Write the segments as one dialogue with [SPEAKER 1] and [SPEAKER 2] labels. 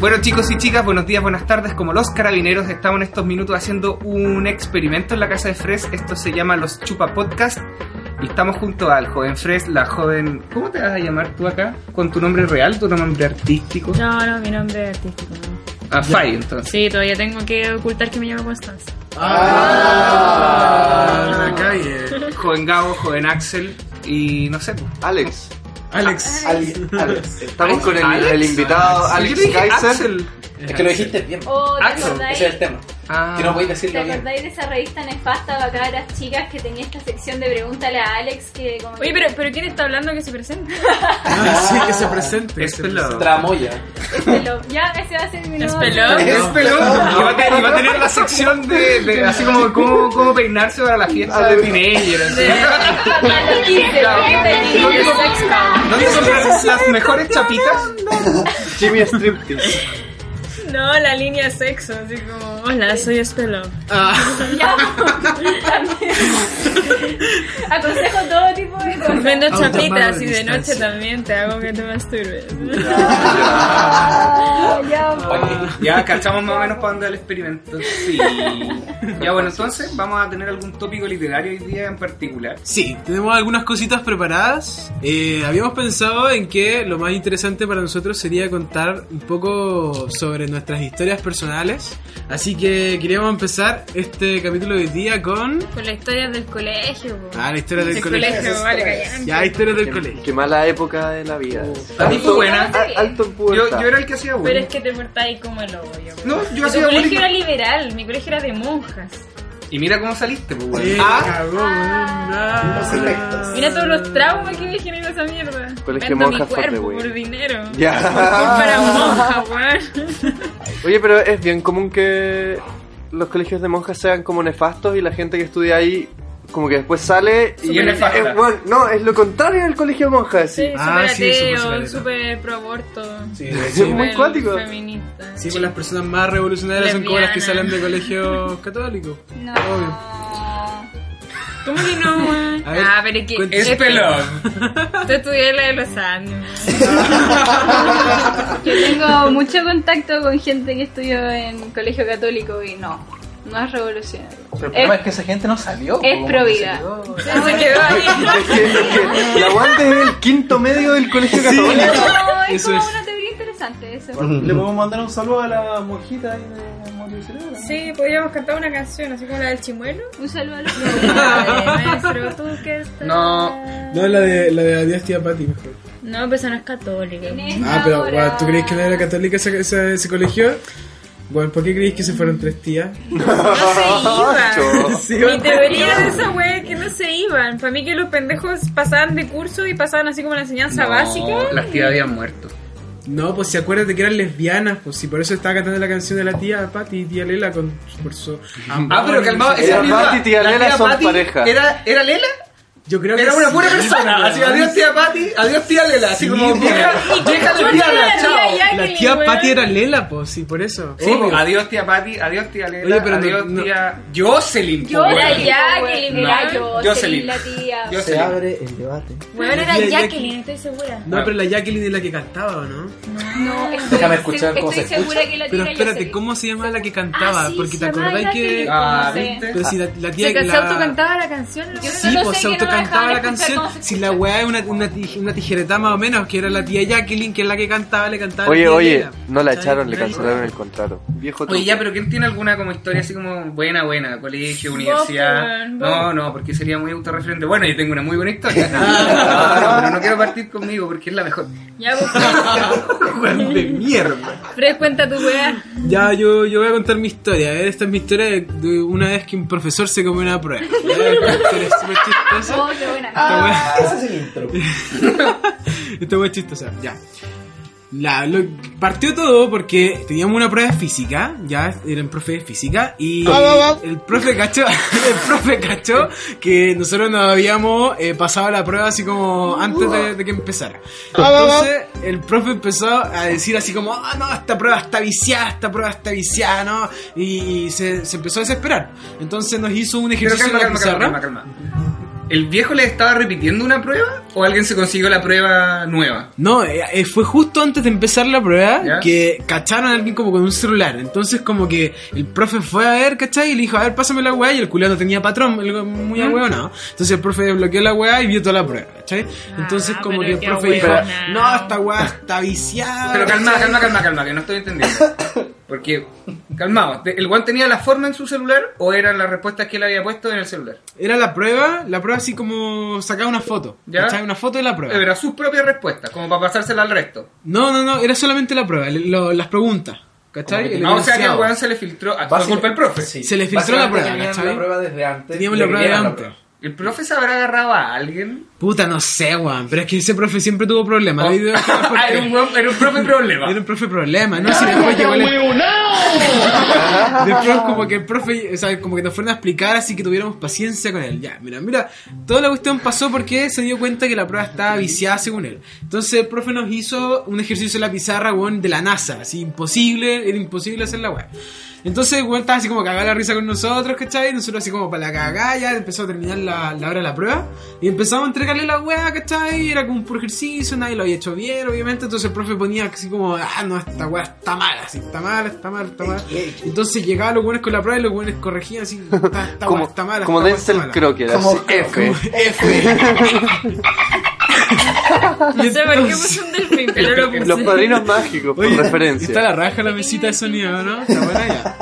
[SPEAKER 1] Bueno chicos y chicas, buenos días, buenas tardes. Como los carabineros, estamos en estos minutos haciendo un experimento en la casa de Fres. Esto se llama Los Chupa Podcast. Y estamos junto al joven Fres, la joven... ¿Cómo te vas a llamar tú acá? ¿Con tu nombre real, tu nombre artístico?
[SPEAKER 2] No, no, mi nombre es artístico. no.
[SPEAKER 1] Ah, Fai, entonces.
[SPEAKER 2] Sí, todavía tengo que ocultar que me llamo Constanza.
[SPEAKER 3] Ah, la calle.
[SPEAKER 1] Joven Gabo, joven Axel y no sé. pues.
[SPEAKER 4] Alex.
[SPEAKER 3] Alex.
[SPEAKER 4] Al- Alex. Estamos
[SPEAKER 1] Alex,
[SPEAKER 4] con el,
[SPEAKER 1] Alex.
[SPEAKER 4] el invitado
[SPEAKER 1] Sí, yo
[SPEAKER 4] Alex
[SPEAKER 1] te dije
[SPEAKER 4] Kaiser.
[SPEAKER 1] Axel.
[SPEAKER 4] Es que lo dijiste bien.
[SPEAKER 5] Oh, ¿te
[SPEAKER 1] Axel,
[SPEAKER 5] acordáis,
[SPEAKER 4] Ese es el tema.
[SPEAKER 1] Ah,
[SPEAKER 4] Que no podéis
[SPEAKER 5] ¿Te
[SPEAKER 4] decirlo bien.
[SPEAKER 5] acordáis de esa revista nefasta bacana de las chicas que tenía esta sección de pregúntale a Alex que como
[SPEAKER 2] Oye,
[SPEAKER 5] que-
[SPEAKER 2] pero, pero ¿quién está hablando que se presenta?
[SPEAKER 3] Ah, sí, que se presente. que
[SPEAKER 1] Es
[SPEAKER 3] se
[SPEAKER 4] Este
[SPEAKER 1] pelado.
[SPEAKER 3] presente.
[SPEAKER 4] Tramoya.
[SPEAKER 5] es pelón. Ya ese va a ser mi
[SPEAKER 2] ¿Es
[SPEAKER 5] nuevo.
[SPEAKER 2] pelón?
[SPEAKER 1] Es pelón. Y va, a tener, y va a tener la sección de, de así como cómo, cómo peinarse para la fiesta de teenager. así.
[SPEAKER 5] Papá, los 15,
[SPEAKER 1] Claro.
[SPEAKER 5] los 20, los 15, los
[SPEAKER 1] ¿Dónde
[SPEAKER 5] 16.
[SPEAKER 1] compras las, mejores chapitas?
[SPEAKER 4] Jimmy Striptease.
[SPEAKER 2] No, la línea sexo, así como, hola, soy Espelón.
[SPEAKER 5] Ya. Aconsejo todo tipo de cosas.
[SPEAKER 2] Vendo
[SPEAKER 3] A un llamado
[SPEAKER 2] chapitas
[SPEAKER 3] de
[SPEAKER 2] y de noche
[SPEAKER 3] distancia.
[SPEAKER 2] también te hago que te masturbes.
[SPEAKER 5] Ah, ya.
[SPEAKER 1] Ya cachamos más o menos para dónde va el experimento. Sí. Ya bueno, entonces vamos a tener algún tópico literario hoy día en particular.
[SPEAKER 3] Sí, tenemos algunas cositas preparadas. Eh, habíamos pensado en que lo más interesante para nosotros sería contar un poco sobre nuestras historias personales. Así que queríamos empezar este capítulo de hoy día con...
[SPEAKER 2] Con la historia del colegio. po.
[SPEAKER 3] Ah, la historia del
[SPEAKER 2] El
[SPEAKER 3] colegio.
[SPEAKER 2] colegio, vale, callando.
[SPEAKER 3] Ya, historias del colegio.
[SPEAKER 4] Qué mala época de la vida.
[SPEAKER 1] A mí Oh. fue buena.
[SPEAKER 4] a- alto en
[SPEAKER 1] Yo,
[SPEAKER 4] pubertad.
[SPEAKER 1] yo era el que hacía
[SPEAKER 2] Pero
[SPEAKER 1] bullying.
[SPEAKER 2] es que te portáis como el hoyo. po.
[SPEAKER 1] No, yo
[SPEAKER 2] Mi
[SPEAKER 1] hacía
[SPEAKER 2] colegio era
[SPEAKER 1] bullying.
[SPEAKER 2] liberal, mi colegio era de monjas.
[SPEAKER 1] Y mira cómo saliste, pues, weón.
[SPEAKER 3] Sí,
[SPEAKER 1] Ah,
[SPEAKER 3] cagó, weón. Ah.
[SPEAKER 4] Los efectos.
[SPEAKER 2] Mira todos los traumas que me generó esa mierda.
[SPEAKER 4] Colegio
[SPEAKER 2] Vendo mi
[SPEAKER 4] monjas for the
[SPEAKER 2] cuerpo
[SPEAKER 4] win.
[SPEAKER 2] por dinero. Para
[SPEAKER 4] Ya.
[SPEAKER 2] monja, weón.
[SPEAKER 4] Oye, pero es bien común que los colegios de monjas sean como nefastos y la gente que estudia ahí como que después sale y
[SPEAKER 1] Súper nefasta.
[SPEAKER 4] Eh, bueno, no, es lo contrario del colegio de monjas.
[SPEAKER 2] Sí,
[SPEAKER 4] Sí.
[SPEAKER 3] Ah,
[SPEAKER 2] super
[SPEAKER 3] sí, súper
[SPEAKER 2] ateo,
[SPEAKER 3] solidario.
[SPEAKER 2] super pro aborto.
[SPEAKER 3] Sí,
[SPEAKER 4] Es
[SPEAKER 3] sí.
[SPEAKER 4] muy cuático.
[SPEAKER 2] Feminista.
[SPEAKER 3] Sí, pues las personas más revolucionarias son como las que
[SPEAKER 2] Lesbiana.
[SPEAKER 3] salen de colegios católicos.
[SPEAKER 5] No.
[SPEAKER 3] Obvio.
[SPEAKER 2] ¿Cómo que no, weón?
[SPEAKER 3] A ver,
[SPEAKER 2] Ah, pero es que.
[SPEAKER 3] cuenta.
[SPEAKER 1] es pelón.
[SPEAKER 2] Tú estudias la de los años.
[SPEAKER 5] Yo tengo mucho contacto con gente que estudió en colegio católico y no, no es revolucionario.
[SPEAKER 6] Pero el
[SPEAKER 5] Es,
[SPEAKER 6] problema es que esa gente no salió.
[SPEAKER 5] es
[SPEAKER 6] po,
[SPEAKER 5] pro
[SPEAKER 6] no
[SPEAKER 5] vida.
[SPEAKER 6] salió.
[SPEAKER 2] Se quedó ahí.
[SPEAKER 4] Es que- es que La guante es el quinto medio del colegio católico.
[SPEAKER 5] No, es
[SPEAKER 3] Eso
[SPEAKER 5] como
[SPEAKER 3] es.
[SPEAKER 5] una teoría interesante eso.
[SPEAKER 6] Le podemos mandar un saludo a la monjita ahí de Morir Cerebro.
[SPEAKER 2] Sí, podríamos cantar una canción así como la del chimuelo.
[SPEAKER 5] Un saludo a los
[SPEAKER 2] Maestro, tú que estás.
[SPEAKER 1] No.
[SPEAKER 3] No, la de, la de Adiós Tía Pati mejor.
[SPEAKER 2] No, pues no es católica.
[SPEAKER 3] Ah, pero guau, ¿tú crees que no era católica ese, ese, ese colegio? Bueno, ¿por qué creéis que se fueron tres tías?
[SPEAKER 2] No se iban.
[SPEAKER 3] Sí,
[SPEAKER 2] Mi teoría de esa wea es que no se iban. Para mí que los pendejos pasaban de curso y pasaban así como la enseñanza básica.
[SPEAKER 1] Las tías habían muerto. Ah,
[SPEAKER 3] No, pues si acuérdate que eran lesbianas, pues si por eso estaba cantando la canción de la tía Pati y tía Lela con, por su amor.
[SPEAKER 1] Ah, pero calmado,
[SPEAKER 4] Era
[SPEAKER 1] esa misma-
[SPEAKER 4] Pati y tía
[SPEAKER 1] la
[SPEAKER 4] Lela son
[SPEAKER 1] Pati
[SPEAKER 4] pareja.
[SPEAKER 1] Era, era Lela,
[SPEAKER 3] Yo creo que
[SPEAKER 1] era una
[SPEAKER 3] sí,
[SPEAKER 1] buena persona. Así,
[SPEAKER 3] weón.
[SPEAKER 1] adiós tía Pati, adiós tía Lela. Así
[SPEAKER 3] Sí,
[SPEAKER 1] como,
[SPEAKER 3] weón.
[SPEAKER 1] vieja, vieja
[SPEAKER 2] Yo no
[SPEAKER 1] lesbiana,
[SPEAKER 2] era tía
[SPEAKER 1] chao.
[SPEAKER 2] Jacqueline,
[SPEAKER 3] La tía
[SPEAKER 2] weón.
[SPEAKER 3] Pati era Lela, pues sí, por eso.
[SPEAKER 1] Sí, pues.
[SPEAKER 3] Obvio.
[SPEAKER 1] po, adiós tía Pati, adiós tía Lela,
[SPEAKER 3] Oye, pero no-
[SPEAKER 1] adiós
[SPEAKER 3] no-
[SPEAKER 1] tía Jocelyn. po,
[SPEAKER 5] Yo
[SPEAKER 1] weón.
[SPEAKER 2] Era ya que
[SPEAKER 5] que
[SPEAKER 2] liberal.
[SPEAKER 5] yo,
[SPEAKER 1] Jocelyn.
[SPEAKER 5] la tía.
[SPEAKER 1] Yo-
[SPEAKER 6] Se abre el debate.
[SPEAKER 2] Weón,
[SPEAKER 3] La
[SPEAKER 2] era
[SPEAKER 3] tía
[SPEAKER 2] Jacqueline, estoy segura.
[SPEAKER 3] No, pero la Jacqueline es la que cantaba, ¿o ¿no?
[SPEAKER 5] No, estoy,
[SPEAKER 6] Déjame escuchar cómo
[SPEAKER 5] estoy
[SPEAKER 6] se
[SPEAKER 5] segura que la tía
[SPEAKER 3] Pero
[SPEAKER 5] era
[SPEAKER 3] espérate,
[SPEAKER 5] Jocelyn.
[SPEAKER 3] ¿cómo se llamaba la que cantaba?
[SPEAKER 2] Ah, sí,
[SPEAKER 3] Porque
[SPEAKER 2] se
[SPEAKER 3] te
[SPEAKER 2] llamaba
[SPEAKER 3] acordás que...
[SPEAKER 2] Jacqueline.
[SPEAKER 1] Ah,
[SPEAKER 5] No sé.
[SPEAKER 1] ¿viste?
[SPEAKER 3] Pero si la, la tía...
[SPEAKER 2] Se, se
[SPEAKER 3] la-
[SPEAKER 2] autocantaba la canción. ¿no?
[SPEAKER 5] Yo
[SPEAKER 3] Sí,
[SPEAKER 5] no lo
[SPEAKER 3] pues se
[SPEAKER 5] sé, que no me
[SPEAKER 3] autocantaba
[SPEAKER 5] dejaban
[SPEAKER 3] la
[SPEAKER 5] escuchar
[SPEAKER 3] canción.
[SPEAKER 5] cómo se
[SPEAKER 3] Si la weá es una, una, tij- una tijereta más o menos, que era la tía Jacqueline, que es la que cantaba, le cantaba. la
[SPEAKER 4] Oye,
[SPEAKER 3] tía
[SPEAKER 4] oye,
[SPEAKER 3] Elena.
[SPEAKER 4] no la
[SPEAKER 3] ¿Sabes?
[SPEAKER 4] echaron, le
[SPEAKER 3] Nadie-
[SPEAKER 4] cancelaron el contrato. Viejo
[SPEAKER 1] Oye, ya,
[SPEAKER 4] truco.
[SPEAKER 1] pero ¿quién tiene alguna como historia así como buena, buena? Colegio, universidad.
[SPEAKER 2] weón,
[SPEAKER 1] No,
[SPEAKER 2] vos.
[SPEAKER 1] no, porque sería muy autorreferente. Bueno, yo tengo una muy buena historia. No, no, pero no quiero partir conmigo porque es la mejor.
[SPEAKER 2] Ya, pues,
[SPEAKER 1] Weón de mierda.
[SPEAKER 2] Fred, cuenta tu wea.
[SPEAKER 3] Ya, yo, yo voy a contar mi historia. ¿eh? Esta es mi historia de, de una vez que un profesor se comió una prueba. Ya, Esta historia es súper chistosa.
[SPEAKER 5] Oh, qué buena.
[SPEAKER 3] Esta weá-
[SPEAKER 1] Ah,
[SPEAKER 6] Ese es el intro.
[SPEAKER 3] Esta wea Este es chistosa, ya. La, lo- partió todo porque teníamos una prueba de física, ya era el profe de física, y el profe cachó, el profe cachó que nosotros nos habíamos eh, pasado la prueba así como antes de, de que empezara. Entonces el profe empezó a decir así como, ah, no, esta prueba está viciada, esta prueba está viciada, ¿no? Y, y se, se empezó a desesperar. Entonces nos hizo un
[SPEAKER 1] Pero
[SPEAKER 3] ejercicio
[SPEAKER 1] calma,
[SPEAKER 3] en la
[SPEAKER 1] calma, calma,
[SPEAKER 3] pizarra.
[SPEAKER 1] calma, calma. ¿El viejo le estaba repitiendo una prueba o alguien se consiguió la prueba nueva?
[SPEAKER 3] No, eh, eh, fue justo antes de empezar la prueba
[SPEAKER 1] ¿Ya?
[SPEAKER 3] que cacharon a alguien como con un celular. Entonces como que el profe fue a ver, ¿cachai? Y le dijo, a ver, pásame la weá. Y el culiado tenía patrón, algo muy
[SPEAKER 2] Ah.
[SPEAKER 3] ahueonado. Entonces el profe desbloqueó la weá y vio toda la prueba, ¿cachai? Entonces
[SPEAKER 2] Ah,
[SPEAKER 3] como
[SPEAKER 2] pero
[SPEAKER 3] que el
[SPEAKER 2] qué
[SPEAKER 3] profe dijo,
[SPEAKER 2] ahueonao.
[SPEAKER 3] no, esta weá está viciada.
[SPEAKER 1] Pero calma,
[SPEAKER 3] ¿cachai?
[SPEAKER 1] calma, calma, calma, que no estoy entendiendo. Porque, calmado, ¿el guan tenía la forma en su celular o eran las respuestas que él había puesto en el celular?
[SPEAKER 3] Era la prueba, la prueba así como sacaba una foto.
[SPEAKER 1] ¿Ya?
[SPEAKER 3] ¿Cachai? Una foto de la prueba.
[SPEAKER 1] Era sus propias respuestas, como para pasársela al resto.
[SPEAKER 3] No, no, no, era solamente la prueba, el- lo- las preguntas. ¿Cachai? El
[SPEAKER 1] Ah, o sea que el
[SPEAKER 3] enunciado.
[SPEAKER 1] weón se le filtró. A toda culpa el profe.
[SPEAKER 3] Se le filtró la
[SPEAKER 7] Básicamente
[SPEAKER 3] prueba,
[SPEAKER 7] tenían
[SPEAKER 3] ¿cachai?
[SPEAKER 7] la prueba desde antes.
[SPEAKER 3] Teníamos la
[SPEAKER 7] le
[SPEAKER 3] prueba de
[SPEAKER 7] enviaron la
[SPEAKER 3] antes.
[SPEAKER 7] prueba.
[SPEAKER 1] ¿El profe se habrá agarrado a alguien?
[SPEAKER 3] Puta, no sé, weón. Pero es que ese profe siempre tuvo problemas. La idea es que-
[SPEAKER 1] ah, era un, weón- era un profe problema.
[SPEAKER 3] Era un profe problema, ¿no? Si después llegó el... Después como que el profe, o sea, como que nos fueron a explicar así que tuviéramos paciencia con él. Ya, mira, mira, toda la cuestión pasó porque se dio cuenta que la prueba estaba viciada según él. Entonces el profe nos hizo un ejercicio en la pizarra, weón, de la NASA, así imposible, era imposible hacer la weá. Entonces el weón estaba así como cagada la risa con nosotros, ¿cachai? Nosotros así como para la cagada, ya empezó a terminar la, la hora de la prueba y empezamos a entregarle la weá, ¿cachai? Era como un puro ejercicio, nadie lo había hecho bien, obviamente. Entonces el profe ponía así como, ah, no, esta weá está mala, así, está mala, está mala, está mala. Entonces llegaban los buenos con la prueba y los buenos corregían así, está, está
[SPEAKER 4] Como,
[SPEAKER 3] mala, está mala.
[SPEAKER 4] como
[SPEAKER 3] esta weá está
[SPEAKER 4] Denzel
[SPEAKER 3] mala".
[SPEAKER 4] Crocker, así, F.
[SPEAKER 2] No sé por qué
[SPEAKER 3] Entonces-
[SPEAKER 2] puse un delfín, pero lo puse.
[SPEAKER 4] Los padrinos mágicos, por
[SPEAKER 3] Oye, Está
[SPEAKER 4] referencia.
[SPEAKER 3] la raja la mesita de sonido, ¿no? Está buena ya.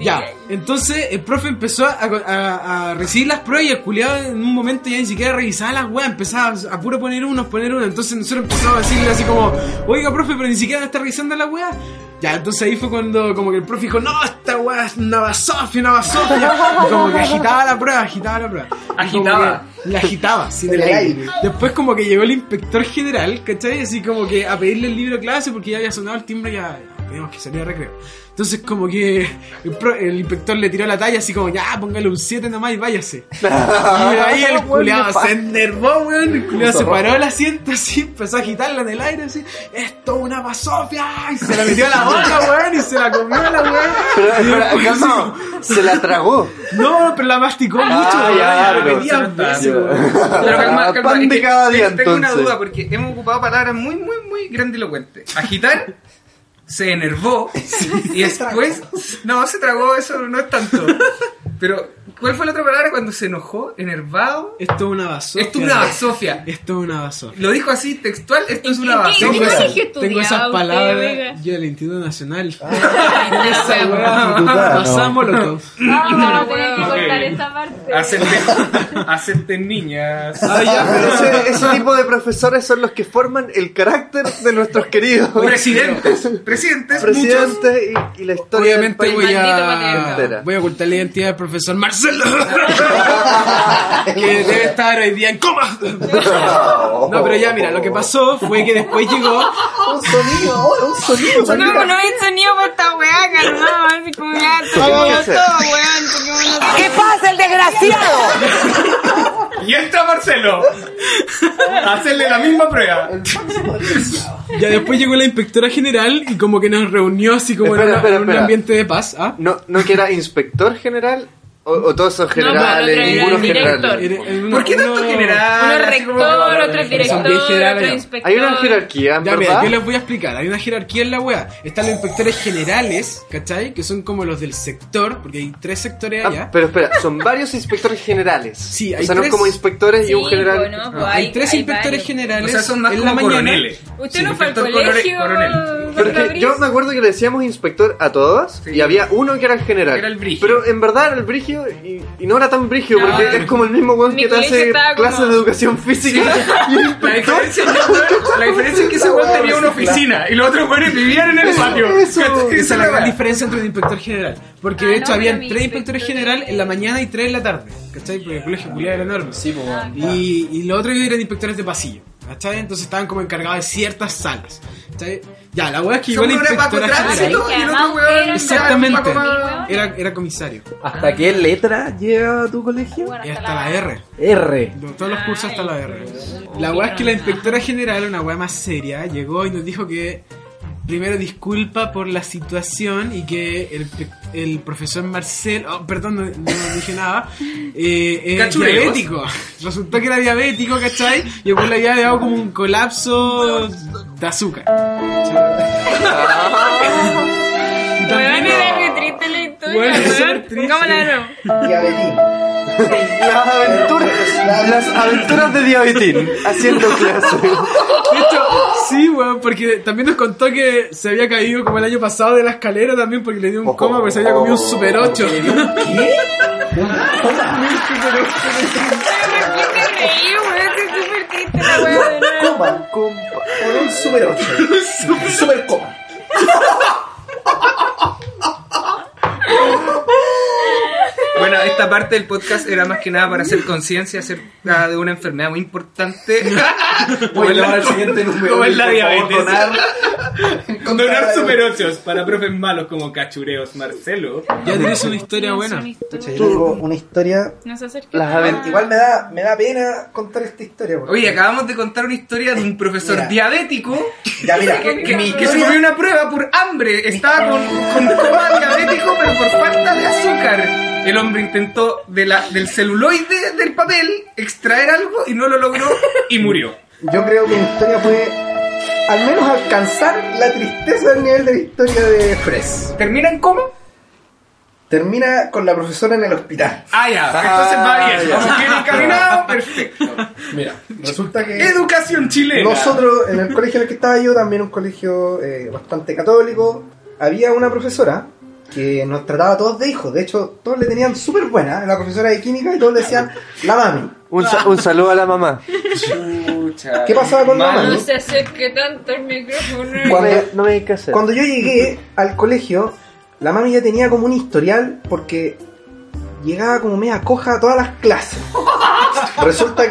[SPEAKER 3] Ya, entonces el profe empezó a, a- a recibir las pruebas y el culiado en un momento ya ni siquiera revisaba las weas, empezaba a puro poner unos, poner uno. Entonces nosotros empezamos a decirle así como, oiga profe, pero ni siquiera está revisando las weas. Ya, entonces ahí fue cuando como que el profe dijo, no, esta wea es una basofia, una basofia. Y como que agitaba la prueba, agitaba la prueba. Y como
[SPEAKER 1] Agitaba.
[SPEAKER 3] que La agitaba, así
[SPEAKER 7] En
[SPEAKER 3] del
[SPEAKER 7] el
[SPEAKER 3] aire.
[SPEAKER 7] aire.
[SPEAKER 3] Después como que llegó el inspector general, ¿cachai? Así como que a pedirle el libro de clase porque ya había sonado el timbre y ya teníamos que salir a recreo. Entonces como que el, pro- el inspector le tiró la talla así como, ya, póngale un 7 nomás y váyase. Y de ahí el
[SPEAKER 4] Weón,
[SPEAKER 3] culiado
[SPEAKER 4] me
[SPEAKER 3] se
[SPEAKER 4] pasa.
[SPEAKER 3] enervó, weón. El culiado se paró el asiento así, empezó a agitarla en el aire así. Esto es una basofia. Y se la metió a la boca, weón. Y se la comió la weón.
[SPEAKER 4] Pero, espera, calma, se la tragó.
[SPEAKER 3] No, pero la masticó mucho,
[SPEAKER 4] Ah,
[SPEAKER 3] weón.
[SPEAKER 4] ya,
[SPEAKER 3] la
[SPEAKER 4] algo,
[SPEAKER 3] repetía
[SPEAKER 1] se nota.
[SPEAKER 3] veces, weón.
[SPEAKER 1] Pero calma,
[SPEAKER 4] Ah,
[SPEAKER 1] calma,
[SPEAKER 4] pan
[SPEAKER 1] es
[SPEAKER 4] de
[SPEAKER 1] que
[SPEAKER 4] cada día,
[SPEAKER 1] Tengo una
[SPEAKER 4] entonces.
[SPEAKER 1] duda porque hemos ocupado palabras muy, muy, muy grandilocuentes. Agitar, se enervó y después. No, se tragó, eso no es tanto. Pero, ¿cuál fue la otra palabra cuando se enojó? ¿Enervado?
[SPEAKER 3] Esto es una basofia.
[SPEAKER 1] Esto es una basofia.
[SPEAKER 3] Esto es una basofia.
[SPEAKER 1] Lo dijo así textual, esto es una
[SPEAKER 2] ¿Y qué-
[SPEAKER 1] basofia.
[SPEAKER 2] qué
[SPEAKER 3] tengo,
[SPEAKER 2] colegio
[SPEAKER 3] esas-
[SPEAKER 2] estudiaba
[SPEAKER 3] tengo esas
[SPEAKER 2] usted,
[SPEAKER 3] palabras
[SPEAKER 2] oiga?
[SPEAKER 3] yo del Instituto Nacional.
[SPEAKER 4] Ah,
[SPEAKER 2] Esa
[SPEAKER 7] weá.
[SPEAKER 3] Pasamos loco.
[SPEAKER 5] Ah, vamos a tener que
[SPEAKER 1] Ok.
[SPEAKER 5] cortar esta parte.
[SPEAKER 1] Acepten, acepten niñas.
[SPEAKER 3] Ah, ya,
[SPEAKER 4] Pero
[SPEAKER 3] pero-
[SPEAKER 4] ese, ese tipo de profesores son los que forman el carácter de nuestros queridos
[SPEAKER 1] Presidentes, presidentes, muchos.
[SPEAKER 4] presidentes y, y la historia del
[SPEAKER 3] Obviamente
[SPEAKER 4] país.
[SPEAKER 3] voy
[SPEAKER 2] maldito patriarca.
[SPEAKER 3] a, voy a ocultar la identidad del profesor Marcelo. que debe estar hoy día en coma. No, pero ya, mira, lo que pasó fue que después llegó.
[SPEAKER 7] Un sonido, oh, un sonido.
[SPEAKER 2] No, no, no hay sonido para esta weá, calmado. Así como ya, toquémonos
[SPEAKER 4] hacer.
[SPEAKER 2] todo, weón. Toquémonos todo.
[SPEAKER 1] Y entra Marcelo. a Hacerle la misma prueba.
[SPEAKER 3] Ya después llegó la inspectora general y como que nos reunió así como en,
[SPEAKER 4] Espera,
[SPEAKER 3] una-
[SPEAKER 4] espera,
[SPEAKER 3] en un
[SPEAKER 4] espera.
[SPEAKER 3] ambiente de paz. ¿ah?
[SPEAKER 4] No, no que era inspector general o, o todos esos
[SPEAKER 2] pero
[SPEAKER 4] generales,
[SPEAKER 2] era el
[SPEAKER 4] ninguno
[SPEAKER 2] director.
[SPEAKER 4] general.
[SPEAKER 3] Eh, Era- era uno-
[SPEAKER 1] ¿Por qué tanto
[SPEAKER 3] uno-
[SPEAKER 1] general?
[SPEAKER 2] Uno es
[SPEAKER 1] Así como-
[SPEAKER 2] rector, otro es
[SPEAKER 3] Son bien
[SPEAKER 2] director,
[SPEAKER 3] generales,
[SPEAKER 2] otro
[SPEAKER 3] ya.
[SPEAKER 2] es inspector.
[SPEAKER 4] Hay una jerarquía, en
[SPEAKER 3] Ya, mira,
[SPEAKER 4] ¿verdad?
[SPEAKER 3] yo les voy a explicar. Hay una jerarquía en la wea. Están los inspectores generales, ¿cachai? Que son como los del sector, porque hay tres sectores
[SPEAKER 4] Ah,
[SPEAKER 3] allá.
[SPEAKER 4] pero espera, son varios inspectores generales.
[SPEAKER 3] Sí, hay
[SPEAKER 4] o sea, no
[SPEAKER 3] tres.
[SPEAKER 4] como inspectores y un
[SPEAKER 2] Sí,
[SPEAKER 4] general.
[SPEAKER 2] bueno, pues,
[SPEAKER 3] hay, tres inspectores
[SPEAKER 2] varios.
[SPEAKER 1] O
[SPEAKER 3] generales.
[SPEAKER 1] sea, son más
[SPEAKER 3] en la
[SPEAKER 1] como
[SPEAKER 3] mañana.
[SPEAKER 1] coroneles.
[SPEAKER 2] Usted
[SPEAKER 1] Sí,
[SPEAKER 2] no fue al
[SPEAKER 1] doctor
[SPEAKER 2] colegio.
[SPEAKER 1] coronel- coronel.
[SPEAKER 2] don
[SPEAKER 4] Pero es que
[SPEAKER 2] Gabriel.
[SPEAKER 4] yo me acuerdo que le decíamos inspector a todos
[SPEAKER 1] Sí.
[SPEAKER 4] y había uno que era el general.
[SPEAKER 1] Era el brigio.
[SPEAKER 4] Pero en verdad era el brigio y, y no era tan brigio
[SPEAKER 2] No,
[SPEAKER 4] porque es como el mismo weón
[SPEAKER 2] mi
[SPEAKER 4] que te
[SPEAKER 2] colegio
[SPEAKER 4] hace
[SPEAKER 2] estaba como-
[SPEAKER 4] clases de educación física y es
[SPEAKER 1] La
[SPEAKER 4] inspector.
[SPEAKER 1] diferencia, la diferencia es que ese weón tenía una oficina y los otros weones vivían en el patio.
[SPEAKER 4] eso.
[SPEAKER 1] ¿Cachai?
[SPEAKER 3] Esa es la
[SPEAKER 1] weá.
[SPEAKER 3] gran diferencia entre un inspector general. Porque
[SPEAKER 5] Ah,
[SPEAKER 3] de
[SPEAKER 5] no,
[SPEAKER 3] hecho
[SPEAKER 5] pero
[SPEAKER 3] habían
[SPEAKER 5] mi
[SPEAKER 3] tres inspectores
[SPEAKER 5] inspector
[SPEAKER 3] general en la
[SPEAKER 5] general.
[SPEAKER 3] mañana y tres en la tarde. ¿Cachai? Porque el colegio culiado era enorme.
[SPEAKER 7] Sí, pues, weón.
[SPEAKER 3] Y, y lo otro eran inspectores de pasillo. ¿Cachai? Entonces estaban como encargados de ciertas salas. ¿Cachai? Ya, la wea es que llegó
[SPEAKER 1] Son
[SPEAKER 3] la
[SPEAKER 1] uno era Paco
[SPEAKER 3] inspectora general.
[SPEAKER 1] Tránsito y el otro weón era
[SPEAKER 3] Exactamente.
[SPEAKER 1] Paco Ma-
[SPEAKER 3] Era, era comisario.
[SPEAKER 7] ¿Hasta qué letra llega tu colegio?
[SPEAKER 5] Bueno,
[SPEAKER 3] Y hasta la R.
[SPEAKER 7] R.
[SPEAKER 3] No, todos los cursos hasta la R. La weá es que la inspectora general, una weá más seria, llegó y nos dijo que primero disculpa por la situación y que el, pe- el profesor Marcel, oh, perdón, no, no dije nada, eh, era
[SPEAKER 1] Cachureos.
[SPEAKER 3] diabético. Resultó que era diabético, ¿cachai? Y después le había dado como un colapso de azúcar. Y
[SPEAKER 2] Weón,
[SPEAKER 3] también-
[SPEAKER 2] era re triste la historia,
[SPEAKER 3] Weón, es súper
[SPEAKER 2] weón.
[SPEAKER 3] triste.
[SPEAKER 2] Pongámosla de nuevo.
[SPEAKER 7] Diabetín.
[SPEAKER 4] Las aventuras, las aventuras de Diabetín haciendo clase.
[SPEAKER 3] De hecho, sí, weón, porque también nos contó que se había caído como el año pasado de la escalera también porque le dio un coma porque se había comido un super 8.
[SPEAKER 2] ¿Por qué te reí, weón? Es súper triste la weón. de nuevo.
[SPEAKER 7] Coma. Por un super 8. Super coma.
[SPEAKER 1] Bueno, esta parte del podcast era más que nada para hacer conciencia acerca de una enfermedad muy importante.
[SPEAKER 7] Voy a llamar al siguiente número.
[SPEAKER 1] Como es la
[SPEAKER 7] por favor,
[SPEAKER 1] diabetes.
[SPEAKER 7] Donar,
[SPEAKER 1] Donar super 8 para profes malos como cachureos, Marcelo.
[SPEAKER 3] Ya tienes una historia buena.
[SPEAKER 7] Pucha, yo tengo una historia.
[SPEAKER 2] Nos acercamos.
[SPEAKER 4] Las aventuras.
[SPEAKER 7] Igual me da, me da pena contar esta historia. porque-
[SPEAKER 1] Oye, acabamos de contar una historia de un profesor
[SPEAKER 7] Mira.
[SPEAKER 1] diabético
[SPEAKER 7] Ya, mira.
[SPEAKER 1] que, que-
[SPEAKER 7] mi
[SPEAKER 1] que se
[SPEAKER 7] historia-
[SPEAKER 1] comió una prueba por hambre. Estaba con, con coma diabético, pero por falta de azúcar. El hombre intentó de la, del celuloide del papel extraer algo y no lo logró y murió.
[SPEAKER 7] Yo creo que mi historia fue al menos alcanzar la tristeza del nivel de la historia de Fres.
[SPEAKER 1] ¿Termina en coma?
[SPEAKER 7] Termina con la profesora en el hospital.
[SPEAKER 1] Ah, ya. Entonces va bien.
[SPEAKER 4] Ah, ya.
[SPEAKER 1] Vamos bien encaminado. Perfecto.
[SPEAKER 7] Mira, resulta que
[SPEAKER 1] Educación chilena.
[SPEAKER 7] nosotros en el colegio en el que estaba yo, también un colegio eh, bastante católico, había una profesora que nos trataba a todos de hijos. De hecho, todos le tenían súper buena, la profesora de química, y todos le decían la mami.
[SPEAKER 4] Un, sa- un saludo a la mamá.
[SPEAKER 7] ¿Qué pasaba con la
[SPEAKER 2] No
[SPEAKER 7] mami?
[SPEAKER 2] se acerque tanto el micrófono.
[SPEAKER 7] Cuando-
[SPEAKER 4] Me- no me di que hacer.
[SPEAKER 7] Cuando yo llegué al colegio, la mami ya tenía como un historial porque llegaba como media coja a todas las clases. Resulta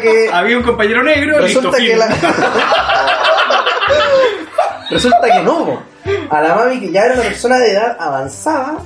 [SPEAKER 7] que.
[SPEAKER 1] Había un compañero negro.
[SPEAKER 7] Resulta
[SPEAKER 1] listo,
[SPEAKER 7] que
[SPEAKER 1] fin.
[SPEAKER 7] la- Resulta que no. po. A la mami que ya era una persona de edad avanzada,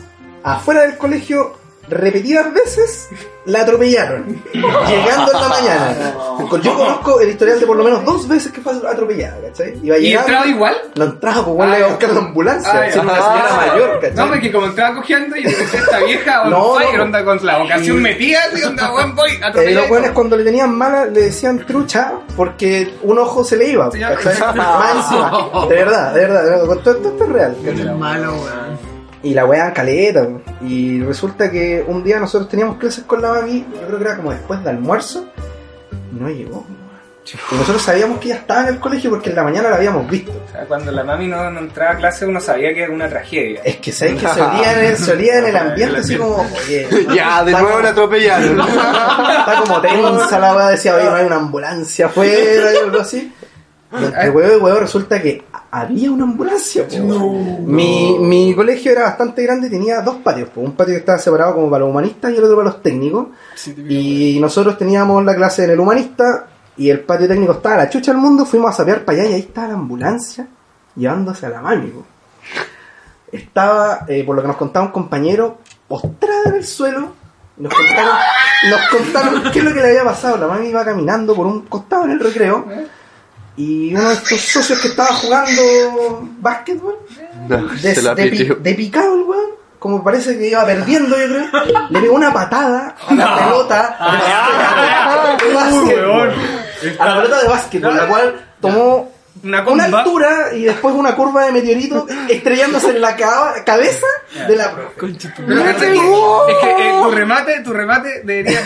[SPEAKER 7] afuera del colegio, repetidas veces, la atropellaron. Llegando en la mañana. Yo conozco el historial de por lo menos dos veces que fue atropellada, ¿cachai? Iba
[SPEAKER 1] ¿Y
[SPEAKER 7] llegando-
[SPEAKER 1] entraba igual?
[SPEAKER 7] no entraba, pues bueno, le iba a buscar la ambulancia.
[SPEAKER 1] Ah, ya.
[SPEAKER 7] siendo una señora
[SPEAKER 4] Ah.
[SPEAKER 7] mayor, ¿cachai?
[SPEAKER 1] No, porque como entraba cojeando y empecé esta vieja on
[SPEAKER 7] No,
[SPEAKER 1] fire,
[SPEAKER 7] no.
[SPEAKER 1] onda con la vocación metida, así onda, buen boy,
[SPEAKER 7] Eh,
[SPEAKER 1] atropellado.
[SPEAKER 7] los buenos cuando le tenían mala le decían trucha porque un ojo se le iba.
[SPEAKER 1] Señor.
[SPEAKER 7] ¿cachai? Más encima. De verdad, de verdad, de verdad. con todo- todo esto es real. ¿cachai?
[SPEAKER 3] malo, weón.
[SPEAKER 7] Y la weá caleta. po. Y resulta que un día nosotros teníamos clases con la mami, yo creo que era como después de almuerzo, y no llegó. Y nosotros sabíamos que ella estaba en el colegio porque en la mañana la habíamos visto.
[SPEAKER 1] O sea, Cuando la mami no, no entraba a clase uno sabía que era una tragedia.
[SPEAKER 7] Es que sabes que se olía en el, se olía en el ambiente así como, oye,
[SPEAKER 4] Ya, de
[SPEAKER 7] está
[SPEAKER 4] nuevo
[SPEAKER 7] como-
[SPEAKER 4] la atropellaron.
[SPEAKER 7] Está como tensa la weá, decía, oye, no hay una ambulancia afuera y algo así. Y entre huevo y huevo resulta que había una ambulancia. po. Mi, mi colegio era bastante grande y tenía dos patios. po. Un patio que estaba separado como para los humanistas y el otro para los técnicos. Y nosotros teníamos la clase en el humanista y el patio técnico estaba a la chucha del mundo. Fuimos a sapear para allá y ahí estaba la ambulancia llevándose a la mami. po. Estaba, eh, por lo que nos contaba un compañero, postrada en el suelo. Nos contaron, nos contaron qué es lo que le había pasado. La mami iba caminando por un costado en el recreo. Y uno de sus socios que estaba jugando básquetbol,
[SPEAKER 4] No,
[SPEAKER 7] de,
[SPEAKER 4] se la
[SPEAKER 7] de pi-
[SPEAKER 4] pidió.
[SPEAKER 7] de picado el weón, como parece que iba perdiendo, yo creo, le pegó una patada a la pelota de básquetbol. A la pelota de básquetbol, la cual tomó
[SPEAKER 1] Una comba.
[SPEAKER 7] una altura y después una curva de meteorito estrellándose en la ca- cabeza de la profe.
[SPEAKER 1] Pero
[SPEAKER 7] ¡No!
[SPEAKER 1] ¿cachai? es que eh, tu remate, tu remate debería.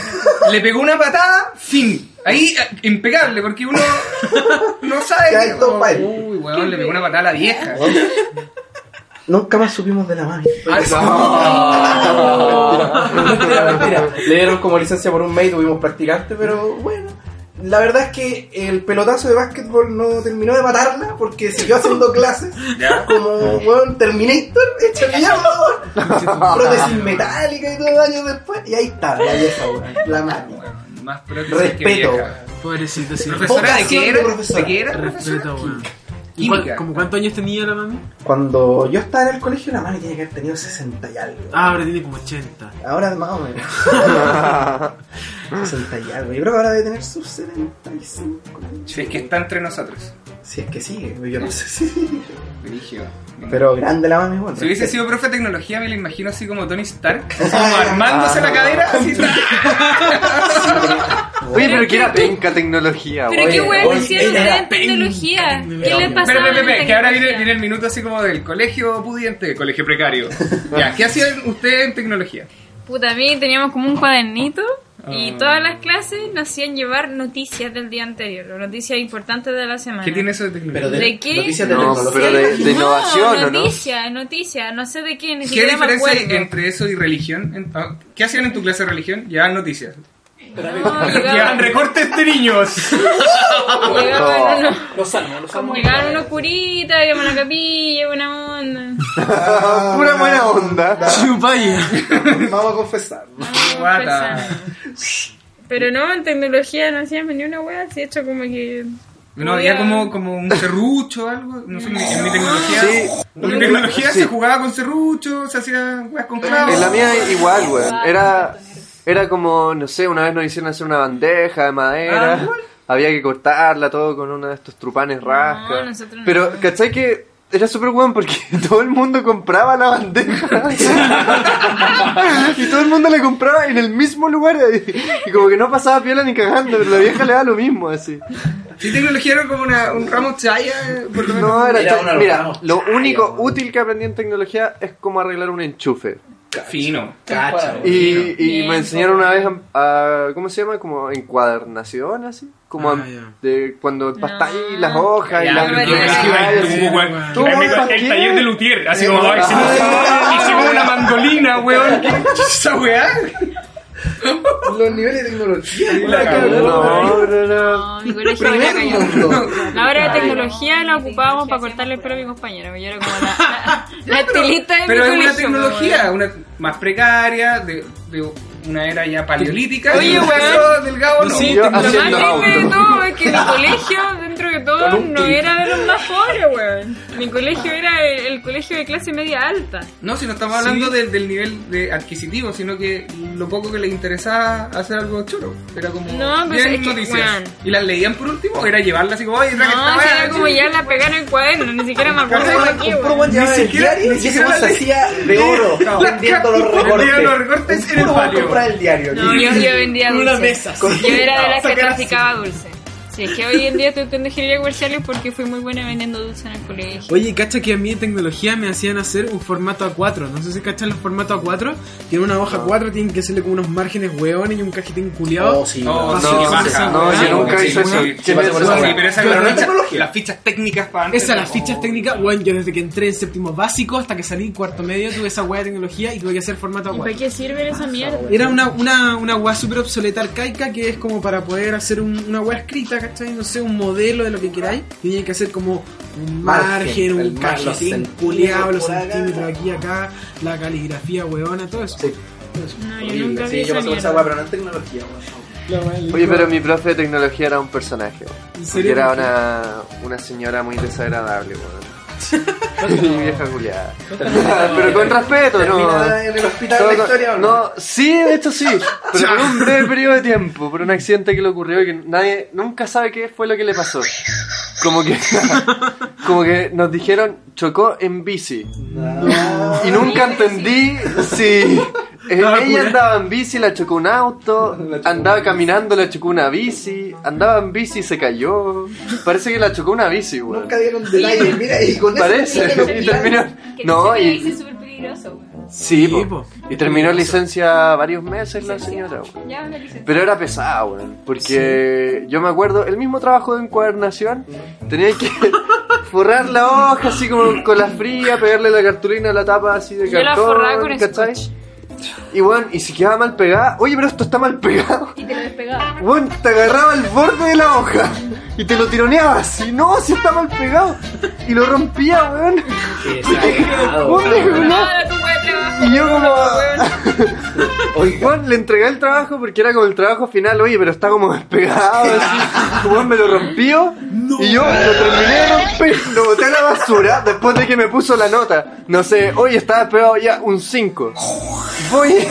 [SPEAKER 1] Le pegó una patada, fin. Ahí, eh, impecable, porque uno no sabe.
[SPEAKER 7] Ya, esto
[SPEAKER 1] como,
[SPEAKER 7] pa' él.
[SPEAKER 1] Uy, weón, le pegó una patada a la vieja.
[SPEAKER 7] Nunca más supimos de la mami.
[SPEAKER 1] Ah,
[SPEAKER 7] Ah, Mentira, mentira. Le dieron como licencia por un mes y tuvimos practicante, pero bueno. La verdad es que el pelotazo de básquetbol no terminó de matarla porque siguió haciendo clases como weón Terminator, hecho mierda,
[SPEAKER 3] Ah.
[SPEAKER 7] prótesis metálica y todo años después. Y ahí está, la vieja, weón, la mami.
[SPEAKER 1] Más prótesis que
[SPEAKER 7] Respeto.
[SPEAKER 1] vieja.
[SPEAKER 3] Pobrecito, sí.
[SPEAKER 1] Profesora, ¿de qué
[SPEAKER 7] Vocación
[SPEAKER 1] era?
[SPEAKER 7] de profesora.
[SPEAKER 1] ¿De qué era?
[SPEAKER 3] Respeto, weón. ¿Y
[SPEAKER 1] Química.
[SPEAKER 3] cuán- ¿Como cuántos años tenía la mami?
[SPEAKER 7] Cuando yo estaba en el colegio, la mami tiene que haber tenido 60 y algo.
[SPEAKER 3] Ah, ahora tiene como 80.
[SPEAKER 7] Ahora más o menos. 60 y algo. Yo creo que ahora debe tener sus 75.
[SPEAKER 1] Si es que está entre nosotros.
[SPEAKER 7] Si es que sigue, yo no sé si sigue.
[SPEAKER 1] Religio.
[SPEAKER 7] Pero grande la mami, bueno.
[SPEAKER 1] Si hubiese sido profe de tecnología, me lo imagino así como Tony Stark, así como
[SPEAKER 7] Ah.
[SPEAKER 1] armándose la cadera, así.
[SPEAKER 4] Oye, pero que era penca tecnología,
[SPEAKER 2] Pero
[SPEAKER 4] weón.
[SPEAKER 2] qué
[SPEAKER 7] Oye,
[SPEAKER 2] weón
[SPEAKER 7] oye,
[SPEAKER 2] hicieron
[SPEAKER 7] ella
[SPEAKER 2] ustedes
[SPEAKER 7] era
[SPEAKER 2] en tecnología. ¿Qué
[SPEAKER 7] Pero,
[SPEAKER 2] le
[SPEAKER 7] pero,
[SPEAKER 1] Pero,
[SPEAKER 2] pasaba?
[SPEAKER 1] pero, pero,
[SPEAKER 2] en
[SPEAKER 1] que ahora viene,
[SPEAKER 2] tecnología?
[SPEAKER 1] viene el minuto así como del colegio pudiente, colegio precario. Ya, ¿qué hacían ustedes en tecnología?
[SPEAKER 2] Puta, a mí teníamos como un cuadernito y todas las clases nos hacían llevar noticias del día anterior, o noticias importantes de la semana.
[SPEAKER 1] ¿Qué tiene eso de tecnología?
[SPEAKER 7] Pero de,
[SPEAKER 2] ¿De qué?
[SPEAKER 7] Noticias de
[SPEAKER 4] No,
[SPEAKER 7] tecnología.
[SPEAKER 4] pero de- innovación, ¿o no?
[SPEAKER 2] Noticias, noticias, no sé de qué, ni
[SPEAKER 1] ¿Qué
[SPEAKER 2] siquiera me
[SPEAKER 1] diferencia hay
[SPEAKER 2] acuerdo.
[SPEAKER 1] entre eso y religión? En- ah, ¿Qué hacían en tu clase de religión? Llevaban noticias.
[SPEAKER 2] No,
[SPEAKER 1] Llevaban
[SPEAKER 2] llegaban,
[SPEAKER 1] recortes de niños.
[SPEAKER 2] llegaban unos-
[SPEAKER 6] Los salmos, los salmos.
[SPEAKER 2] llegaban unos curitas, llegaban a una capilla, una onda.
[SPEAKER 7] Ah,
[SPEAKER 4] Pura buena onda.
[SPEAKER 3] Chupalla.
[SPEAKER 7] Vamos a confesar.
[SPEAKER 2] Ah,
[SPEAKER 1] Guata.
[SPEAKER 2] Pesado. pues, Pero no, en tecnología no hacíamos ni una wea, así hecho como que...
[SPEAKER 1] No, había como, como un serrucho o algo. No sé, en mi, en mi tecnología. En mi tecnología
[SPEAKER 4] Sí.
[SPEAKER 1] se jugaba con serrucho, se hacía weas con clavos.
[SPEAKER 4] En la mía igual, weón. Era, era como, no sé, una vez nos hicieron hacer una bandeja de
[SPEAKER 1] Ah,
[SPEAKER 4] madera.
[SPEAKER 1] igual.
[SPEAKER 4] había que cortarla todo con uno de estos trupanes rasca.
[SPEAKER 2] nosotros no.
[SPEAKER 4] Pero, ¿cachai que era súper weón? Porque todo el mundo compraba la bandeja. y todo el mundo la compraba en el mismo lugar. Y, y como que no pasaba piola ni cagando, pero la vieja le da lo mismo, así.
[SPEAKER 1] Sí, tecnología era como una, un ramo chaya, eh, por lo menos.
[SPEAKER 4] No, era,
[SPEAKER 6] Era una
[SPEAKER 4] Mira,
[SPEAKER 6] logramos.
[SPEAKER 4] lo
[SPEAKER 6] Ay,
[SPEAKER 4] único
[SPEAKER 6] amor.
[SPEAKER 4] útil que aprendí en tecnología es cómo arreglar un enchufe.
[SPEAKER 1] Fino.
[SPEAKER 6] Cacha.
[SPEAKER 4] Y, y
[SPEAKER 2] Bien,
[SPEAKER 4] me enseñaron
[SPEAKER 2] po.
[SPEAKER 4] una vez a, a- ¿cómo se llama? Como encuadernación, así. Como
[SPEAKER 3] Ah,
[SPEAKER 4] a-
[SPEAKER 3] ya.
[SPEAKER 4] de cuando pastáis
[SPEAKER 2] No.
[SPEAKER 4] las hojas y
[SPEAKER 1] Ya,
[SPEAKER 4] las
[SPEAKER 1] pero
[SPEAKER 2] yo
[SPEAKER 4] las-
[SPEAKER 2] escribí
[SPEAKER 4] las-
[SPEAKER 3] tú,
[SPEAKER 4] las-
[SPEAKER 3] weón.
[SPEAKER 4] ¿Tú,
[SPEAKER 1] El-
[SPEAKER 4] weón,
[SPEAKER 1] el,
[SPEAKER 4] para qué?
[SPEAKER 1] taller de Luthier, así como, ay, hicimos, hicimos una mandolina, weón. ¿Qué es esa weá?
[SPEAKER 7] Los niveles de tecnología.
[SPEAKER 1] La cagó.
[SPEAKER 4] No, no, no.
[SPEAKER 2] No, mi colegio valía
[SPEAKER 7] Primer
[SPEAKER 2] callampa.
[SPEAKER 7] mundo.
[SPEAKER 2] La hora de tecnología la ocupábamos para cortarle el pelo a mi compañero. Yo era como la, la, la estilista de mi
[SPEAKER 1] Pero es
[SPEAKER 2] colegio,
[SPEAKER 1] una tecnología, una más precaria, de, de una era ya paleolítica.
[SPEAKER 2] Oye,
[SPEAKER 1] y un
[SPEAKER 2] weón.
[SPEAKER 1] pedazo delgado, no.
[SPEAKER 3] Sí,
[SPEAKER 4] Yo
[SPEAKER 3] tecnología.
[SPEAKER 2] Lo más
[SPEAKER 4] haciendo
[SPEAKER 2] triste de
[SPEAKER 4] auto.
[SPEAKER 2] todo es que mi colegio, dentro de todo, no era de los más pobres, weón. Mi colegio era el, el colegio de clase media alta.
[SPEAKER 1] No, si no estamos hablando del, del nivel de adquisitivo, sino que lo poco que les interesaba hacer algo chulo. Era como
[SPEAKER 2] No, pero
[SPEAKER 1] bien
[SPEAKER 2] es que,
[SPEAKER 1] noticias.
[SPEAKER 2] weón.
[SPEAKER 1] y las leían por último, era llevarlas así como, oye, traje esta
[SPEAKER 2] No, si
[SPEAKER 1] weá,
[SPEAKER 2] era como
[SPEAKER 1] así.
[SPEAKER 2] ya la pegaron en el cuaderno, ni siquiera me acuerdo
[SPEAKER 7] Con
[SPEAKER 2] de qué,
[SPEAKER 7] puro
[SPEAKER 2] weón.
[SPEAKER 7] buen llevaba
[SPEAKER 1] Ni
[SPEAKER 7] el
[SPEAKER 1] siquiera-
[SPEAKER 7] diario
[SPEAKER 1] ni
[SPEAKER 7] y ese
[SPEAKER 1] siquiera
[SPEAKER 7] weón se
[SPEAKER 1] la-
[SPEAKER 7] hacía de oro vendiendo los
[SPEAKER 1] Vendían
[SPEAKER 7] recortes.
[SPEAKER 1] los recortes en el
[SPEAKER 7] Puro weón
[SPEAKER 1] palio.
[SPEAKER 7] compraba el diario.
[SPEAKER 2] No,
[SPEAKER 7] Y-
[SPEAKER 2] yo, yo vendía dulces.
[SPEAKER 6] Una mesa.
[SPEAKER 7] con-
[SPEAKER 2] Yo era de las que
[SPEAKER 7] sacar así.
[SPEAKER 2] traficaba dulce. Si es que hoy en día estoy estudiando ingeniería comercial es porque fui muy buena vendiendo dulce en el colegio.
[SPEAKER 3] Oye, cacha que a mí en tecnología me hacían hacer un formato A4. No sé si cachan los formatos A4. Tiene una hoja A4, tienen que hacerle como unos márgenes hueones y un cajetín culiado.
[SPEAKER 7] Oh, sí.
[SPEAKER 1] No,
[SPEAKER 3] Ah,
[SPEAKER 1] no,
[SPEAKER 3] sí,
[SPEAKER 4] no,
[SPEAKER 3] qué
[SPEAKER 1] sí,
[SPEAKER 3] baja,
[SPEAKER 1] sí,
[SPEAKER 3] no,
[SPEAKER 1] weón.
[SPEAKER 3] yo nunca
[SPEAKER 1] Sí,
[SPEAKER 4] hice
[SPEAKER 1] sí, sí,
[SPEAKER 4] eso. ¿Qué
[SPEAKER 1] sí,
[SPEAKER 4] me
[SPEAKER 1] sí,
[SPEAKER 4] pasa?
[SPEAKER 1] sí, pero esa
[SPEAKER 7] Pero
[SPEAKER 1] pero
[SPEAKER 7] no es
[SPEAKER 1] las fichas-
[SPEAKER 7] tecnología.
[SPEAKER 1] las fichas técnicas para antes.
[SPEAKER 3] Esa, las
[SPEAKER 1] no.
[SPEAKER 3] fichas técnicas, bueno, yo desde que entré en séptimo básico hasta que salí en cuarto medio tuve esa weá de tecnología y tuve que hacer formato
[SPEAKER 2] ¿Y para
[SPEAKER 3] A4.
[SPEAKER 2] qué sirve
[SPEAKER 7] Ah,
[SPEAKER 2] esa mierda?
[SPEAKER 3] Era una, una, una weá súper obsoleta arcaica que es como para poder hacer un- una weá escrita, ¿cachai? No sé, un modelo de lo que queráis. Tenía que hacer como un margen,
[SPEAKER 7] Margen,
[SPEAKER 3] un
[SPEAKER 7] el mar- los
[SPEAKER 3] cajetín
[SPEAKER 7] centímetros
[SPEAKER 3] culiado, los
[SPEAKER 7] por acá.
[SPEAKER 3] centímetros aquí, acá, la caligrafía hueona, todo eso.
[SPEAKER 7] Sí.
[SPEAKER 2] No, yo
[SPEAKER 7] Horrible.
[SPEAKER 2] nunca vi
[SPEAKER 7] Sí, yo
[SPEAKER 2] esa
[SPEAKER 7] pasé por esa
[SPEAKER 2] mierda.
[SPEAKER 7] weá, pero no es tecnología, weón.
[SPEAKER 3] La weá del-
[SPEAKER 4] Oye, pero mi profe de tecnología era un personaje.
[SPEAKER 3] ¿En
[SPEAKER 4] Y
[SPEAKER 3] serio?
[SPEAKER 4] era
[SPEAKER 3] ¿Por qué?
[SPEAKER 4] una, una señora muy desagradable, weón. vieja culiada. Pero con respeto, no.
[SPEAKER 7] Termina en el hospital la
[SPEAKER 4] Todo-
[SPEAKER 7] historia, ¿o
[SPEAKER 4] No, sí, de hecho sí. Pero por un breve periodo de tiempo, por un accidente que le ocurrió y que nadie nunca sabe qué fue lo que le pasó. Como que, como que nos dijeron chocó en bici.
[SPEAKER 7] No.
[SPEAKER 4] Y nunca entendí si eh, ella andaba en bici, la chocó un auto, andaba caminando, la chocó una bici, andaba en bici y se cayó. Parece que la chocó una bici, güey.
[SPEAKER 7] Nunca dieron detalle, mira, y con eso terminan los
[SPEAKER 4] Parece. Y terminó.
[SPEAKER 5] Que
[SPEAKER 4] No,
[SPEAKER 5] siempre
[SPEAKER 4] y
[SPEAKER 5] dice súper peligroso, weón.
[SPEAKER 4] Sí,
[SPEAKER 3] Sí,
[SPEAKER 4] po.
[SPEAKER 3] po.
[SPEAKER 4] y terminó licencia varios meses la señora. weón.
[SPEAKER 5] Ya una licencia.
[SPEAKER 4] Pero era pesada, weón. Porque yo me acuerdo, el mismo trabajo de encuadernación, tenía que forrar la hoja así como con la fría, pegarle la cartulina a la tapa así de
[SPEAKER 2] Yo la
[SPEAKER 4] cartón.
[SPEAKER 2] forraba con
[SPEAKER 4] ¿cachai?
[SPEAKER 2] scotch.
[SPEAKER 4] Y bueno, y si quedaba mal pegada, oye, pero esto está mal pegado.
[SPEAKER 5] Y te lo despegaba.
[SPEAKER 4] Bueno, te agarraba el borde de la hoja y te lo tironeabas. Y no, si está mal pegado. Y lo rompía, weón. Weón,
[SPEAKER 2] No,
[SPEAKER 4] me juró.
[SPEAKER 2] no, tu wea de trabajo.
[SPEAKER 4] Y yo como...
[SPEAKER 2] weón.
[SPEAKER 4] Juan, le entregué el trabajo porque era como el trabajo final, oye, pero está como despegado, así. Juan me lo rompió y yo lo terminé de romper, lo boté a la basura después de que me puso la nota. No sé, oye, estaba despegado ya un 5. Voy...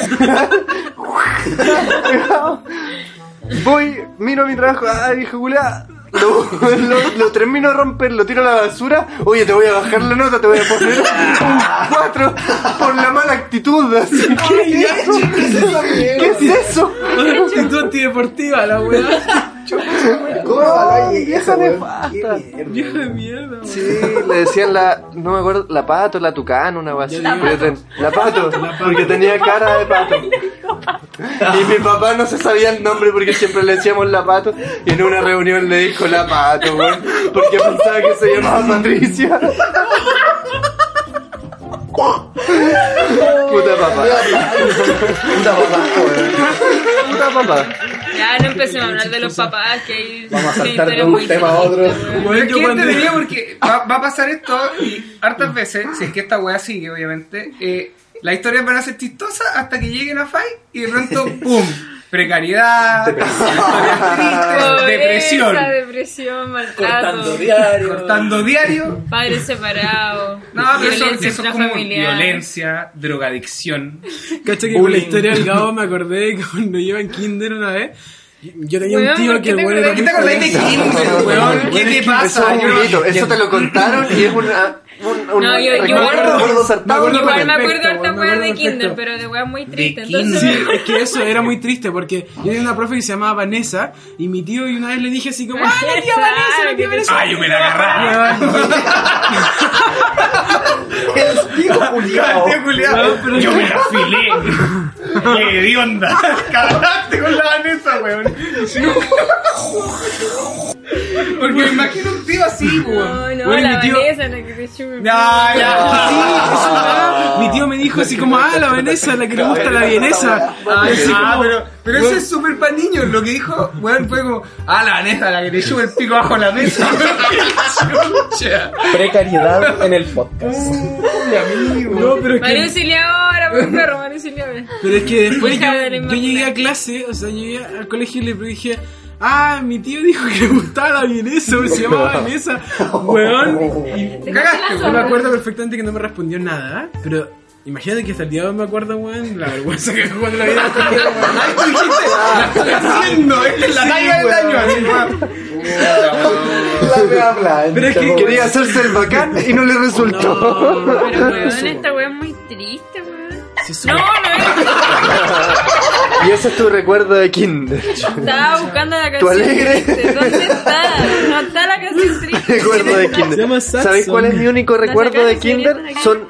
[SPEAKER 4] Voy, miro mi trabajo, ah, dije, Julia, lo, lo- lo termino de romper, lo tiro a la basura. Oye, te voy a bajar la nota, te voy a poner un 4 por la mala actitud. así.
[SPEAKER 3] Ay, ya, chucha,
[SPEAKER 7] es esa mierda?
[SPEAKER 4] ¿Qué es eso?
[SPEAKER 3] una actitud antideportiva la weá.
[SPEAKER 7] ¿Cómo la
[SPEAKER 4] vieja
[SPEAKER 7] weón?
[SPEAKER 4] nefasta.
[SPEAKER 7] Qué mierda,
[SPEAKER 3] Vieja de
[SPEAKER 7] weón.
[SPEAKER 3] mierda, weón.
[SPEAKER 4] Sí, le decían la. No me acuerdo, la pato, la tucana, una base.
[SPEAKER 3] La
[SPEAKER 4] La pato, porque tenía cara de pato. Y mi papá no se sabía el nombre porque siempre le decíamos la pato. Y en una reunión le dijo la pato, weón. Porque pensaba que se llamaba Patricia. Puta papá.
[SPEAKER 7] Puta papá, weón.
[SPEAKER 4] Puta papá.
[SPEAKER 2] Ya no empecemos a hablar de los papás, que hay
[SPEAKER 7] Vamos a
[SPEAKER 2] hay
[SPEAKER 7] saltar de
[SPEAKER 2] historias
[SPEAKER 7] un
[SPEAKER 2] muy
[SPEAKER 7] tema a otro.
[SPEAKER 2] tristes, weón.
[SPEAKER 3] Weón,
[SPEAKER 1] Pero es
[SPEAKER 3] yo
[SPEAKER 1] que
[SPEAKER 3] cuando-
[SPEAKER 1] entretenido porque va, va a pasar esto y hartas veces, si es que esta weá sigue, obviamente, eh, las historias van a ser chistosas hasta que lleguen a Fight y de pronto, ¡pum! Precariedad, historias tristes, depresión,
[SPEAKER 2] Pobreza, depresión, maltrato,
[SPEAKER 8] Cortando diario.
[SPEAKER 1] cortando diario.
[SPEAKER 2] padres separados,
[SPEAKER 1] No, pero eso,
[SPEAKER 2] violencia
[SPEAKER 1] eso es como
[SPEAKER 2] intrafamiliar.
[SPEAKER 1] violencia, drogadicción.
[SPEAKER 3] Cacha que con la historia del Gabo me acordé de que cuando iba en kinder una vez. Yo tenía
[SPEAKER 2] Weón,
[SPEAKER 3] un tío
[SPEAKER 2] ¿por
[SPEAKER 3] que
[SPEAKER 2] qué te
[SPEAKER 3] weón
[SPEAKER 2] acordás?
[SPEAKER 1] ¿Qué te acordás de Kinder, weón? ¿Qué te
[SPEAKER 4] Eso
[SPEAKER 1] pasa?
[SPEAKER 4] es un
[SPEAKER 1] Yo no-
[SPEAKER 4] mito, Eso te lo contaron y es una. Un, un
[SPEAKER 2] No, yo- yo-
[SPEAKER 4] recuerdo saltado.
[SPEAKER 3] acuerdo
[SPEAKER 2] Igual me
[SPEAKER 3] perfecto,
[SPEAKER 2] acuerdo harta
[SPEAKER 3] weón, me
[SPEAKER 2] weá de
[SPEAKER 3] acuerdo
[SPEAKER 2] Kinder,
[SPEAKER 3] perfecto.
[SPEAKER 2] pero de weá muy
[SPEAKER 1] De
[SPEAKER 2] triste.
[SPEAKER 3] Sí,
[SPEAKER 2] Entonces,
[SPEAKER 3] es que eso era muy triste porque yo tenía una profe que se llamaba Vanessa y mi tío y una vez le dije así como, ¡ah, la tía Vanessa, la tía Vanessa!
[SPEAKER 1] Ay, yo me la agarraba.
[SPEAKER 7] El tío culiao.
[SPEAKER 1] Tío culiao. Oh, Yo me la filé. Qué hedionda. Cagaste con la Vanessa, weón. Porque me imagino un tío así, weón.
[SPEAKER 2] no, no,
[SPEAKER 3] Weón,
[SPEAKER 2] la
[SPEAKER 3] mi tío-
[SPEAKER 2] Vanessa, la que te chupa.
[SPEAKER 1] ya.
[SPEAKER 3] Eso, ah, mi tío me dijo así como, ¡ah, la Vanessa, la que le gusta la vienesa!
[SPEAKER 1] Ay,
[SPEAKER 3] Así
[SPEAKER 1] ah,
[SPEAKER 3] como-
[SPEAKER 1] pero, pero eso es súper para niños. Lo que dijo, weón, fue como, ah, la Vanessa, la que te sube el pico bajo la mesa. Chucha.
[SPEAKER 7] Precariedad en el podcast.
[SPEAKER 3] No, pero es
[SPEAKER 2] Mario
[SPEAKER 3] que...
[SPEAKER 2] Auxiliador, ahora, por perro, Mario Auxiliador.
[SPEAKER 3] Pero es que después yo,
[SPEAKER 2] Hija de la
[SPEAKER 3] yo llegué a clase, o sea, llegué al colegio y le dije, ah, mi tío dijo que le gustaba la vienesa, porque se llamaba Vanessa, weón. Y
[SPEAKER 1] Cagaste,
[SPEAKER 3] yo me
[SPEAKER 1] weón.
[SPEAKER 3] acuerdo perfectamente que no me respondió nada, ¿eh? pero imagínate que hasta el día de hoy me acuerdo, weón, la vergüenza que me cuando la vida.
[SPEAKER 1] Ay, tú dijiste, la estoy haciendo. Esta es la talla del año. Así, weón.
[SPEAKER 7] La wea blanca,
[SPEAKER 3] Pero es que
[SPEAKER 7] weón.
[SPEAKER 4] Quería hacerse el bacán y no le resultó.
[SPEAKER 2] Pero
[SPEAKER 3] Eso,
[SPEAKER 2] weón, esta weá es muy triste, weón.
[SPEAKER 1] eh,
[SPEAKER 3] Sí,
[SPEAKER 2] No, no
[SPEAKER 4] Y ese es tu recuerdo de Kinder.
[SPEAKER 2] Estaba buscando la
[SPEAKER 4] ¿Tú
[SPEAKER 2] canción
[SPEAKER 4] alegre?
[SPEAKER 2] triste. ¿Dónde está? No está la canción triste.
[SPEAKER 4] recuerdo de
[SPEAKER 3] Se llama
[SPEAKER 4] Kinder.
[SPEAKER 3] Saxon.
[SPEAKER 4] ¿Sabéis cuál es mi único recuerdo de
[SPEAKER 2] sacaron, sí,
[SPEAKER 4] Kinder?
[SPEAKER 2] la sacaron.
[SPEAKER 4] Son.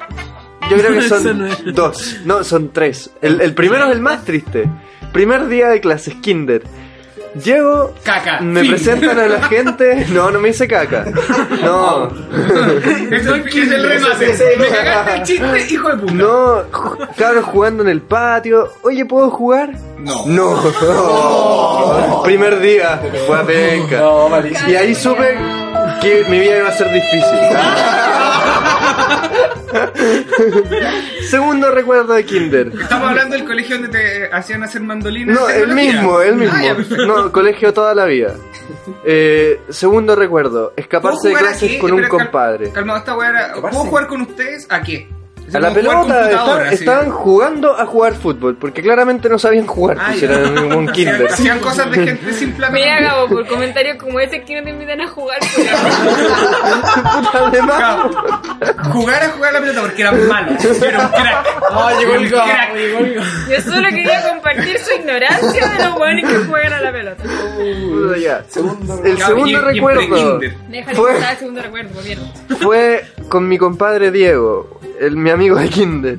[SPEAKER 4] Yo creo que
[SPEAKER 3] Esa no
[SPEAKER 4] son
[SPEAKER 3] es.
[SPEAKER 4] dos. No, son tres. El, el primero es el más triste. Primer día de clases, Kinder. Llego.
[SPEAKER 1] Caca.
[SPEAKER 4] Me
[SPEAKER 1] fin.
[SPEAKER 4] presentan a la gente. No, no me hice caca.
[SPEAKER 1] Oh.
[SPEAKER 4] No.
[SPEAKER 1] Eso es es el remate. Me cagaste el chiste, hijo de puta.
[SPEAKER 4] No. ju- Cabros jugando en el patio. Oye, ¿puedo jugar? No. No. Primer día. Guapenca.
[SPEAKER 8] No, malísimo.
[SPEAKER 4] Y ahí supe que mi vida iba a ser difícil. Segundo recuerdo de Kinder.
[SPEAKER 1] Estamos hablando del colegio donde te hacían hacer mandolina.
[SPEAKER 4] No, el mismo, el mismo. No, colegio toda la vida. Eh, segundo recuerdo, escaparse de clases con un compadre.
[SPEAKER 1] Calma, esta weá era. ¿Puedo
[SPEAKER 7] Escaparse.
[SPEAKER 1] jugar con ustedes? ¿A qué? Así
[SPEAKER 4] A la
[SPEAKER 1] como jugar
[SPEAKER 4] pelota,
[SPEAKER 1] computadora,
[SPEAKER 4] estaban-
[SPEAKER 1] así.
[SPEAKER 4] estaban jugando a jugar fútbol, porque claramente no sabían jugar,
[SPEAKER 1] Ah,
[SPEAKER 4] pues
[SPEAKER 1] ya.
[SPEAKER 4] eran un
[SPEAKER 1] Hacían,
[SPEAKER 4] kinder.
[SPEAKER 1] hacían cosas de gente sin plata.
[SPEAKER 2] Mira, Gabo, por comentarios como ese que no te invitan a jugar. weón.
[SPEAKER 4] Puta, además,
[SPEAKER 1] Gabo, Jugar a jugar a la pelota porque eran malos. Yo era un crack.
[SPEAKER 8] Ah, llegó el
[SPEAKER 1] Crack.
[SPEAKER 8] Gabo, llegó el Gabo.
[SPEAKER 2] Yo solo quería compartir su ignorancia de los weones que juegan a la pelota.
[SPEAKER 4] puta, ya.
[SPEAKER 7] Segundo
[SPEAKER 4] El
[SPEAKER 1] Gabo, y- y
[SPEAKER 4] segundo recuerdo
[SPEAKER 1] pre-kinder.
[SPEAKER 2] Déjale
[SPEAKER 4] Fue-
[SPEAKER 2] pasar el segundo recuerdo, mierda.
[SPEAKER 4] fue con mi compadre Diego, el, mi amigo de Kinder.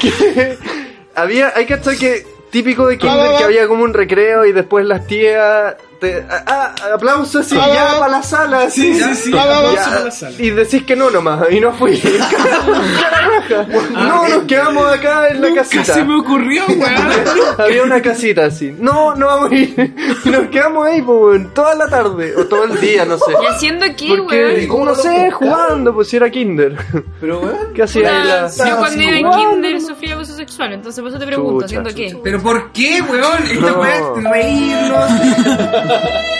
[SPEAKER 4] que había, hay que estar que típico de
[SPEAKER 3] Ah,
[SPEAKER 4] Kinder que había como un recreo y después las tías te, ah, ah, aplausos y ya para la sala.
[SPEAKER 3] ah. sí,
[SPEAKER 4] así, ya.
[SPEAKER 3] sí, sí.
[SPEAKER 4] Ya,
[SPEAKER 3] Vamos a la sala.
[SPEAKER 4] y decís que no nomás, y no fui. Cara roja. no, nos quedamos acá en la
[SPEAKER 3] Ah, Nunca
[SPEAKER 4] casita.
[SPEAKER 3] se me ocurrió, weón.
[SPEAKER 4] Había una casita así. No, no vamos a ir. Y nos quedamos ahí, pues, weón, toda la tarde o todo el día, no sé.
[SPEAKER 2] ¿Y haciendo qué,
[SPEAKER 4] Porque,
[SPEAKER 2] weón?
[SPEAKER 4] no sé, jugando, pues si era kinder.
[SPEAKER 7] Pero weón.
[SPEAKER 4] ¿Qué hacía ahí la...?
[SPEAKER 2] Puta, Yo cuando iba en kinder sufría abuso sexual, entonces por eso te pregunto,
[SPEAKER 4] Chucha,
[SPEAKER 2] ¿haciendo qué?
[SPEAKER 1] Pero ¿por qué, weón? Esta
[SPEAKER 4] No.
[SPEAKER 1] weá es reírnos.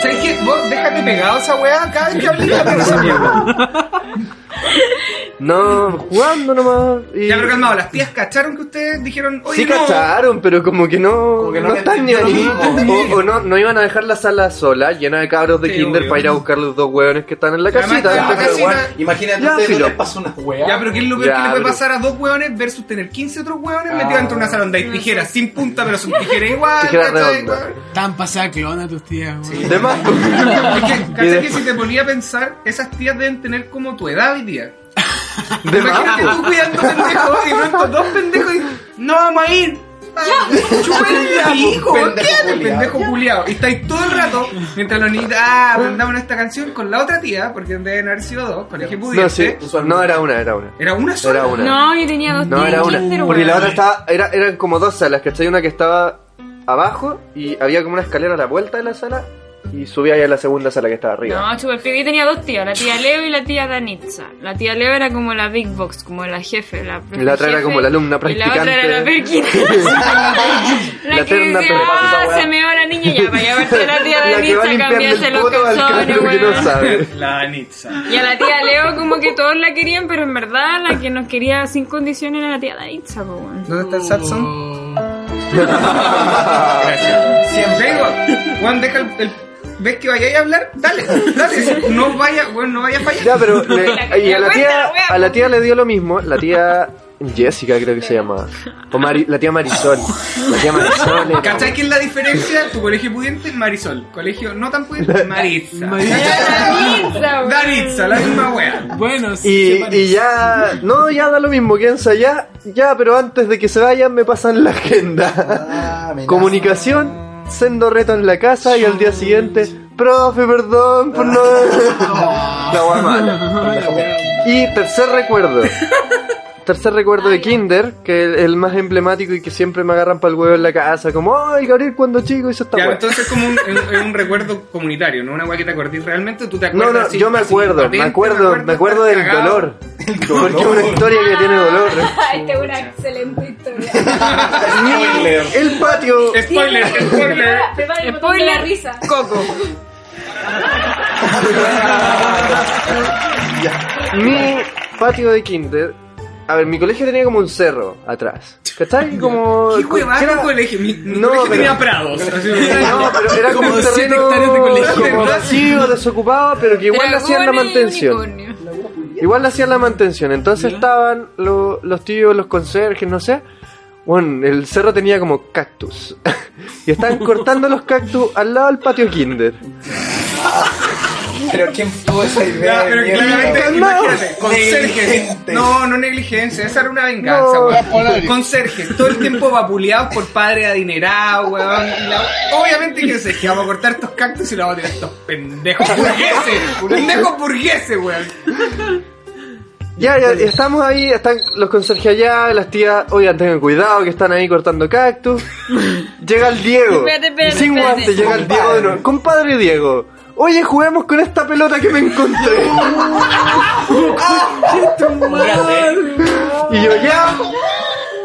[SPEAKER 1] ¿Sabes qué? Vos déjate pegado esa weá cada vez que hables de esa mierda.
[SPEAKER 4] No, jugando nomás. Y...
[SPEAKER 1] Ya, pero calmado, las tías cacharon que ustedes dijeron, oye,
[SPEAKER 4] Sí
[SPEAKER 1] no.
[SPEAKER 4] cacharon, pero como que no,
[SPEAKER 7] Como que no
[SPEAKER 4] no
[SPEAKER 7] le
[SPEAKER 4] están ni
[SPEAKER 7] entendieron
[SPEAKER 4] ahí. O, o no, no iban a dejar la sala sola, llena de cabros de
[SPEAKER 1] Sí,
[SPEAKER 4] kinder
[SPEAKER 1] obvio.
[SPEAKER 4] para ir a buscar los dos hueones que están en la
[SPEAKER 1] Pero
[SPEAKER 4] casita.
[SPEAKER 1] además
[SPEAKER 4] Entonces,
[SPEAKER 1] están en la
[SPEAKER 4] bueno,
[SPEAKER 1] casita.
[SPEAKER 7] Imagínate,
[SPEAKER 4] Ah, Ya,
[SPEAKER 7] ustedes
[SPEAKER 4] filo.
[SPEAKER 7] no les pasa una weá.
[SPEAKER 1] Ya, pero ¿qué es lo peor
[SPEAKER 4] Ya,
[SPEAKER 1] que le puede
[SPEAKER 4] pero-
[SPEAKER 1] pasar a dos hueones versus tener 15 otros hueones
[SPEAKER 7] Ah.
[SPEAKER 1] metidos dentro de una sala donde hay tijeras sin punta, pero son tijeras igual,
[SPEAKER 4] Tijeras
[SPEAKER 1] ¿cachai?
[SPEAKER 4] redondas.
[SPEAKER 1] weón?
[SPEAKER 3] Tan pasada clona tus tías, weón.
[SPEAKER 4] de más.
[SPEAKER 1] Porque,
[SPEAKER 4] Y
[SPEAKER 1] ¿cachai?
[SPEAKER 4] de-
[SPEAKER 1] Que si te ponía a pensar, esas tías deben tener como tu edad hoy día.
[SPEAKER 4] De más,
[SPEAKER 1] Imagínate
[SPEAKER 4] pues.
[SPEAKER 1] tú cuidando pendejos y de pronto dos pendejos y no vamos a ir. Chúpenle a mi hijo,
[SPEAKER 7] Pendejo
[SPEAKER 1] ¿entiendes?
[SPEAKER 7] culiao.
[SPEAKER 1] Pendejo culiado. Y estáis todo el rato mientras los niños, ah, aprendámonos esta canción con la otra tía, porque deben haber sido dos, con el que
[SPEAKER 4] No, sí,
[SPEAKER 1] pudiente.
[SPEAKER 4] no era una, era una.
[SPEAKER 1] Era una sola.
[SPEAKER 4] Era una.
[SPEAKER 2] No, yo tenía dos
[SPEAKER 4] No,
[SPEAKER 2] tías
[SPEAKER 4] era
[SPEAKER 2] en
[SPEAKER 4] una.
[SPEAKER 2] kinder,
[SPEAKER 4] Porque
[SPEAKER 2] weón.
[SPEAKER 4] la otra estaba. Era, eran como dos salas, ¿cachai? Una que estaba abajo y había como una escalera a la vuelta de la sala y subía ahí a la segunda sala que estaba arriba.
[SPEAKER 2] No, chupa, yo tenía dos tías, la tía Leo y la tía Danitza. La tía Leo era como la Big Box, como la jefe, la profe
[SPEAKER 4] Y la otra era
[SPEAKER 2] jefe,
[SPEAKER 4] como la alumna
[SPEAKER 2] Y la otra era la
[SPEAKER 4] practicante.
[SPEAKER 2] Perkins. la
[SPEAKER 4] La
[SPEAKER 2] que
[SPEAKER 4] eterna
[SPEAKER 2] decía,
[SPEAKER 4] perpa,
[SPEAKER 2] ah,
[SPEAKER 7] esa
[SPEAKER 2] se me va la niña ya, para llevarte a la tía
[SPEAKER 4] la que va a
[SPEAKER 2] Danitza,
[SPEAKER 4] limpiarle
[SPEAKER 2] cambiarse
[SPEAKER 4] el
[SPEAKER 2] los
[SPEAKER 4] poto al
[SPEAKER 2] calzones,
[SPEAKER 4] cabrón que no
[SPEAKER 2] weón.
[SPEAKER 4] sabe.
[SPEAKER 6] La Anitza.
[SPEAKER 2] Y a la tía Leo como que todos la querían, pero en verdad la que nos quería sin condiciones era la tía Danitza, po, weón.
[SPEAKER 1] ¿Dónde está el Satson?
[SPEAKER 3] Oh.
[SPEAKER 1] Gracias. Siempre digo, Juan, deja el, el- ¿Ves que vayáis a hablar? Dale, dale. No vaya, weón, no vaya a fallar.
[SPEAKER 4] Ya, pero le-
[SPEAKER 2] La-
[SPEAKER 4] y a la
[SPEAKER 2] la
[SPEAKER 4] tía,
[SPEAKER 2] cuenta, wea.
[SPEAKER 4] a la tía le dio lo mismo, la tía Jessica creo que se llamaba. O Mari- la tía Marisol. La tía Marisol. era-
[SPEAKER 1] ¿Cachai qué es la diferencia? Tu colegio pudiente, Marisol. Colegio no tan pudiente, Maritza.
[SPEAKER 2] Danitza, weón.
[SPEAKER 1] Daritza, la misma wea.
[SPEAKER 3] Bueno, sí.
[SPEAKER 4] Y, y ya, no, ya da lo mismo, quédense allá, ya, pero antes de que se vayan me pasan la agenda.
[SPEAKER 7] Ah, amenaza.
[SPEAKER 4] Comunicación, sendo reto en la casa y al día siguiente, profe, perdón por no. La hueá mala. Y tercer recuerdo. Tercer recuerdo de Kinder, que es el más emblemático y que siempre me agarran para el huevo en la casa, como, ay, Gabriel, cuando chico hizo esta
[SPEAKER 1] Ya,
[SPEAKER 4] hueá.
[SPEAKER 1] entonces es como un, es un- es un recuerdo comunitario, no una wea que te acordís realmente. ¿Tú te
[SPEAKER 4] No,
[SPEAKER 1] acuerdas?
[SPEAKER 4] no,
[SPEAKER 1] así-
[SPEAKER 4] yo me
[SPEAKER 1] así,
[SPEAKER 4] acuerdo, me
[SPEAKER 1] patente,
[SPEAKER 4] acuerdo, me acuerdo
[SPEAKER 1] estar
[SPEAKER 4] del
[SPEAKER 1] cagado.
[SPEAKER 4] dolor. Porque es una historia que tiene dolor.
[SPEAKER 5] Ah, Esta es una excelente historia.
[SPEAKER 7] Spoiler.
[SPEAKER 4] El patio.
[SPEAKER 1] Spoiler, spoiler.
[SPEAKER 5] Me va el botón de la risa.
[SPEAKER 2] Coco.
[SPEAKER 4] Mi patio de kinder. A ver, mi colegio tenía como un cerro atrás. ¿Cachai? Como.
[SPEAKER 1] ¿Qué hueva
[SPEAKER 4] que era-
[SPEAKER 1] tu colegio? Mi, mi
[SPEAKER 4] No,
[SPEAKER 1] colegio
[SPEAKER 4] pero-
[SPEAKER 1] tenía prados. así,
[SPEAKER 4] No, pero era como,
[SPEAKER 3] Como
[SPEAKER 4] un
[SPEAKER 3] siete
[SPEAKER 4] terreno
[SPEAKER 3] hectáreas de colegio.
[SPEAKER 4] como vacío, desocupado, pero que igual le hacían la
[SPEAKER 2] Dragones y
[SPEAKER 4] mantención.
[SPEAKER 2] unicornios.
[SPEAKER 4] Igual le hacían la mantención. Entonces estaban lo- los tíos, los conserjes, no sé. Bueno, el cerro tenía como cactus. y estaban cortando los cactus al lado del patio kinder.
[SPEAKER 7] Pero quién tuvo esa idea.
[SPEAKER 1] Ya, pero
[SPEAKER 7] de mierda,
[SPEAKER 1] claramente,
[SPEAKER 7] weón?
[SPEAKER 1] imagínate, conserjes.
[SPEAKER 7] Negligentes.
[SPEAKER 1] No, no negligencia, esa era una venganza,
[SPEAKER 4] No.
[SPEAKER 1] weón. Conserjes, todo el tiempo vapuleados por padre adinerado, weón. Y la- obviamente que sé que vamos a cortar estos cactus y los vamos a tirar estos pendejos burgueses, pendejos burgueses, weón. Ah,
[SPEAKER 4] Ya, ya, estamos ahí, están los conserjes allá, las tías, oigan, tengan cuidado que están ahí cortando cactus. Llega el Diego.
[SPEAKER 2] Espérate, espérate,
[SPEAKER 4] sin
[SPEAKER 2] espérate.
[SPEAKER 4] guantes, llega el Diego de nuevo. Compadre Diego, oye, juguemos con esta pelota que me encontré. y yo ya,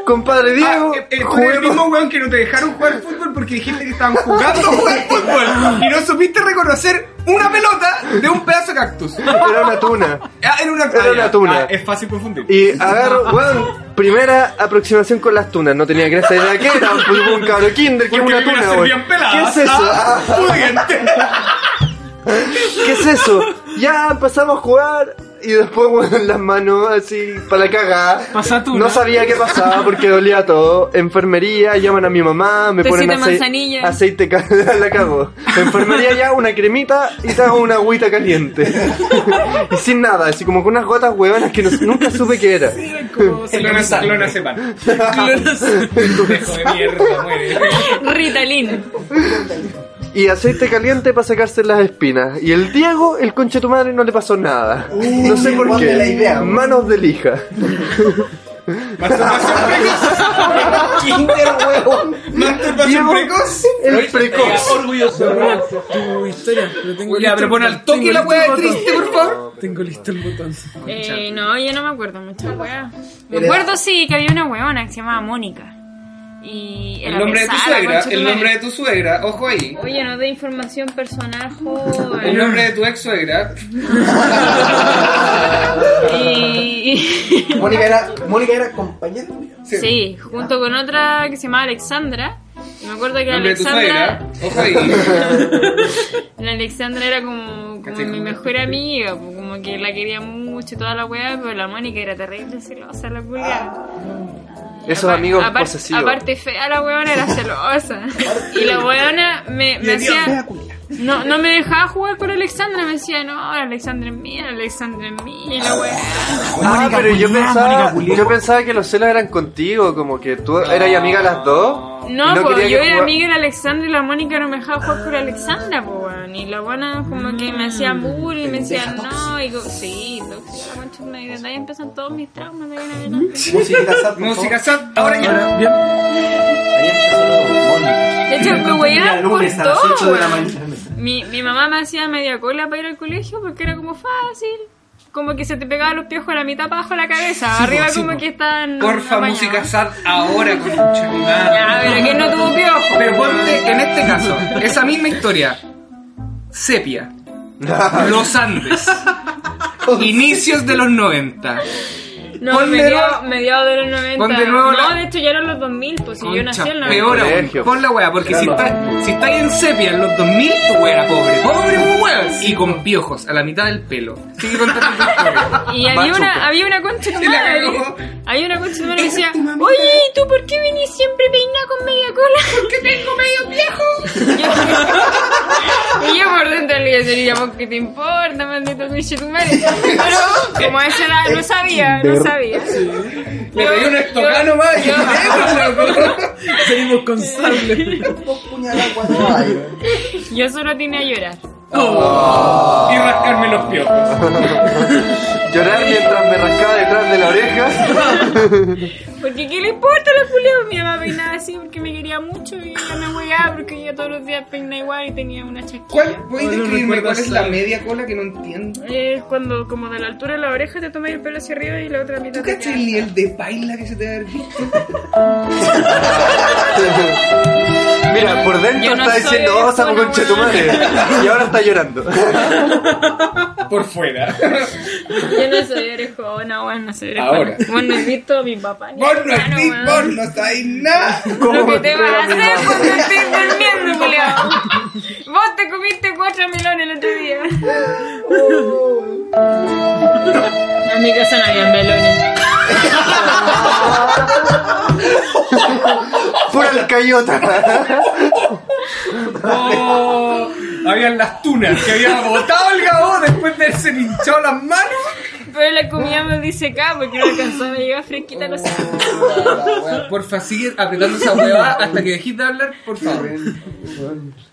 [SPEAKER 4] compadre Diego,
[SPEAKER 1] Ah, eh, eh, tú eres el
[SPEAKER 4] juguemos.
[SPEAKER 1] mismo weón que no te dejaron jugar fútbol porque dijiste que estaban jugando a jugar fútbol y no supiste reconocer una pelota de un pedazo de cactus.
[SPEAKER 4] Era una tuna.
[SPEAKER 1] Ah, era una,
[SPEAKER 4] Era
[SPEAKER 1] ah,
[SPEAKER 4] una
[SPEAKER 1] ya.
[SPEAKER 4] tuna.
[SPEAKER 1] Ah, es fácil confundir.
[SPEAKER 4] Y agarro, weón, primera aproximación con las tunas. No tenía gracia de la que era, pues, un cabro kinder, que es
[SPEAKER 1] Porque
[SPEAKER 4] una
[SPEAKER 1] me la
[SPEAKER 4] tuna, weón.
[SPEAKER 1] servían pelada.
[SPEAKER 4] ¿Qué es eso?
[SPEAKER 1] Ah, pudiente.
[SPEAKER 4] ¿Qué es eso? Ya empezamos a jugar y después weón, las manos así para la cagada.
[SPEAKER 3] Pasa tú,
[SPEAKER 4] No
[SPEAKER 3] ¿no?
[SPEAKER 4] sabía qué pasaba porque dolía todo. Enfermería, llaman a mi mamá, me
[SPEAKER 2] Tecito
[SPEAKER 4] ponen
[SPEAKER 2] de
[SPEAKER 4] acei-
[SPEAKER 2] manzanilla.
[SPEAKER 4] aceite ca- la cago. Enfermería ya, una cremita y te hago una agüita caliente. y sin nada, así como con unas gotas huevanas que no- nunca supe qué era.
[SPEAKER 1] Clona, clona sepan. Pendejo de mierda, muere.
[SPEAKER 2] Ritalin.
[SPEAKER 4] y aceite caliente para sacarse las espinas. Y el Diego, el conche tu madre, no le pasó nada. no sé por
[SPEAKER 7] ponle
[SPEAKER 4] qué.
[SPEAKER 7] Uh, la idea, weón.
[SPEAKER 4] Manos de lija.
[SPEAKER 1] Masturbación precoz.
[SPEAKER 7] Kinder, weón.
[SPEAKER 1] Masturbación
[SPEAKER 4] Diego,
[SPEAKER 1] precoz.
[SPEAKER 4] el precoz.
[SPEAKER 6] Orgulloso.
[SPEAKER 3] Tu historia. Pero tengo
[SPEAKER 1] Ya, pero pon al toque la weá de triste, por favor.
[SPEAKER 3] Tengo listo el botón.
[SPEAKER 2] Eh, no, yo no me acuerdo mucho, weón. Me acuerdo sí que había una weona que se llamaba Mónica. Y
[SPEAKER 1] El nombre de tu
[SPEAKER 2] pesada,
[SPEAKER 1] suegra,
[SPEAKER 2] conchetumare.
[SPEAKER 1] el nombre de tu suegra, ojo ahí.
[SPEAKER 2] Oye, no de información personal,
[SPEAKER 1] El
[SPEAKER 4] Mm.
[SPEAKER 2] joven.
[SPEAKER 1] nombre de tu ex suegra.
[SPEAKER 2] Y, Sí.
[SPEAKER 7] Mónica era, Mónica era compañera. mía.
[SPEAKER 2] Sí, junto con otra que se llamaba Alexandra. Y me acuerdo que la
[SPEAKER 1] Nombre de tu
[SPEAKER 2] Alexandra,
[SPEAKER 1] suegra. Ojo ahí.
[SPEAKER 2] la Alexandra era como, como
[SPEAKER 1] Cachai,
[SPEAKER 2] mi
[SPEAKER 1] como-
[SPEAKER 2] mejor amiga, po, como que la quería mucho y toda la weá, pero la Mónica era terrible celosa, la culia.
[SPEAKER 4] Esos
[SPEAKER 2] Apa-
[SPEAKER 4] amigos
[SPEAKER 2] apar-
[SPEAKER 4] posesivos.
[SPEAKER 2] Aparte fea la weona era celosa. y la weona me, me hacía... No, no me dejaba jugar con Alexandra, me decía, no, la Alexandra es mía, la Alexandra es mía, y la weona...
[SPEAKER 4] Ah,
[SPEAKER 3] Mónica
[SPEAKER 4] pero
[SPEAKER 3] culiá,
[SPEAKER 4] yo
[SPEAKER 3] Mónica
[SPEAKER 4] pensaba,
[SPEAKER 3] culiá.
[SPEAKER 4] yo pensaba que los celos eran contigo, como que tú
[SPEAKER 2] Ah.
[SPEAKER 4] eras amiga las dos.
[SPEAKER 2] No,
[SPEAKER 4] No
[SPEAKER 2] po,
[SPEAKER 4] quería
[SPEAKER 2] yo
[SPEAKER 4] que
[SPEAKER 2] era
[SPEAKER 4] jugara-
[SPEAKER 2] amiga de la Alexandra y la Mónica no me dejaba jugar por Alexandra, po, weón. Y la buena como que me
[SPEAKER 4] Mm,
[SPEAKER 2] hacían bullying, me decían no, y go, sí, tóxica, la concha, de una, y de ahí empiezan todos mis traumas de ahí en adelante.
[SPEAKER 7] Música sad, por favor.
[SPEAKER 1] Música sad, ahora ya.
[SPEAKER 3] Ahora, bien.
[SPEAKER 7] Ahí empezó lo- Mónica.
[SPEAKER 2] De hecho, me
[SPEAKER 7] Mira,
[SPEAKER 2] weían por
[SPEAKER 7] lunes a las 8
[SPEAKER 2] todo,
[SPEAKER 7] de la
[SPEAKER 2] weón.
[SPEAKER 7] mañana.
[SPEAKER 2] Mi, mi mamá me hacía media cola para ir al colegio porque era como fácil. Como que se te pegaba los piojos a la mitad para abajo de la cabeza.
[SPEAKER 3] po,
[SPEAKER 2] Arriba
[SPEAKER 3] sí,
[SPEAKER 2] como
[SPEAKER 3] po.
[SPEAKER 2] que estaban...
[SPEAKER 1] Porfa,
[SPEAKER 2] apañados.
[SPEAKER 1] música sad, ahora con tu
[SPEAKER 2] Ya, pero que no tuvo piojo.
[SPEAKER 1] Pero ponte en este caso, esa misma historia. Sepia. Los Andes. Inicios de los 90.
[SPEAKER 2] No,
[SPEAKER 1] Pon de nuevo-
[SPEAKER 2] mediados mediado de los 90.
[SPEAKER 1] pon de nuevo
[SPEAKER 2] no,
[SPEAKER 1] la-
[SPEAKER 2] de hecho ya eran los 2000, pues si yo nací
[SPEAKER 1] Concha,
[SPEAKER 2] en los
[SPEAKER 1] Peor
[SPEAKER 2] 90.
[SPEAKER 1] aún.
[SPEAKER 4] Colegio.
[SPEAKER 1] Pon la wea, porque si estás si estáis en sepia en los 2000, tu wea era pobre. Pobre, muy wea. Y con piojos a la mitad del pelo. Sigue contando tu historia.
[SPEAKER 2] Y había una, había una concha de
[SPEAKER 1] Y la
[SPEAKER 2] madre.
[SPEAKER 1] cagó.
[SPEAKER 2] Había una concha de madre que decía, oye, ¿y ¿tú por qué venís siempre peinada con media cola? Porque tengo medio viejo. y yo por dentro le iba a decir, ya, ¿por qué te importa, maldito coche tu madre? Pero como esa era, no sabía, no sabía.
[SPEAKER 1] Le pedí un estocano más y
[SPEAKER 3] Seguimos con sable.
[SPEAKER 7] Dos puñaladas, cuatro aire.
[SPEAKER 2] Yo solo tenía a llorar.
[SPEAKER 1] Y rascarme los piojos.
[SPEAKER 4] Llorar mientras me rascaba detrás de la oreja.
[SPEAKER 2] Porque qué le importa a los culiados, mi mamá peinaba así porque me quería mucho y ella me hueaba porque ella todos los días peina igual y tenía una chasquilla.
[SPEAKER 1] ¿Cuál, ¿Puedes
[SPEAKER 3] No lo
[SPEAKER 1] describirme cuál
[SPEAKER 3] recuerdo,
[SPEAKER 1] es la
[SPEAKER 3] sí.
[SPEAKER 1] media cola que no entiendo?
[SPEAKER 2] Es cuando como de la altura de la oreja te tomas el pelo hacia arriba y la otra mitad
[SPEAKER 1] ¿Tú
[SPEAKER 2] te
[SPEAKER 1] cachas
[SPEAKER 2] queda-
[SPEAKER 1] el nivel de baila que se te va a haber visto?
[SPEAKER 4] Mira, por dentro
[SPEAKER 2] Yo no
[SPEAKER 4] está
[SPEAKER 2] soy
[SPEAKER 4] diciendo, oh, estamos
[SPEAKER 2] una
[SPEAKER 4] con Chetumare. Y ahora está llorando.
[SPEAKER 1] Por fuera.
[SPEAKER 2] Yo no soy orejona, weón, no soy orejona.
[SPEAKER 1] Ahora.
[SPEAKER 2] Vos no has visto a mi papá. ni a
[SPEAKER 1] Vos
[SPEAKER 2] mi
[SPEAKER 1] no
[SPEAKER 2] hermano,
[SPEAKER 1] estés,
[SPEAKER 2] weón.
[SPEAKER 1] vos no estáis nada.
[SPEAKER 2] Lo que te
[SPEAKER 4] me
[SPEAKER 2] vas a
[SPEAKER 4] pega mi
[SPEAKER 2] hacer cuando estés durmiendo, culiao. Vos te comiste cuatro melones el otro día. En mi casa no había melones.
[SPEAKER 4] Pura la cayota.
[SPEAKER 1] Oh, habían las tunas que había botado el gabo después de haberse hinchado las manos.
[SPEAKER 2] Pero la comida me dice acá porque no alcanzaba a llegar fresquita a los
[SPEAKER 1] Oh, Porfa, sigue apretando esa huevada hasta que dejes de hablar, por favor.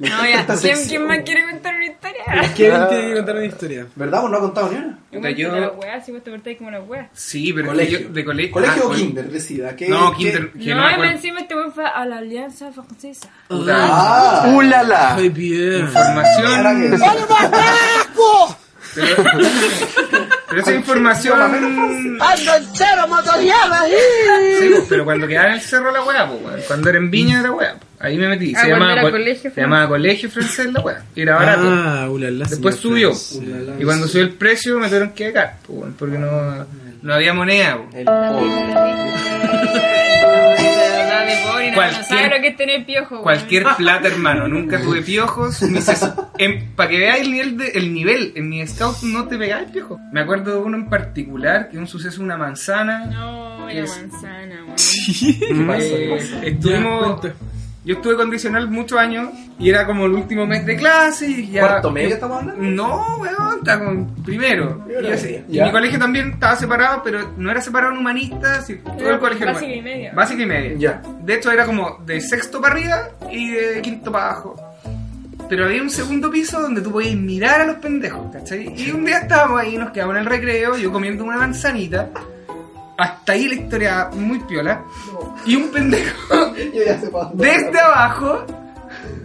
[SPEAKER 2] No, ya.
[SPEAKER 7] Esta
[SPEAKER 2] ¿Quién,
[SPEAKER 7] sección.
[SPEAKER 2] quién más quiere contar una historia?
[SPEAKER 3] ¿Quién tiene que contar una historia?
[SPEAKER 7] ¿Verdad? Pues no ha contado ni una.
[SPEAKER 1] Puta,
[SPEAKER 2] Yo... Las
[SPEAKER 1] yo.
[SPEAKER 2] weas, si vos te portáis como las weas.
[SPEAKER 1] Sí, pero
[SPEAKER 7] Colegio.
[SPEAKER 1] yo- de colegio.
[SPEAKER 7] ¿Colegio
[SPEAKER 1] ah,
[SPEAKER 7] o
[SPEAKER 1] col-
[SPEAKER 7] kinder? Decida. ¿Qué,
[SPEAKER 1] No,
[SPEAKER 7] qué-
[SPEAKER 1] kinder. que
[SPEAKER 2] No,
[SPEAKER 1] me
[SPEAKER 2] y
[SPEAKER 1] acuerdo.
[SPEAKER 2] encima este weón fue a la Alianza Francesa.
[SPEAKER 1] Puta,
[SPEAKER 7] Ah,
[SPEAKER 4] Ulala.
[SPEAKER 3] Ay, bien.
[SPEAKER 7] ahora que-
[SPEAKER 1] información. Pero, pero esa información.
[SPEAKER 8] ¡Ando entero motoriado ahí!
[SPEAKER 1] Sí, pues, pero cuando quedaba en el cerro la hueá, pues, weón. Cuando era en Viña era hueá. Ahí me metí.
[SPEAKER 2] Ah,
[SPEAKER 1] Se,
[SPEAKER 2] cuando
[SPEAKER 1] llamaba,
[SPEAKER 2] era
[SPEAKER 1] col-
[SPEAKER 2] colegio
[SPEAKER 1] se
[SPEAKER 2] francés.
[SPEAKER 1] llamaba Colegio Francés la hueá. Y era barato.
[SPEAKER 3] Ah, ulala.
[SPEAKER 1] Después subió.
[SPEAKER 3] señor Franz.
[SPEAKER 1] Y cuando subió el precio me tuvieron que dejar, po, weón, porque no, no había moneda. pues. po.
[SPEAKER 7] El pobre.
[SPEAKER 2] De verdad, de pobre, no, no sabe
[SPEAKER 1] Cualquier-
[SPEAKER 2] lo que es tener piojo. weón.
[SPEAKER 1] Cualquier plata, hermano. Nunca tuve piojos. Para que veáis el nivel, de- el nivel, en mi scout no te pegaba el piojo. Me acuerdo de uno en particular, que un suceso, una manzana.
[SPEAKER 2] No,
[SPEAKER 1] ¿Qué
[SPEAKER 2] la
[SPEAKER 1] es?
[SPEAKER 2] manzana, weón.
[SPEAKER 1] Eh,
[SPEAKER 3] Ya,
[SPEAKER 1] estuvimos...
[SPEAKER 3] cuenta.
[SPEAKER 1] Yo estuve condicional muchos años y era como el último mes de clase y ya...
[SPEAKER 7] ¿Cuarto medio estamos hablando?
[SPEAKER 1] No, weón, está con primero. Y
[SPEAKER 7] Primero.
[SPEAKER 1] así. Y
[SPEAKER 7] Ya.
[SPEAKER 1] mi colegio también estaba separado, pero no era separado en humanistas. sí, todo el colegio
[SPEAKER 2] básica
[SPEAKER 1] hermano.
[SPEAKER 2] y media.
[SPEAKER 1] Básica y media.
[SPEAKER 7] Ya.
[SPEAKER 1] De hecho, era como de sexto para arriba y de quinto para abajo. Pero había un segundo piso donde tú podías mirar a los pendejos, ¿cachai? Y un día estábamos ahí, nos quedamos en el recreo, yo comiendo una manzanita. Hasta ahí la historia muy piola. Y un pendejo
[SPEAKER 7] Yo ya sé pa' dónde.
[SPEAKER 1] desde abajo,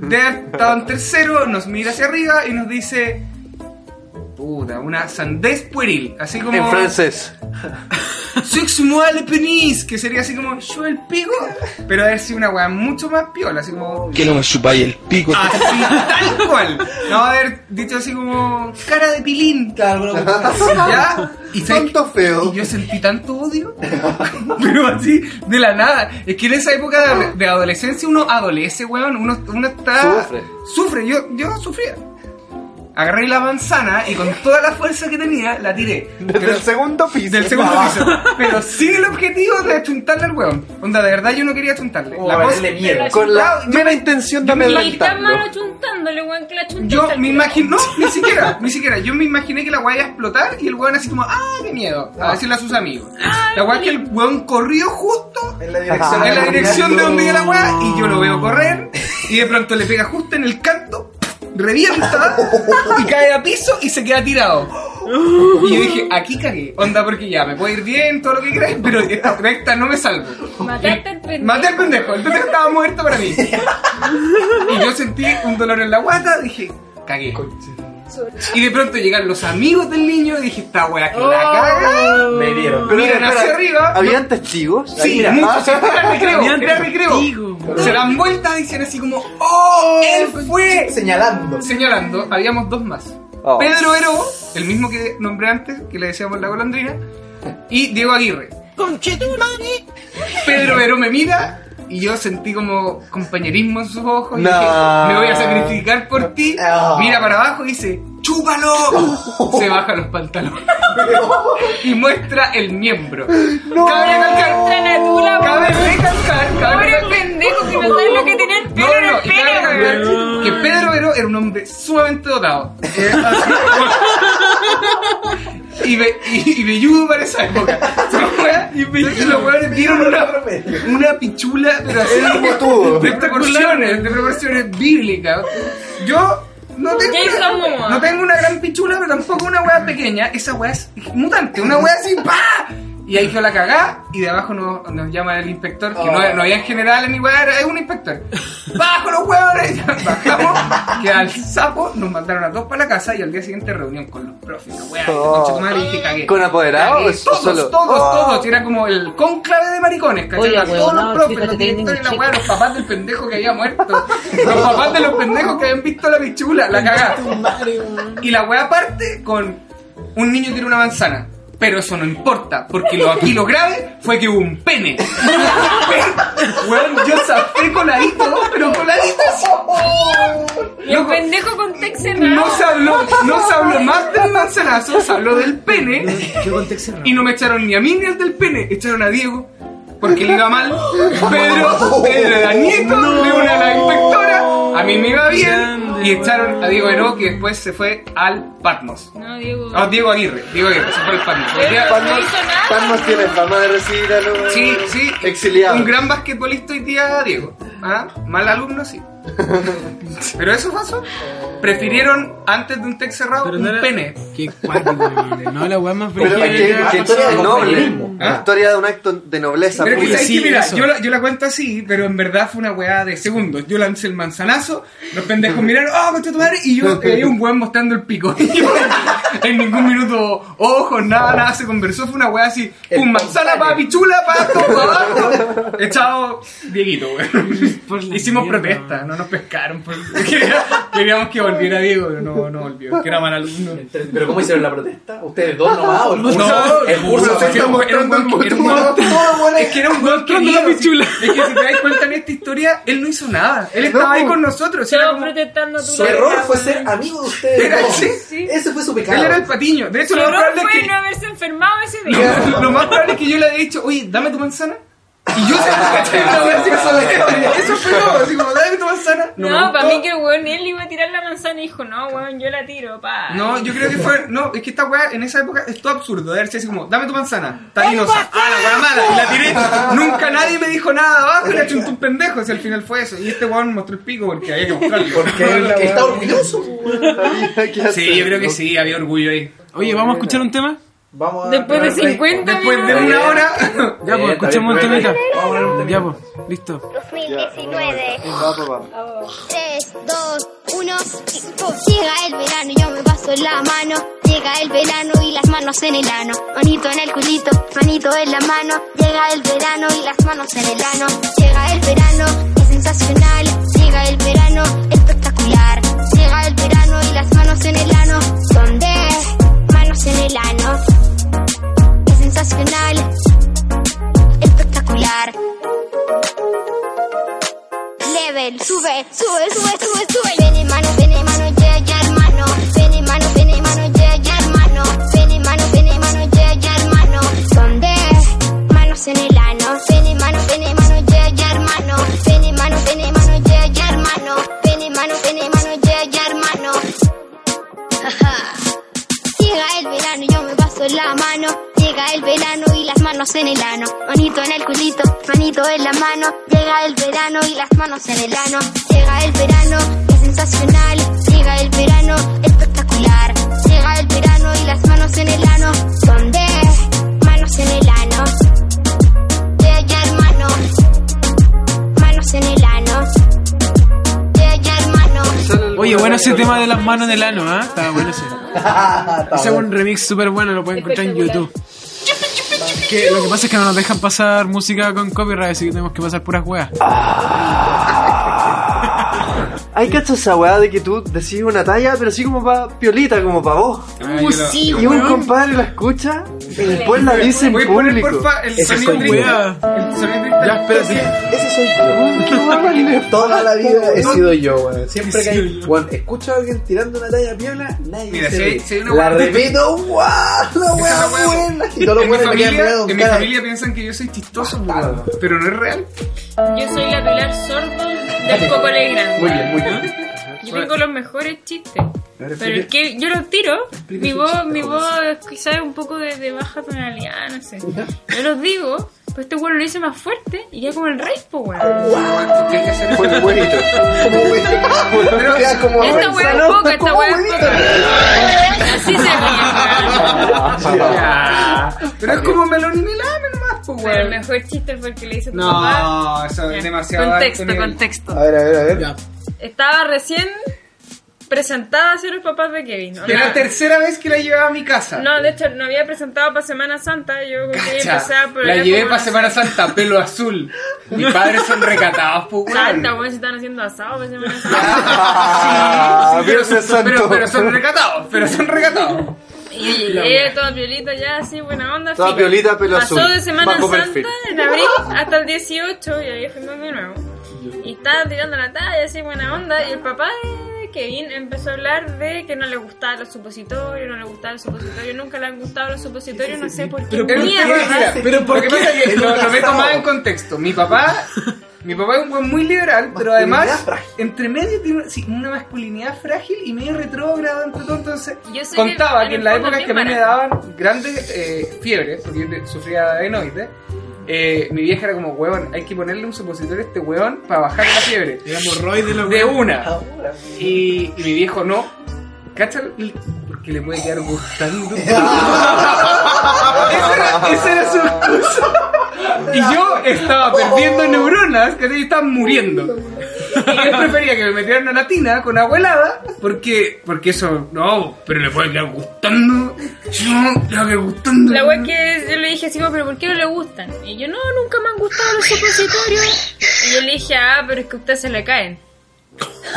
[SPEAKER 1] de haber estado en tercero, nos mira hacia arriba y nos dice. Puta, una sandez pueril. Así como.
[SPEAKER 4] En francés.
[SPEAKER 1] Sexo le penis, que sería así como yo el pico, pero haber sido una weá mucho más piola, así como
[SPEAKER 9] Que no me chupáis el pico.
[SPEAKER 1] así, tal cual. No va a haber dicho así como cara de pilín, ¿ya? Y sabes
[SPEAKER 4] Tonto
[SPEAKER 1] que-
[SPEAKER 4] feo.
[SPEAKER 1] Y yo sentí tanto odio, pero así de la nada. Es que en esa época de, de adolescencia uno adolece, weón, uno, uno está
[SPEAKER 4] Sufre.
[SPEAKER 1] sufre, yo, yo sufría. Agarré la manzana y con toda la fuerza que tenía la tiré.
[SPEAKER 4] Desde
[SPEAKER 1] Pero-
[SPEAKER 4] el segundo piso.
[SPEAKER 1] del segundo piso. Ah. Pero sin el objetivo de achuntarle al hueón. Onda, de verdad yo no quería achuntarle.
[SPEAKER 7] O
[SPEAKER 1] La cosa-
[SPEAKER 7] haberle Oh, miedo.
[SPEAKER 4] Con la mera intención
[SPEAKER 2] Y
[SPEAKER 4] de
[SPEAKER 2] está
[SPEAKER 4] amedrentarlo.
[SPEAKER 2] mal achuntándole, weón, que la achuntaste
[SPEAKER 1] yo
[SPEAKER 2] al
[SPEAKER 1] me
[SPEAKER 2] culo.
[SPEAKER 1] imagino, no, ni siquiera, ni siquiera. Yo me imaginé que la weá iba a explotar y el hueón así como, ah, qué miedo, a decirle a sus amigos. La weá es que el hueón corrió justo
[SPEAKER 7] En la dirección,
[SPEAKER 1] en la
[SPEAKER 7] de
[SPEAKER 1] dirección de
[SPEAKER 7] Ronaldo.
[SPEAKER 1] donde iba la weá y yo lo veo correr y de pronto le pega justo en el canto, revienta y cae a piso y se queda tirado. Y yo dije, aquí cagué, onda porque ya me puede ir bien, todo lo que queráis, pero esta recta no me salvo.
[SPEAKER 2] Mataste
[SPEAKER 1] eh,
[SPEAKER 2] al pendejo.
[SPEAKER 1] Maté al pendejo, el pendejo estaba muerto para mí. Y yo sentí un dolor en la guata, dije, cagué. Y de pronto llegan los amigos del niño y dije, esta weá que la caga.
[SPEAKER 7] Me dieron.
[SPEAKER 4] Pero
[SPEAKER 1] Miren
[SPEAKER 4] espera,
[SPEAKER 1] hacia arriba.
[SPEAKER 4] ¿Habían testigos?
[SPEAKER 1] Sí,
[SPEAKER 4] Mira. Ah,
[SPEAKER 1] muchos. Era recreo,
[SPEAKER 3] Habían
[SPEAKER 1] era recreo.
[SPEAKER 3] testigos.
[SPEAKER 1] Se dan vueltas y dicen así como, ¡Oh! ¡Él fue!
[SPEAKER 7] Señalando.
[SPEAKER 1] Señalando, habíamos dos más.
[SPEAKER 4] Oh.
[SPEAKER 1] Pedro Hero, el mismo que nombré antes, que le decíamos la golondrina, y Diego Aguirre. Pedro Hero me mira y yo sentí como compañerismo en sus ojos. Y
[SPEAKER 4] No.
[SPEAKER 1] dije, me voy a sacrificar por ti.
[SPEAKER 7] Oh.
[SPEAKER 1] Mira para abajo y dice, ¡chúpalo! Se baja los pantalones y muestra el miembro. Cabe recalcar,
[SPEAKER 2] Tranatula, weón.
[SPEAKER 1] cabe recalcar, cabe
[SPEAKER 2] Pobre
[SPEAKER 1] recalcar.
[SPEAKER 2] pendejo que no sabe lo que tenía el pelo
[SPEAKER 1] No,
[SPEAKER 2] en
[SPEAKER 1] no,
[SPEAKER 2] el
[SPEAKER 1] y cabe
[SPEAKER 2] pelo, weón.
[SPEAKER 1] recalcar que Pedro Hero era un hombre sumamente dotado. Eh, así- Y, be, y, y velludo para esa época. y los weones vieron una, una pichula, pero así
[SPEAKER 4] tú.
[SPEAKER 1] de proporciones, de proporciones bíblicas. Yo no tengo,
[SPEAKER 2] Jason
[SPEAKER 1] una,
[SPEAKER 2] Momoa.
[SPEAKER 1] no tengo una gran pichula, pero tampoco una weá pequeña. Esa weá es mutante, una weá así, ¡pa! Y ahí yo la cagá, y de abajo nos, nos llama el inspector, que no, no había general ni weá, era un inspector. ¡Bajo los huevones! Bajamos, y al sapo nos mandaron a todos para la casa, y al día siguiente reunión con los profes, la weá, y la concha de tu madre, y dije, cagué.
[SPEAKER 4] ¿Con apoderados
[SPEAKER 1] Cagué.
[SPEAKER 4] o
[SPEAKER 1] Todos,
[SPEAKER 4] solo?
[SPEAKER 1] todos, todos. Era como el conclave de maricones, ¿cachai?
[SPEAKER 10] Oye,
[SPEAKER 1] Eran todos
[SPEAKER 10] weón,
[SPEAKER 1] los
[SPEAKER 10] no,
[SPEAKER 1] profes,
[SPEAKER 10] fíjate
[SPEAKER 1] los
[SPEAKER 10] que hay niños
[SPEAKER 1] directores, la weá, los papás del pendejo que había muerto, los papás de los pendejos que habían visto la pichula, la cagada. Y la weá parte con un niño tiene una manzana. Pero eso no importa, porque lo aquí lo grave fue que hubo un pene. Weón, yo zafé coladito, pero coladito así.
[SPEAKER 2] Y el
[SPEAKER 1] Loco,
[SPEAKER 2] pendejo con tex cerrado.
[SPEAKER 1] no se habló, no se habló más del manzanazo, se habló del pene.
[SPEAKER 3] Yo contexto cerrado.
[SPEAKER 1] Y no me echaron ni a mí ni al del pene, echaron a Diego. Porque le iba mal. Pedro, Pedro era nieto de una de las inspectoras. A mí me iba bien. Y echaron a Diego Heró, que después se fue al Patmos.
[SPEAKER 2] No, Diego.
[SPEAKER 1] Ah, Diego Aguirre. Diego Aguirre, se fue al Patmos. Hoy día-
[SPEAKER 2] Pero no hizo nada.
[SPEAKER 4] Palmas tiene fama de recibirlo.
[SPEAKER 1] Sí, sí.
[SPEAKER 4] Exiliado.
[SPEAKER 1] Un gran basquetbolista hoy día, Diego. ¿Ah? Mal alumno, sí. Pero eso pasó. Prefirieron, antes de un text cerrado,
[SPEAKER 3] Pero
[SPEAKER 1] un
[SPEAKER 3] no era-
[SPEAKER 1] pene.
[SPEAKER 3] Qué cuático, weón. No, la weá más
[SPEAKER 4] Pero
[SPEAKER 3] brígida
[SPEAKER 4] es
[SPEAKER 3] era-
[SPEAKER 4] que, que
[SPEAKER 7] historia
[SPEAKER 4] es
[SPEAKER 7] de
[SPEAKER 4] noble.
[SPEAKER 7] compañerismo.
[SPEAKER 1] ¿Ah?
[SPEAKER 4] La historia de un acto de nobleza.
[SPEAKER 1] Pero es que,
[SPEAKER 4] pura.
[SPEAKER 1] ¿sabes
[SPEAKER 3] sí,
[SPEAKER 1] qué? mira,
[SPEAKER 3] eso.
[SPEAKER 1] yo la, yo la cuento así, pero en verdad fue una weá de segundos. Yo lancé el manzanazo, los pendejos miraron, ¡oh, concha tu madre! Y yo veía un weón mostrando el pico. Y yo, en ningún minuto, ojos, nada, nada, se conversó. Fue una weá así, ¡pum! Manzana, papi, chula, pato, pa' abajo. Echado Dieguito, weón.
[SPEAKER 3] Por la
[SPEAKER 1] Hicimos
[SPEAKER 3] mierda.
[SPEAKER 1] protesta, no nos pescaron. porque Queríamos que volviera Diego, pero no, no volvió, que era mal alumno.
[SPEAKER 7] Pero ¿cómo hicieron la protesta? ¿Ustedes dos nomás? ¿O el curso?
[SPEAKER 1] Pues No,
[SPEAKER 7] el curso
[SPEAKER 1] no, era un- era un
[SPEAKER 4] mostrando
[SPEAKER 1] weón-
[SPEAKER 4] el
[SPEAKER 1] era un
[SPEAKER 4] motor.
[SPEAKER 1] weón- es que era un weón
[SPEAKER 3] Mostrando la
[SPEAKER 1] querido. así.
[SPEAKER 3] pichula.
[SPEAKER 1] Es que si te das cuenta en esta historia, él no hizo nada. Él estaba ahí con nosotros.
[SPEAKER 2] Se
[SPEAKER 1] Era
[SPEAKER 2] va
[SPEAKER 1] como-
[SPEAKER 2] protestando tu
[SPEAKER 7] Su error fue ser amigo de ustedes.
[SPEAKER 1] Era-
[SPEAKER 7] dos.
[SPEAKER 1] sí,
[SPEAKER 2] sí.
[SPEAKER 7] Ese fue su
[SPEAKER 1] Él era el
[SPEAKER 7] pecado.
[SPEAKER 1] patiño. De hecho,
[SPEAKER 2] Su
[SPEAKER 1] lo más
[SPEAKER 2] error
[SPEAKER 1] probable
[SPEAKER 2] fue
[SPEAKER 1] es
[SPEAKER 2] no
[SPEAKER 1] que...
[SPEAKER 2] haberse enfermado ese día.
[SPEAKER 1] Lo más probable es que yo le haya dicho, oye, dame tu manzana. Y yo se la caché una vez, así como, Eso fue todo. Así como, dame tu manzana.
[SPEAKER 2] No,
[SPEAKER 1] me
[SPEAKER 2] para
[SPEAKER 1] gustó.
[SPEAKER 2] mí que el weón él iba a tirar la manzana y dijo, no, weón, yo la tiro, pa.
[SPEAKER 1] No, yo creo que fue. No, es que esta weá en esa época es todo absurdo. De haberse así como, dame tu manzana. Tarinosa. Ah, la weá mala. Y la tiré. Nunca nadie me dijo nada abajo y la chuntó un pendejo. Si al final fue eso. Y este weón mostró el pico porque había que mostrarlo.
[SPEAKER 7] Porque él está orgulloso.
[SPEAKER 4] Había que
[SPEAKER 1] Sí, yo creo que
[SPEAKER 4] hacerlo.
[SPEAKER 1] sí, había orgullo ahí.
[SPEAKER 3] Oye, ¿vamos a escuchar un tema? pues,
[SPEAKER 7] Vamos a
[SPEAKER 2] Después de 50
[SPEAKER 1] Después de
[SPEAKER 2] minutos.
[SPEAKER 1] una hora.
[SPEAKER 3] Ya, pues,
[SPEAKER 7] Bien,
[SPEAKER 3] escuchamos un
[SPEAKER 7] está bien,
[SPEAKER 3] temita.
[SPEAKER 7] está bien.
[SPEAKER 3] Ya, pues, listo.
[SPEAKER 11] 2019.
[SPEAKER 4] Va, va, va.
[SPEAKER 11] 3, 2, 1. Llega el verano y yo me paso la mano. Llega Llega el verano y las manos en el ano. Manito en el culito, manito en la mano. Llega el verano y las manos en el ano. Llega el verano, es sensacional. Llega el verano, espectacular. Llega el verano y las manos en el ano. ¿Dónde? Manos en el ano. Es sensacional, espectacular. Level, sube, sube, sube, sube, sube. Ven hermano, ven hermano, ya, ya hermano. Ven hermano, ven hermano, ya, ya hermano. Ven hermano, ven hermano, ya, ya hermano. ¿Dónde? Manos en el ano. Ven hermano, ven hermano, ya, ya hermano. Ven hermano, ven hermano, ya, ya hermano. Ven hermano, ven hermano, ya, ya hermano. Ajá. Llega el verano, yo me paso la mano. Llega el verano y las manos en el ano. Manito en el culito, manito en la mano. Llega el verano y las manos en el ano. Llega el verano, es sensacional. Llega el verano, espectacular. Llega el verano y las manos en el ano. ¿Dónde? Manos en el ano. Ya, ya, hermano. Manos en el ano. Ya, ya, hermano.
[SPEAKER 3] Oye, bueno ese tema de las manos en el ano, ¿ah? Está bueno ese.
[SPEAKER 7] Está
[SPEAKER 3] Ese es
[SPEAKER 7] bueno.
[SPEAKER 3] un remix súper bueno, lo pueden encontrar en YouTube. Que lo que pasa es que no nos dejan pasar música con copyright, así que tenemos que pasar puras weas.
[SPEAKER 4] Hay que hacer esa weá de que tú decís una talla, pero así como pa' piolita, como pa' vos.
[SPEAKER 1] Ay, yo lo-
[SPEAKER 2] sí,
[SPEAKER 4] Y un compadre la escucha y después la dice en
[SPEAKER 1] Voy a poner,
[SPEAKER 4] público.
[SPEAKER 1] porfa, el
[SPEAKER 7] Ese
[SPEAKER 1] sonido
[SPEAKER 7] soy
[SPEAKER 1] triste.
[SPEAKER 3] wea.
[SPEAKER 1] El sonido triste.
[SPEAKER 3] Ya, espérate.
[SPEAKER 7] Ese soy yo.
[SPEAKER 4] Qué barbaridad.
[SPEAKER 7] Toda la vida he sido yo, weón. Siempre
[SPEAKER 3] He
[SPEAKER 7] que
[SPEAKER 3] sido
[SPEAKER 7] hay,
[SPEAKER 3] yo.
[SPEAKER 7] weón, escucho a alguien tirando una talla piola, nadie
[SPEAKER 1] Mira,
[SPEAKER 7] se
[SPEAKER 1] si
[SPEAKER 7] ríe.
[SPEAKER 1] hay- si hay una
[SPEAKER 7] La
[SPEAKER 1] weá-
[SPEAKER 7] repito, guau, la
[SPEAKER 1] Esa
[SPEAKER 7] weá
[SPEAKER 1] es la weá.
[SPEAKER 7] buena. Y todos los
[SPEAKER 1] En mi,
[SPEAKER 7] buenos me quedan
[SPEAKER 1] familia,
[SPEAKER 7] mirando
[SPEAKER 1] en
[SPEAKER 7] con
[SPEAKER 1] mi
[SPEAKER 7] cara.
[SPEAKER 1] familia piensan que yo soy chistoso, weón, pero no es real.
[SPEAKER 2] Yo soy la Pilar Sordo del Coco Legrand.
[SPEAKER 7] Muy bien, muy bien.
[SPEAKER 2] Yo tengo los mejores chistes. Pero el que yo los tiro, mi voz, mi voz es quizás un poco de, de baja tonalidad, no sé. Yo los digo, pues este weón lo hice más fuerte y ya como el rey, pues weón.
[SPEAKER 4] Fue buenito.
[SPEAKER 7] Como weón. Queda como
[SPEAKER 2] Esta
[SPEAKER 7] weón.
[SPEAKER 2] weón es
[SPEAKER 7] Como
[SPEAKER 2] poca, esta weón es poca. Así se ríe, weón.
[SPEAKER 4] Ah,
[SPEAKER 1] Ya. Pero es como melón y melame nomás, pues,
[SPEAKER 2] Pero el
[SPEAKER 1] weón.
[SPEAKER 2] mejor chiste fue el que le hice a tu papá.
[SPEAKER 1] No, eso
[SPEAKER 2] Ya.
[SPEAKER 1] es demasiado
[SPEAKER 2] Contexto,
[SPEAKER 1] alto nivel.
[SPEAKER 2] contexto.
[SPEAKER 7] A ver, a ver, a ver.
[SPEAKER 3] Ya.
[SPEAKER 2] Estaba recién presentada hacia los papás de Kevin. ¿no?
[SPEAKER 1] Que era la tercera vez que la llevaba a mi casa.
[SPEAKER 2] No, de hecho, no había presentado para Semana Santa. Yo creo que
[SPEAKER 1] Cacha,
[SPEAKER 2] empezaba por
[SPEAKER 1] la
[SPEAKER 2] allá
[SPEAKER 1] llevé
[SPEAKER 2] como
[SPEAKER 1] para
[SPEAKER 2] las
[SPEAKER 1] Semana Santa, pelo azul. Mis padres son recatados, pues, weón.
[SPEAKER 2] Santa, weón, se están haciendo asado para Semana Santa.
[SPEAKER 4] Ah,
[SPEAKER 1] pero,
[SPEAKER 4] Dios es santo.
[SPEAKER 1] pero- pero son recatados, pero son recatados.
[SPEAKER 2] Y yo llegué toda piolita ya, así, buena onda.
[SPEAKER 4] Toda
[SPEAKER 2] filo.
[SPEAKER 4] piolita, pelo
[SPEAKER 2] Pasó
[SPEAKER 4] azul,
[SPEAKER 2] de Semana
[SPEAKER 4] bajo
[SPEAKER 2] Santa,
[SPEAKER 4] perfil.
[SPEAKER 2] en abril, hasta el 18, y ahí fuimos de nuevo. Y estaba tirando la talla, así, buena onda. Y el papá de Kevin empezó a hablar de que no le gustaban los supositorios, no le gustaban los supositorios, nunca le han gustado los supositorios, no sé por qué.
[SPEAKER 3] Pero ¿por
[SPEAKER 2] mierda.
[SPEAKER 3] qué? Mira, pero ¿por
[SPEAKER 1] Lo que
[SPEAKER 3] qué?
[SPEAKER 1] pasa es que lo, lo meto
[SPEAKER 7] casado.
[SPEAKER 1] más en contexto. Mi papá, mi papá es un weón muy liberal, pero
[SPEAKER 7] Masculinidad
[SPEAKER 1] además,
[SPEAKER 7] frágil.
[SPEAKER 1] entre medio tiene una- sí, una masculinidad frágil y medio retrógrado entre todo. Entonces,
[SPEAKER 2] Yo soy
[SPEAKER 1] contaba
[SPEAKER 2] de-
[SPEAKER 1] que en
[SPEAKER 2] en
[SPEAKER 1] la
[SPEAKER 2] el fondo
[SPEAKER 1] época que a mí me
[SPEAKER 2] víbora.
[SPEAKER 1] daban grandes eh, fiebres, porque yo te- sufría de adenoides, eh, mi vieja era como, weón, hay que ponerle un supositorio a este weón para bajar la fiebre.
[SPEAKER 3] Era hemorroide la
[SPEAKER 1] De
[SPEAKER 3] wea.
[SPEAKER 1] una.
[SPEAKER 7] Ahora.
[SPEAKER 1] Y, y mi viejo no. ¿Cacha? Porque le puede quedar gustando. esa, era, esa era su excusa. Y yo estaba perdiendo neuronas, que estaba muriendo. Y él prefería que me metieran una latina con agua helada, porque, porque eso, no, pero le puede quedar gustando. Yo, le va a quedar gustando.
[SPEAKER 2] La wea que yo le dije así como, pero ¿por qué no le gustan? Y yo, no, nunca me han gustado los supositorios. Y yo le dije, ah, pero es que a usted se le caen.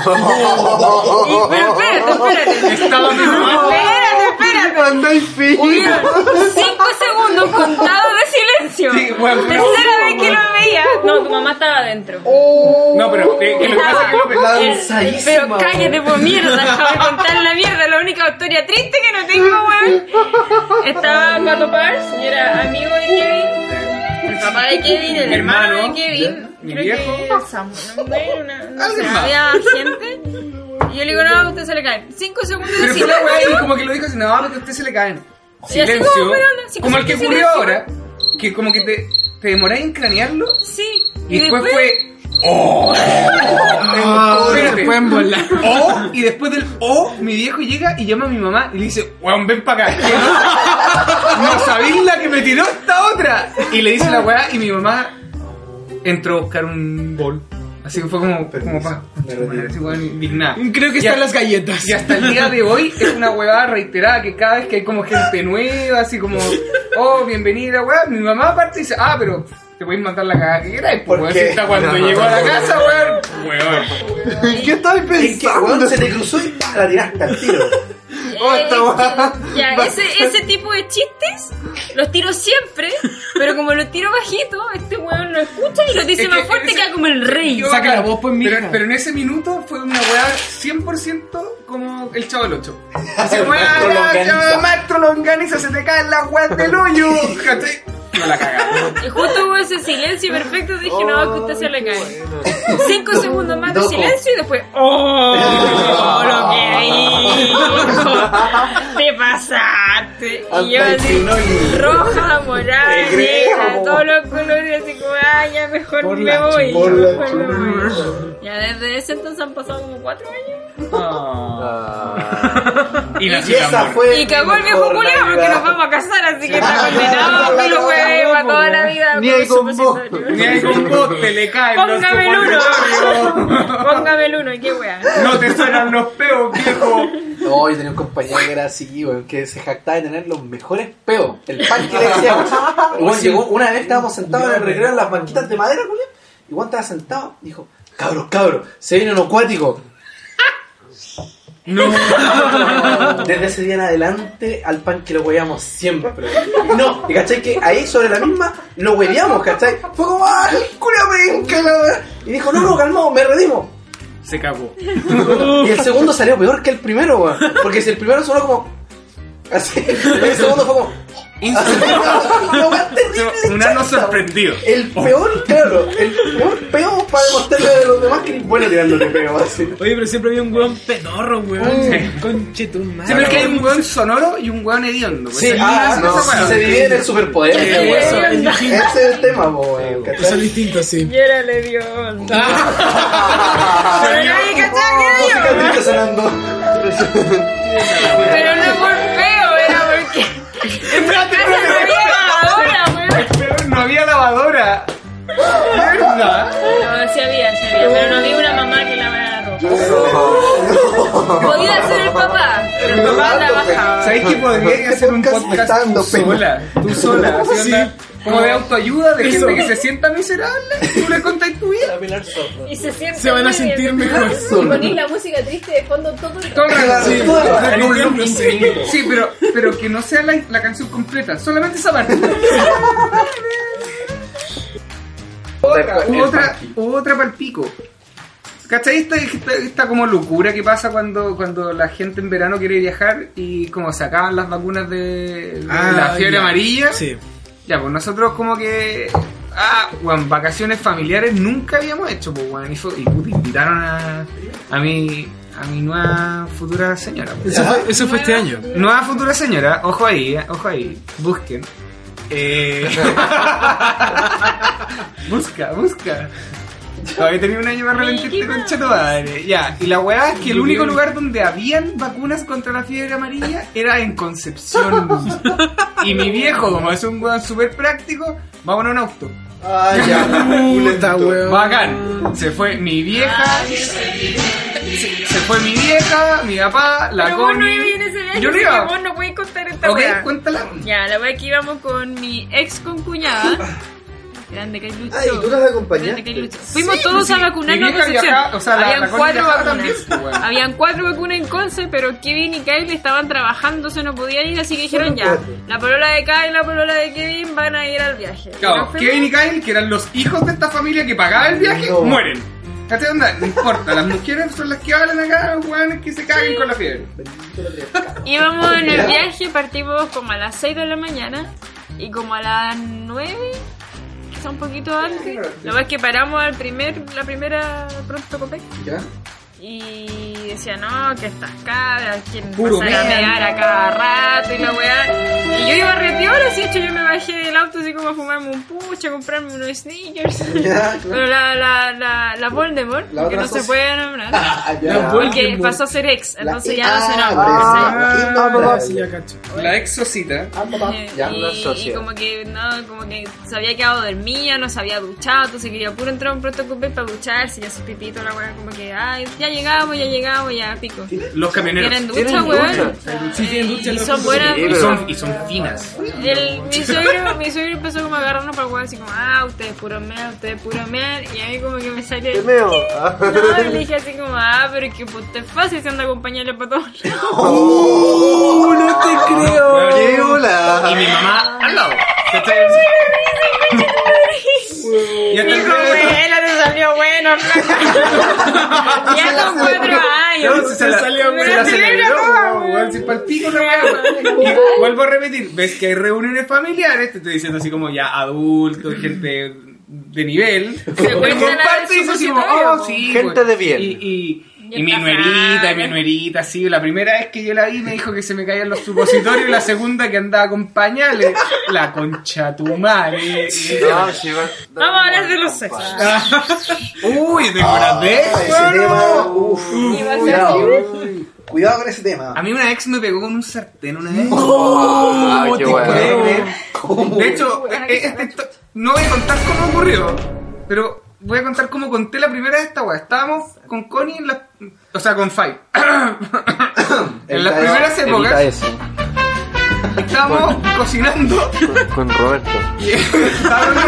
[SPEAKER 2] Y, pero espérate, espérate.
[SPEAKER 1] Estaba mi mamá.
[SPEAKER 2] Espérate, espérate.
[SPEAKER 4] Andáis fijo.
[SPEAKER 2] Hubieron cinco segundos contados de silencio.
[SPEAKER 1] Sí, bueno,
[SPEAKER 2] Tercera vez que lo veía. No, tu mamá estaba adentro.
[SPEAKER 1] No, pero eh, que lo que pasa es que lo pensaba.
[SPEAKER 2] Pero cállate, por mierda, déjame contar la mierda, la única historia triste que no tengo, weón. Estaba Pato Pars, y era amigo de Kevin, el papá de Kevin, el
[SPEAKER 1] Mi
[SPEAKER 2] hermano,
[SPEAKER 1] hermano,
[SPEAKER 2] de Kevin,
[SPEAKER 1] mi
[SPEAKER 2] creo que
[SPEAKER 1] viejo.
[SPEAKER 2] Samuel, no, bueno, una- no
[SPEAKER 1] Alguien
[SPEAKER 2] sé,
[SPEAKER 1] más.
[SPEAKER 2] había gente. Y yo le digo, no, a usted se le cae. Cinco segundos de
[SPEAKER 1] Pero fue la wea y
[SPEAKER 2] silencio.
[SPEAKER 1] como que lo dijo así, no, porque a usted se le caen.
[SPEAKER 2] Y así como,
[SPEAKER 1] Silencio.
[SPEAKER 2] bueno, no, sí,
[SPEAKER 1] Como el
[SPEAKER 2] sí,
[SPEAKER 1] que
[SPEAKER 2] sí,
[SPEAKER 1] ocurrió
[SPEAKER 2] silencio.
[SPEAKER 1] ahora, que como que te, te demoráis en cranearlo
[SPEAKER 2] Sí.
[SPEAKER 1] y, después, fue. ¡Oh!
[SPEAKER 3] Ah,
[SPEAKER 1] Espérate.
[SPEAKER 3] se pueden volar.
[SPEAKER 1] O, "Oh", y después del O, mi viejo llega y llama a mi mamá y le dice, weón, ven para acá. que No, no sabéis la que me tiró esta otra. Y le dice la weá y mi mamá entró a buscar un bol. Así que fue como, como
[SPEAKER 7] Permiso,
[SPEAKER 1] pa,
[SPEAKER 7] me retiro.
[SPEAKER 1] así, weón, indignada.
[SPEAKER 3] Creo que
[SPEAKER 1] Ya.
[SPEAKER 3] están las galletas.
[SPEAKER 1] Y hasta el día de hoy es una huevada reiterada que cada vez que hay como gente nueva, así como, oh, bienvenida, weón. Mi mamá aparte dice, ah, pero te podéis mandar la cagada que queráis,
[SPEAKER 7] ¿Por
[SPEAKER 1] pues, weón.
[SPEAKER 7] qué?
[SPEAKER 1] Si está cuando
[SPEAKER 7] No.
[SPEAKER 1] llegó a la casa, weón. Weón.
[SPEAKER 4] ¿En qué estabas
[SPEAKER 7] Es que
[SPEAKER 4] pensando?
[SPEAKER 7] weón se te cruzó y ¡pah! la tiraste al tiro.
[SPEAKER 4] Oh,
[SPEAKER 2] Eh,
[SPEAKER 4] esta weá.
[SPEAKER 2] ya,
[SPEAKER 4] Va-
[SPEAKER 2] ese, ese tipo de chistes los tiro siempre, pero como los tiro bajito, este weón lo escucha y lo dice
[SPEAKER 1] Es que
[SPEAKER 2] más fuerte,
[SPEAKER 1] ese-
[SPEAKER 2] queda como el rey.
[SPEAKER 1] Yo-
[SPEAKER 3] Saca la voz, pues, mija.
[SPEAKER 1] Pero, pero en ese minuto fue una weá 100% como el chavo del 8. Así como, ah,
[SPEAKER 7] Maestro Longaniza.
[SPEAKER 1] ya, maestro longaniza, se te caen las weas del hoyo. ¿cachai? No la cagamos.
[SPEAKER 2] Y justo hubo ese silencio perfecto, dije, no, que usted se le cae. Cinco segundos más de
[SPEAKER 7] Doco.
[SPEAKER 2] silencio y después, ¡oh! lo que hay! ¡Te pasaste! Y yo
[SPEAKER 7] Hasta el
[SPEAKER 2] así,
[SPEAKER 7] final.
[SPEAKER 2] roja, morada,
[SPEAKER 7] Egreja,
[SPEAKER 2] negra,
[SPEAKER 7] po.
[SPEAKER 2] todos los colores, así como, ¡ah, ya mejor
[SPEAKER 3] Por
[SPEAKER 2] me
[SPEAKER 3] la
[SPEAKER 2] voy!
[SPEAKER 7] chu- por la
[SPEAKER 2] mejor me
[SPEAKER 7] chu-
[SPEAKER 2] voy. Ya desde ese entonces han pasado como cuatro años.
[SPEAKER 1] Y la
[SPEAKER 7] Y esa fue.
[SPEAKER 2] Y cagó el viejo
[SPEAKER 7] mejor
[SPEAKER 2] culiao porque
[SPEAKER 7] Navidad.
[SPEAKER 2] nos vamos a casar, así que está condenado,
[SPEAKER 7] Ah,
[SPEAKER 2] pero
[SPEAKER 7] no,
[SPEAKER 2] güey,
[SPEAKER 7] no,
[SPEAKER 2] para
[SPEAKER 7] no,
[SPEAKER 2] toda
[SPEAKER 7] no.
[SPEAKER 2] la vida.
[SPEAKER 4] Ni
[SPEAKER 2] con
[SPEAKER 4] hay con vos.
[SPEAKER 2] supositorio.
[SPEAKER 1] Ni ahí con vos te le caen los
[SPEAKER 2] Póngame el uno.
[SPEAKER 1] supositorios.
[SPEAKER 2] Póngame el uno, y qué wea.
[SPEAKER 1] No te suenan los peos, viejo.
[SPEAKER 7] No, yo tenía un compañero que era así, weón, que se jactaba de tener los mejores peos. El pan que le decíamos. Y bueno, llegó, una vez estábamos sentados en el recreo en las banquitas de madera, Julián. Y Juan estaba sentado y dijo, cabros, cabros, se viene un acuático. No. Desde ese día en adelante al pan que lo hueveamos siempre. No, y cachai que ahí sobre la misma lo hueveamos, cachai. Fue como, ¡ah, el culo me encala! Y dijo, no, no, calmado, me redimos.
[SPEAKER 3] Se cagó.
[SPEAKER 7] Y el segundo salió peor que el primero, weón. Porque si el primero sonó como. Así. El segundo fue como. Lo más terrible de
[SPEAKER 1] Un ano
[SPEAKER 7] Chacha,
[SPEAKER 1] sorprendido.
[SPEAKER 7] El peor, claro. El peor peo para demostrarle a los demás que es bueno tirándole peo. Así.
[SPEAKER 3] Oye, pero siempre había un weón pedorro, weón. Conchetumar.
[SPEAKER 1] Siempre que hay un weón sonoro y un weón hediondo. pues,
[SPEAKER 7] Sí,
[SPEAKER 1] es
[SPEAKER 7] ah,
[SPEAKER 1] más
[SPEAKER 7] no,
[SPEAKER 1] esa weá.
[SPEAKER 7] se dividen en superpoderes,
[SPEAKER 2] Sí,
[SPEAKER 7] weón.
[SPEAKER 2] sí, sí.
[SPEAKER 7] Ese es el tema, weón.
[SPEAKER 3] Eso es
[SPEAKER 7] ¿cachai?
[SPEAKER 3] distinto, sí.
[SPEAKER 2] Y era le dio. Pero nadie cachaba que
[SPEAKER 7] Música
[SPEAKER 2] era yo.
[SPEAKER 7] triste sonando.
[SPEAKER 2] Pero no por feo, era porque. En la casa no había lavadora,
[SPEAKER 1] Pero
[SPEAKER 2] weón.
[SPEAKER 1] No había lavadora. ¿Verdad?
[SPEAKER 2] No, sí había, sí había. Pero no había una mamá que lavara la ropa. Podía ser el papá, pero el papá trabajaba.
[SPEAKER 1] ¿Sabéis que podrías hacer un
[SPEAKER 7] Podcast
[SPEAKER 1] podcast
[SPEAKER 7] dando
[SPEAKER 1] tú
[SPEAKER 7] pena.
[SPEAKER 1] sola? Tú sola, así
[SPEAKER 3] Sí.
[SPEAKER 1] onda, Como de autoayuda, de
[SPEAKER 3] Eso.
[SPEAKER 1] gente que se sienta miserable. Tú le contáis tu vida.
[SPEAKER 2] Y se sienten.
[SPEAKER 3] Se van a
[SPEAKER 2] muy bien.
[SPEAKER 3] sentir mejor.
[SPEAKER 5] Y ponéis la música triste de fondo todo el
[SPEAKER 1] Todo el rato.
[SPEAKER 7] Sí.
[SPEAKER 3] En un loop infinito.
[SPEAKER 1] Sí, pero, pero que no sea la, la canción completa, solamente esa parte. otra, hubo otra, hubo otra palpico. ¿Cachai? Esta, esta, esta como locura que pasa cuando, cuando la gente en verano quiere viajar y como se acaban las vacunas de, de
[SPEAKER 3] Ah,
[SPEAKER 1] la fiebre
[SPEAKER 3] ya.
[SPEAKER 1] amarilla.
[SPEAKER 3] Sí.
[SPEAKER 1] Ya, pues nosotros como que... Ah, weón, vacaciones familiares nunca habíamos hecho, pues weón. Y, fue- y puta, invitaron a, a mi, a mi nueva futura señora. pues.
[SPEAKER 3] Eso fue, eso fue este año.
[SPEAKER 1] Nueva futura señora, ojo ahí, eh, ojo ahí, busquen. Eh... busca, busca. Todavía tenía un año más
[SPEAKER 2] Mickey
[SPEAKER 1] ralentiste
[SPEAKER 2] Mouse.
[SPEAKER 1] con chato madre. Ya, y la weá es que el único lugar donde habían vacunas contra la fiebre amarilla era en Concepción. y mi viejo, como es un weón súper práctico, vámonos en auto.
[SPEAKER 7] Ah, ya.
[SPEAKER 3] Puta, weón.
[SPEAKER 1] Bacán. Se fue mi vieja. Se, se fue mi vieja, mi papá, la
[SPEAKER 2] Pero vos no
[SPEAKER 1] Connie.
[SPEAKER 2] ibas en ese viaje,
[SPEAKER 1] Yo no
[SPEAKER 2] así que
[SPEAKER 1] iba.
[SPEAKER 2] Vos no podés contar esta
[SPEAKER 1] Ok,
[SPEAKER 2] wea.
[SPEAKER 1] cuéntala.
[SPEAKER 2] Ya, la wea que íbamos con mi ex concuñada. Grande que luchó.
[SPEAKER 7] Ah, ¿y tú las
[SPEAKER 2] Grande que
[SPEAKER 7] acompañaste?
[SPEAKER 2] luchó. Fuimos todos a vacunarnos
[SPEAKER 1] Mi
[SPEAKER 2] a
[SPEAKER 1] vieja
[SPEAKER 2] Concepción.
[SPEAKER 1] viajaba- o sea, la-
[SPEAKER 2] Habían
[SPEAKER 1] la Connie
[SPEAKER 2] cuatro
[SPEAKER 1] viajaba
[SPEAKER 2] vacunas.
[SPEAKER 1] también, pues, weón.
[SPEAKER 2] Habían cuatro vacunas en Conce, pero Kevin y Kyle estaban trabajando, se no podían ir, así que dijeron ya.
[SPEAKER 7] cuatro.
[SPEAKER 2] La polola de Kyle y la polola de Kevin van a ir al viaje. Y nos
[SPEAKER 1] Claro,
[SPEAKER 2] fuimos.
[SPEAKER 1] Kevin y Kyle, que eran los hijos de esta familia que pagaba el viaje,
[SPEAKER 7] No.
[SPEAKER 1] mueren. ¿Cachai onda? No importa, las mujeres son las que hablan acá, los weones que se caguen con la fiebre.
[SPEAKER 2] Íbamos en el viaje, partimos como a las 6 de la mañana y como a las 9, quizá un poquito antes. Lo más que paramos al primer, la primera pronto copec
[SPEAKER 7] Ya.
[SPEAKER 2] y decía, no, que estas cabras, quieren
[SPEAKER 1] Puro
[SPEAKER 2] pasar a
[SPEAKER 1] mea.
[SPEAKER 2] mear a cada rato y la weá. Y yo iba a retiola, así hecho yo me bajé del auto así como a fumarme un pucho, a comprarme unos sneakers.
[SPEAKER 7] Ya, claro.
[SPEAKER 2] Pero la, la, la, la Voldemort,
[SPEAKER 7] La
[SPEAKER 2] que
[SPEAKER 7] otra
[SPEAKER 2] no se
[SPEAKER 7] socia-
[SPEAKER 2] puede nombrar.
[SPEAKER 7] Ah, ya.
[SPEAKER 3] La vuelta.
[SPEAKER 2] Porque
[SPEAKER 3] Voldemort.
[SPEAKER 2] pasó a ser ex,
[SPEAKER 7] La-
[SPEAKER 2] entonces ya no se
[SPEAKER 7] ah,
[SPEAKER 2] nombra.
[SPEAKER 7] parece.
[SPEAKER 3] Ah, papá, sí, ya cacho.
[SPEAKER 1] La exocita.
[SPEAKER 2] Eh,
[SPEAKER 7] Ah, Ya,
[SPEAKER 2] y-
[SPEAKER 4] la
[SPEAKER 2] y,
[SPEAKER 4] socia.
[SPEAKER 2] como que no, como que se había quedado dormida, no se había duchado, entonces quería puro entrar a un pronto cupé para ducharse, ya su pipito la weá, como que ay, ya llegamos, ya llegamos, ya pico.
[SPEAKER 1] Los
[SPEAKER 2] Tienen
[SPEAKER 1] camioneros.
[SPEAKER 2] ducha,
[SPEAKER 4] Tienen
[SPEAKER 2] weón.
[SPEAKER 4] ducha.
[SPEAKER 3] Sí, tienen ducha
[SPEAKER 2] Y
[SPEAKER 3] los
[SPEAKER 2] son
[SPEAKER 3] putos.
[SPEAKER 2] buenas,
[SPEAKER 4] Sí,
[SPEAKER 1] Y
[SPEAKER 2] pues,
[SPEAKER 4] pero-
[SPEAKER 1] son, y son finas.
[SPEAKER 2] el, mi, suegro, mi suegro empezó como a agarrarnos para el huevo, así como, ah, ustedes puro mea, ustedes puro mea, y a mí como que me sale
[SPEAKER 4] ¿Qué
[SPEAKER 2] el...
[SPEAKER 4] meo?
[SPEAKER 2] No, y le dije así como, ah, pero es que pues, te es fácil se anda a acompañarle para todos lados.
[SPEAKER 7] Oh,
[SPEAKER 3] ¡Uh, no te creo!
[SPEAKER 4] ¡Qué hola!
[SPEAKER 1] Y mi mamá al lado. ¿Cachai?
[SPEAKER 2] Y
[SPEAKER 3] Y
[SPEAKER 2] como,
[SPEAKER 3] hasta
[SPEAKER 2] bueno, te salió bueno, flaca". Ya con cuatro años.
[SPEAKER 1] Se la-
[SPEAKER 3] salió,
[SPEAKER 1] se la
[SPEAKER 2] weón.
[SPEAKER 1] celebró,
[SPEAKER 2] Mira,
[SPEAKER 1] weón, weón, si pa'l pico la weá, weón. Y vuelvo a repetir, ves que hay reuniones familiares, te estoy diciendo así como ya adultos, gente de nivel.
[SPEAKER 2] cuenta
[SPEAKER 1] Pero
[SPEAKER 2] la
[SPEAKER 1] comparte
[SPEAKER 2] su
[SPEAKER 1] eso así como,
[SPEAKER 2] societario,
[SPEAKER 1] oh,
[SPEAKER 2] po.
[SPEAKER 1] sí.
[SPEAKER 4] Gente
[SPEAKER 1] weón.
[SPEAKER 4] de bien.
[SPEAKER 1] Y, y,
[SPEAKER 2] Y
[SPEAKER 1] y mi
[SPEAKER 2] está
[SPEAKER 1] nuerita, y
[SPEAKER 2] sana.
[SPEAKER 1] mi nuerita, sí. La primera vez que yo la vi me dijo que se me caían los supositorios, y la segunda que andaba con pañales. La concha tu madre.
[SPEAKER 4] No, Ah, sí, va.
[SPEAKER 2] Vamos a hablar de los sexos.
[SPEAKER 1] Uy, tengo una vez.
[SPEAKER 7] Ah, ese
[SPEAKER 1] weón.
[SPEAKER 7] tema, uf,
[SPEAKER 2] Y va a ser
[SPEAKER 7] cuidado, cuidado con ese tema.
[SPEAKER 1] A mí una ex me pegó con un sartén una vez.
[SPEAKER 3] Oh,
[SPEAKER 4] Ah, qué bueno.
[SPEAKER 1] De hecho, eh, eh, esto- no voy a contar cómo ocurrió, pero voy a contar cómo conté la primera de esta weá. Estábamos con Connie en la. O sea, con Fai. en las
[SPEAKER 7] Evita-
[SPEAKER 1] primeras
[SPEAKER 7] evita
[SPEAKER 1] épocas
[SPEAKER 7] eso.
[SPEAKER 1] estábamos cocinando.
[SPEAKER 4] Con Roberto.
[SPEAKER 1] y estábamos-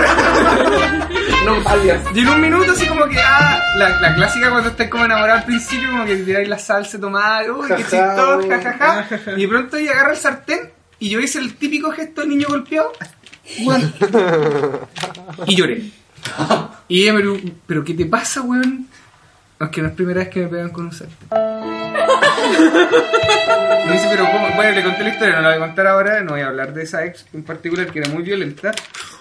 [SPEAKER 7] No valias.
[SPEAKER 1] y en un minuto, así como que. Ah, la, la clásica cuando estáis como enamorados al principio, como que tiráis la salsa tomada. Uy, qué
[SPEAKER 7] Jaja,
[SPEAKER 1] chistoso,
[SPEAKER 7] uy.
[SPEAKER 1] jajaja. Y de pronto ella agarra el sartén y yo hice el típico gesto del niño golpeado. Weón. Y lloré. Y ella me dijo, ¿pero qué te pasa, weón? No, Es que no es primera vez que me pegan con un sartén. Me dice, pero ¿cómo? Bueno, le conté la historia, no la voy a contar ahora, no voy a hablar de esa ex en particular que era muy violenta,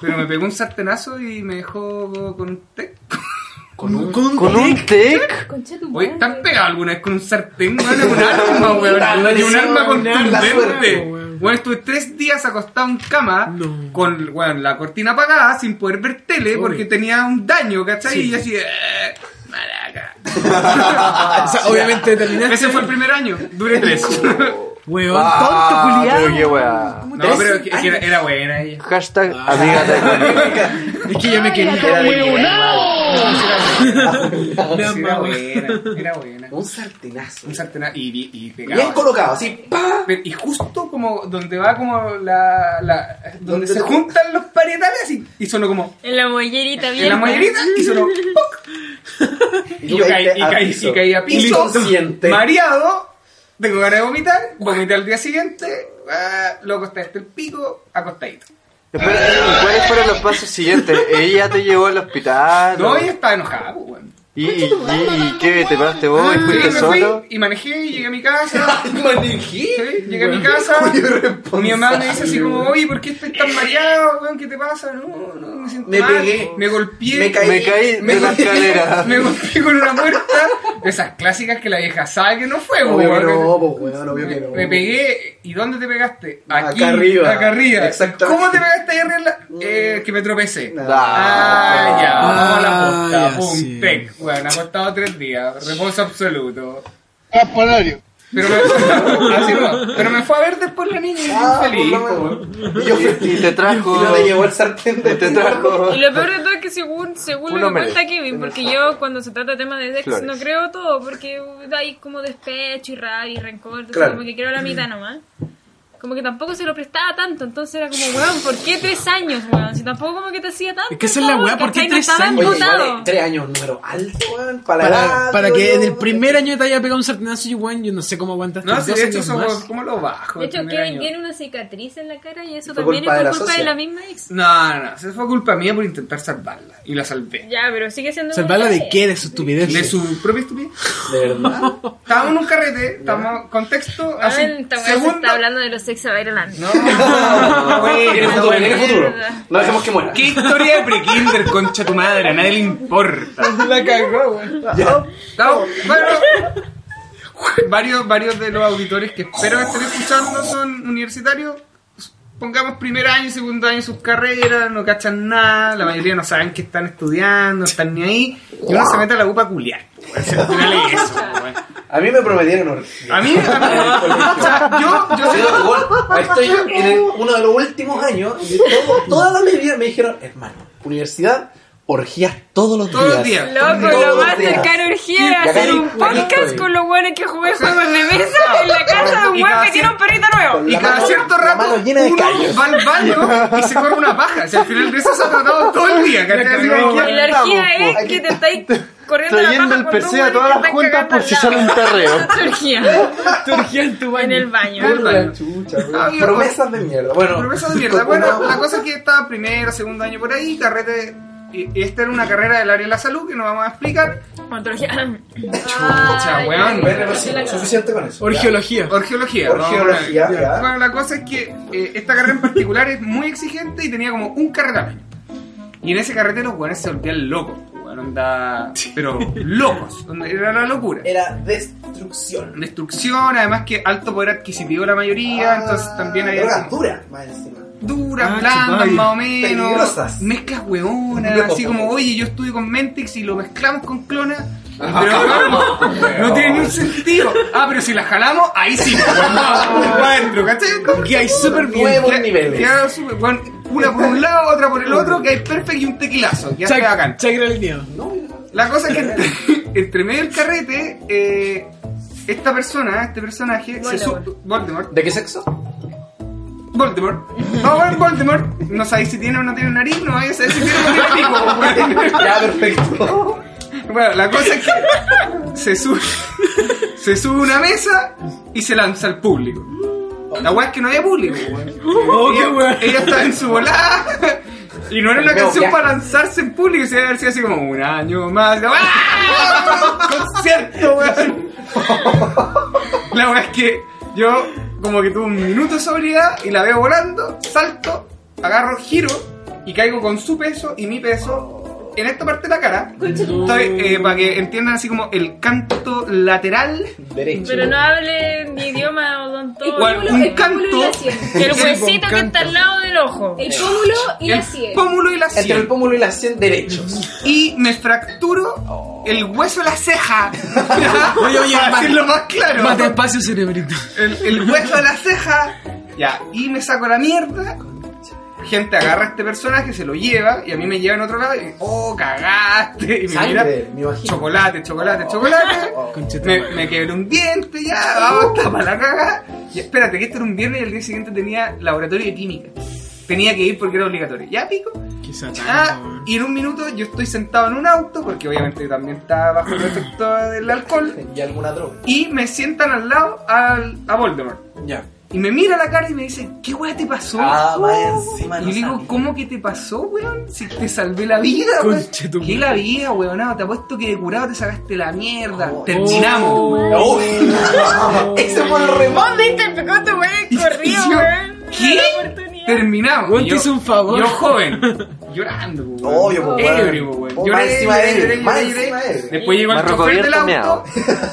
[SPEAKER 1] pero me pegó un sartenazo y me dejó con un té.
[SPEAKER 3] Con un con
[SPEAKER 4] ¿Con un tec?
[SPEAKER 5] Concha tu
[SPEAKER 1] Oye,
[SPEAKER 5] madre.
[SPEAKER 1] ¿te han pegado alguna vez con un sartén, weón? Es un arma, weón. Y un arma
[SPEAKER 3] La
[SPEAKER 1] contundente.
[SPEAKER 3] suerte,
[SPEAKER 1] Weón.
[SPEAKER 3] weón.
[SPEAKER 1] estuve tres días acostado en cama
[SPEAKER 3] No.
[SPEAKER 1] con weón, la cortina apagada sin poder ver tele porque tenía un daño, ¿cachai?
[SPEAKER 3] Sí.
[SPEAKER 1] Y yo así, eh, maraca. Ah,
[SPEAKER 3] Ah, O sea, obviamente terminaste.
[SPEAKER 1] Ese fue el primer año, duré tres.
[SPEAKER 3] Weón,
[SPEAKER 4] Ah,
[SPEAKER 3] tonto, culiado.
[SPEAKER 4] pero qué weá.
[SPEAKER 1] no, pero que- que era, era buena ella.
[SPEAKER 4] Hashtag amiga de
[SPEAKER 3] Es que ya me quería.
[SPEAKER 7] Era de
[SPEAKER 3] Ah,
[SPEAKER 1] Sí,
[SPEAKER 3] Sí,
[SPEAKER 1] era
[SPEAKER 3] era
[SPEAKER 1] buena, era buena.
[SPEAKER 7] Un sartenazo.
[SPEAKER 1] Un sartén y, y pegaba.
[SPEAKER 7] Uh. Bien colocado, así. ¡pa!
[SPEAKER 1] Pero- Y justo como donde va como la... la donde, se juntan los parietales y, y sonó como...
[SPEAKER 2] En la mollerita bien.
[SPEAKER 1] en la mayorita y solo ¡poc! y yo caí, y caí, y caí a piso
[SPEAKER 7] Inconsciente.
[SPEAKER 1] mareado tengo ganas de vomitar vomité al día siguiente ah, loco está este el pico acostadito
[SPEAKER 4] Espera, ¿y ¿cuáles fueron los pasos siguientes? ¿Ella te llevó al hospital?
[SPEAKER 1] no ella estaba enojada pues, bueno.
[SPEAKER 4] ¿Y, y, y- y qué? ¿Te paraste vos y
[SPEAKER 1] Sí,
[SPEAKER 4] fuiste
[SPEAKER 1] Ah, me fui
[SPEAKER 4] solo?
[SPEAKER 1] y manejé y llegué a mi casa Sí, llegué a mi casa mi mamá me dice así como oye ¿por qué estás tan mareado? weón? ¿qué te pasa? no, no me siento
[SPEAKER 7] Me
[SPEAKER 1] mal
[SPEAKER 7] pegué.
[SPEAKER 1] me golpeé
[SPEAKER 7] Me
[SPEAKER 4] Me caí
[SPEAKER 1] Me
[SPEAKER 4] de la
[SPEAKER 1] golpeé-
[SPEAKER 4] escalera.
[SPEAKER 1] Me golpeé con una puerta. De esas clásicas que la vieja sabe que no fue,
[SPEAKER 7] Obvio
[SPEAKER 1] weón.
[SPEAKER 7] que no, pues, weón, obvio que
[SPEAKER 1] me,
[SPEAKER 7] no.
[SPEAKER 1] me pegué. ¿Y dónde te pegaste?
[SPEAKER 7] Acá arriba.
[SPEAKER 1] Acá arriba.
[SPEAKER 7] Exactamente. Mm.
[SPEAKER 1] ¿Cómo te pegaste ahí arriba? en la- Eh, que me tropecé.
[SPEAKER 4] Ah.
[SPEAKER 1] Ah, ya. Vamos a
[SPEAKER 3] Ah,
[SPEAKER 1] la posta.
[SPEAKER 3] ya,
[SPEAKER 1] Pum,
[SPEAKER 3] sí.
[SPEAKER 1] tec. Bueno, ha costado tres días. Reposo absoluto.
[SPEAKER 6] Campanario.
[SPEAKER 1] Pero me, así no. Pero me fue a ver después la niña y
[SPEAKER 7] Ah, por
[SPEAKER 1] feliz.
[SPEAKER 7] lo menos. Y yo
[SPEAKER 4] Y, y te trajo...
[SPEAKER 7] Y no le llevó el sartén de
[SPEAKER 4] Te trajo...
[SPEAKER 2] Y lo peor de todo es que según, según lo
[SPEAKER 4] Uno
[SPEAKER 2] que
[SPEAKER 4] merece.
[SPEAKER 2] cuenta Kevin, porque yo cuando se trata de temas de sexo
[SPEAKER 4] Flores.
[SPEAKER 2] no creo todo, porque hay como despecho y rabia y rencor, entonces
[SPEAKER 7] Claro.
[SPEAKER 2] como que quiero la mitad nomás. Como que tampoco se lo prestaba tanto, entonces era como, weón, ¿por qué tres años, weón? Si tampoco como que te hacía tanto.
[SPEAKER 3] Es que esa es la
[SPEAKER 2] favor,
[SPEAKER 3] weá, ¿por
[SPEAKER 2] ¿cachai?
[SPEAKER 3] qué tres
[SPEAKER 2] no estaba
[SPEAKER 3] años?
[SPEAKER 7] Oye,
[SPEAKER 2] emputado.
[SPEAKER 7] igual es eh, tres años, número alto, weón. Para, la
[SPEAKER 3] Para,
[SPEAKER 7] edad,
[SPEAKER 3] para
[SPEAKER 7] digo
[SPEAKER 3] que
[SPEAKER 7] yo,
[SPEAKER 3] en el
[SPEAKER 7] weón.
[SPEAKER 3] primer año te haya pegado un sartenazo, yo, weón, yo no sé cómo aguantaste.
[SPEAKER 1] No, si
[SPEAKER 3] dos
[SPEAKER 1] de hecho,
[SPEAKER 3] años
[SPEAKER 1] eso,
[SPEAKER 3] más.
[SPEAKER 1] ¿cómo lo bajo?
[SPEAKER 2] De
[SPEAKER 1] el
[SPEAKER 2] hecho,
[SPEAKER 1] primer
[SPEAKER 2] Kevin
[SPEAKER 1] año?
[SPEAKER 2] tiene una cicatriz en la cara y eso
[SPEAKER 7] Fue
[SPEAKER 2] también
[SPEAKER 7] culpa de
[SPEAKER 2] es
[SPEAKER 7] la
[SPEAKER 2] por culpa de
[SPEAKER 7] socia.
[SPEAKER 2] la misma ex.
[SPEAKER 1] No, no, no. Eso fue culpa mía por intentar salvarla. Y la salvé.
[SPEAKER 2] Ya, pero sigue siendo.
[SPEAKER 3] ¿Salvarla de
[SPEAKER 2] culpa
[SPEAKER 3] qué? De su estupidez.
[SPEAKER 1] De su propia estupidez.
[SPEAKER 7] De verdad.
[SPEAKER 1] Estábamos en un carrete, estamos contexto
[SPEAKER 2] Ah,
[SPEAKER 1] así.
[SPEAKER 2] esta weá se
[SPEAKER 1] Segundo.
[SPEAKER 2] está hablando de los sex bailarines.
[SPEAKER 1] No, no,
[SPEAKER 7] Tiene
[SPEAKER 1] bueno,
[SPEAKER 7] futuro, tiene
[SPEAKER 1] bueno.
[SPEAKER 7] futuro. No dejemos que muera.
[SPEAKER 1] Qué historia de prekinder, concha tu madre, a nadie le importa. Pues La cagó, güey. bueno. Varios, varios de los auditores que espero que estén escuchando son universitarios. pongamos primer año, segundo año sus carreras, no cachan nada, la mayoría no saben que están estudiando, no están ni ahí, y uno se mete a la UPA a culiar. O sea, al final es eso, weón.
[SPEAKER 7] A mí me prometieron.
[SPEAKER 1] A mí, a mí- o sea, yo, yo
[SPEAKER 7] Yo, bueno, estoy en el- uno de los últimos años y todo- toda la vida me dijeron, hermano, universidad, orgías todos los
[SPEAKER 1] Todos los
[SPEAKER 7] días.
[SPEAKER 1] días.
[SPEAKER 2] Loco,
[SPEAKER 7] Todos
[SPEAKER 2] lo
[SPEAKER 7] los
[SPEAKER 2] más
[SPEAKER 7] días.
[SPEAKER 2] cercano a orgía era
[SPEAKER 7] Y acá
[SPEAKER 2] hacer un
[SPEAKER 7] estoy, aquí
[SPEAKER 2] podcast
[SPEAKER 7] estoy.
[SPEAKER 2] con los buenos que jugué juegos de mesa en la casa de un
[SPEAKER 1] Y
[SPEAKER 2] weón que
[SPEAKER 1] cada
[SPEAKER 2] tiene un perrito nuevo.
[SPEAKER 7] Con
[SPEAKER 1] Y
[SPEAKER 7] la
[SPEAKER 1] cada
[SPEAKER 7] mano-
[SPEAKER 1] cierto
[SPEAKER 7] la
[SPEAKER 1] rato
[SPEAKER 7] mano llena de
[SPEAKER 1] uno
[SPEAKER 7] callos.
[SPEAKER 1] va al baño y se corre una paja. O sea, al final de eso se ha tratado todo el día. ¿cachai? Así como,
[SPEAKER 2] Y la orgía
[SPEAKER 4] Estamos,
[SPEAKER 2] es
[SPEAKER 4] po.
[SPEAKER 2] que te estáis corriendo la
[SPEAKER 4] Trayendo
[SPEAKER 2] paja con
[SPEAKER 4] el
[SPEAKER 2] dos
[SPEAKER 4] PC a
[SPEAKER 2] weones
[SPEAKER 4] todas
[SPEAKER 2] que
[SPEAKER 4] las
[SPEAKER 2] están
[SPEAKER 4] cuentas
[SPEAKER 2] cagando al
[SPEAKER 4] por si
[SPEAKER 2] lado.
[SPEAKER 4] sale un perreo.
[SPEAKER 2] Esa es orgía.
[SPEAKER 3] Tu orgía en tu
[SPEAKER 2] En
[SPEAKER 3] baño.
[SPEAKER 2] el baño.
[SPEAKER 1] Al baño.
[SPEAKER 7] Chucha,
[SPEAKER 1] Ah,
[SPEAKER 7] weón.
[SPEAKER 1] yo-
[SPEAKER 7] Promesas de mierda. Bueno,
[SPEAKER 1] Promesa de mierda. Bueno, la cosa es que estaba primero, segundo año por ahí, carrete. Y y esta era una carrera del área de la salud que no vamos a explicar.
[SPEAKER 2] Orgía.
[SPEAKER 1] Chucha,
[SPEAKER 2] Ay,
[SPEAKER 1] weón.
[SPEAKER 7] Bueno, sí, suficiente con eso.
[SPEAKER 3] Orgeología.
[SPEAKER 1] Orgeología.
[SPEAKER 7] Ya.
[SPEAKER 1] vamos a ver.
[SPEAKER 7] Orgeología, ya.
[SPEAKER 1] Bueno, la cosa es que eh, esta carrera en particular es muy exigente y tenía como un carrete al año. Y en ese carrete los weones se volvían locos. weón, onda- pero locos. onda, Era la locura.
[SPEAKER 7] Era destrucción.
[SPEAKER 1] Destrucción, además que alto poder adquisitivo la mayoría, entonces también hay
[SPEAKER 7] Ah, Drogas duras, más encima.
[SPEAKER 1] duras,
[SPEAKER 3] Ah,
[SPEAKER 1] blandas
[SPEAKER 3] chupai.
[SPEAKER 1] más o menos,
[SPEAKER 7] Peligrosas.
[SPEAKER 1] mezclas hueonas, así como, oye, yo estudio con Mentix y lo mezclamos con clona,
[SPEAKER 3] Ah.
[SPEAKER 1] pero weón, no tiene ni un sentido. Ah, pero si la jalamos, ahí sí, weón, vamos para adentro, ¿cachai? Como
[SPEAKER 3] Que hay súper bien.
[SPEAKER 7] Nuevos
[SPEAKER 1] que-
[SPEAKER 7] niveles.
[SPEAKER 1] que haga súper- weón, una por un lado, otra por el otro, que hay perfect y un tequilazo, que hace bacán.
[SPEAKER 3] Chac- Chakra alineado.
[SPEAKER 1] La cosa es que entre, entre medio del carrete, eh, esta persona, este personaje, se
[SPEAKER 2] Voldemort.
[SPEAKER 1] su- Voldemort.
[SPEAKER 7] ¿De qué sexo?
[SPEAKER 1] Voldemort. Vamos a ver Voldemort. No sabéis si tiene o no tiene nariz, no vayas a saber si tiene o no tiene pico.
[SPEAKER 7] Ya, perfecto.
[SPEAKER 1] Bueno, la cosa es que se sube, se sube a una mesa y se lanza al público. La weá es que no había público, weón.
[SPEAKER 3] Oh, qué
[SPEAKER 1] Ella-
[SPEAKER 3] weón.
[SPEAKER 1] Ella estaba en su volada. Y no era una
[SPEAKER 7] Pero
[SPEAKER 1] canción
[SPEAKER 7] viaje.
[SPEAKER 1] para lanzarse en público, se iba a haber sido así como un año más. ¡Ah! Concierto, weón. La weá es que yo como que tuve un minuto de sobriedad y la veo volando, salto, agarro, giro y caigo con su peso y mi peso en esta parte de la cara. Estoy, eh, para que entiendan así como el canto lateral.
[SPEAKER 7] Derecho.
[SPEAKER 2] Pero no hable mi idioma odontólogo.
[SPEAKER 1] Bueno,
[SPEAKER 5] pómulo,
[SPEAKER 1] un
[SPEAKER 5] el pómulo y
[SPEAKER 1] canto.
[SPEAKER 5] la sien.
[SPEAKER 2] El
[SPEAKER 1] Sí,
[SPEAKER 2] huesito
[SPEAKER 1] con
[SPEAKER 2] que
[SPEAKER 1] canto.
[SPEAKER 2] está al lado del ojo.
[SPEAKER 5] El pómulo y la
[SPEAKER 1] El
[SPEAKER 5] sien.
[SPEAKER 1] pómulo y la
[SPEAKER 7] Entre
[SPEAKER 1] sien.
[SPEAKER 7] el pómulo y la sien, derechos.
[SPEAKER 1] y me fracturo el hueso de la ceja.
[SPEAKER 3] Oye, oye,
[SPEAKER 1] Para
[SPEAKER 3] mate.
[SPEAKER 1] decirlo más claro.
[SPEAKER 3] Más despacio, cerebrito.
[SPEAKER 1] El, el hueso de la ceja. Ya, y me saco la mierda. Gente agarra a este personaje, se lo lleva y a mí me lleva en otro lado y oh, cagaste. Y me
[SPEAKER 7] Sangre, Oh,
[SPEAKER 1] mira,
[SPEAKER 7] me imagino.
[SPEAKER 1] chocolate, chocolate, chocolate. Me,
[SPEAKER 3] Conchetumare.
[SPEAKER 1] me quebré un diente, ya, vamos, está para la caga. Y espérate, que este era un viernes y el día siguiente tenía laboratorio de química. Tenía que ir porque era obligatorio. Ya, pico.
[SPEAKER 3] Qué
[SPEAKER 1] Ah,
[SPEAKER 3] satánico, weón.
[SPEAKER 1] y en un minuto yo estoy sentado en un auto, porque obviamente yo también estaba bajo el efecto del alcohol,
[SPEAKER 7] Y alguna droga.
[SPEAKER 1] y me sientan al lado al, a Voldemort.
[SPEAKER 7] Ya.
[SPEAKER 1] Y me mira la cara y me dice, ¿qué weá te pasó?
[SPEAKER 7] Ah, más
[SPEAKER 1] y
[SPEAKER 7] encima no
[SPEAKER 1] yo digo,
[SPEAKER 7] sabía.
[SPEAKER 1] ¿cómo que te pasó, weón? Si te salvé la vida, weón.
[SPEAKER 3] Conche tu
[SPEAKER 1] ¿Qué
[SPEAKER 3] madre.
[SPEAKER 1] la vida, weón? Te apuesto que de curado te sacaste la mierda.
[SPEAKER 7] Oh,
[SPEAKER 1] Terminamos.
[SPEAKER 7] Oh.
[SPEAKER 1] Oh.
[SPEAKER 7] Ese fue el remate.
[SPEAKER 2] ¿Dónde te pegó tu weón?
[SPEAKER 1] Y- y
[SPEAKER 2] Corrió,
[SPEAKER 1] yo,
[SPEAKER 2] weón.
[SPEAKER 1] ¿Qué?
[SPEAKER 2] La oportunidad.
[SPEAKER 1] Terminamos.
[SPEAKER 3] Weón,
[SPEAKER 1] Y
[SPEAKER 3] te
[SPEAKER 1] yo-
[SPEAKER 3] hice un favor.
[SPEAKER 1] Yo joven, llorando, weón.
[SPEAKER 7] Obvio, pues, weón.
[SPEAKER 1] Ebrio, pues, weón.
[SPEAKER 7] Oh,
[SPEAKER 1] Lloré,
[SPEAKER 7] más encima
[SPEAKER 1] lloré,
[SPEAKER 7] ebrio,
[SPEAKER 1] lloré,
[SPEAKER 7] más
[SPEAKER 1] lloré,
[SPEAKER 7] encima
[SPEAKER 1] lloré.
[SPEAKER 7] ebrio.
[SPEAKER 1] Después llegó el
[SPEAKER 4] Marco
[SPEAKER 1] chofer del
[SPEAKER 4] abierto, meado.
[SPEAKER 1] auto.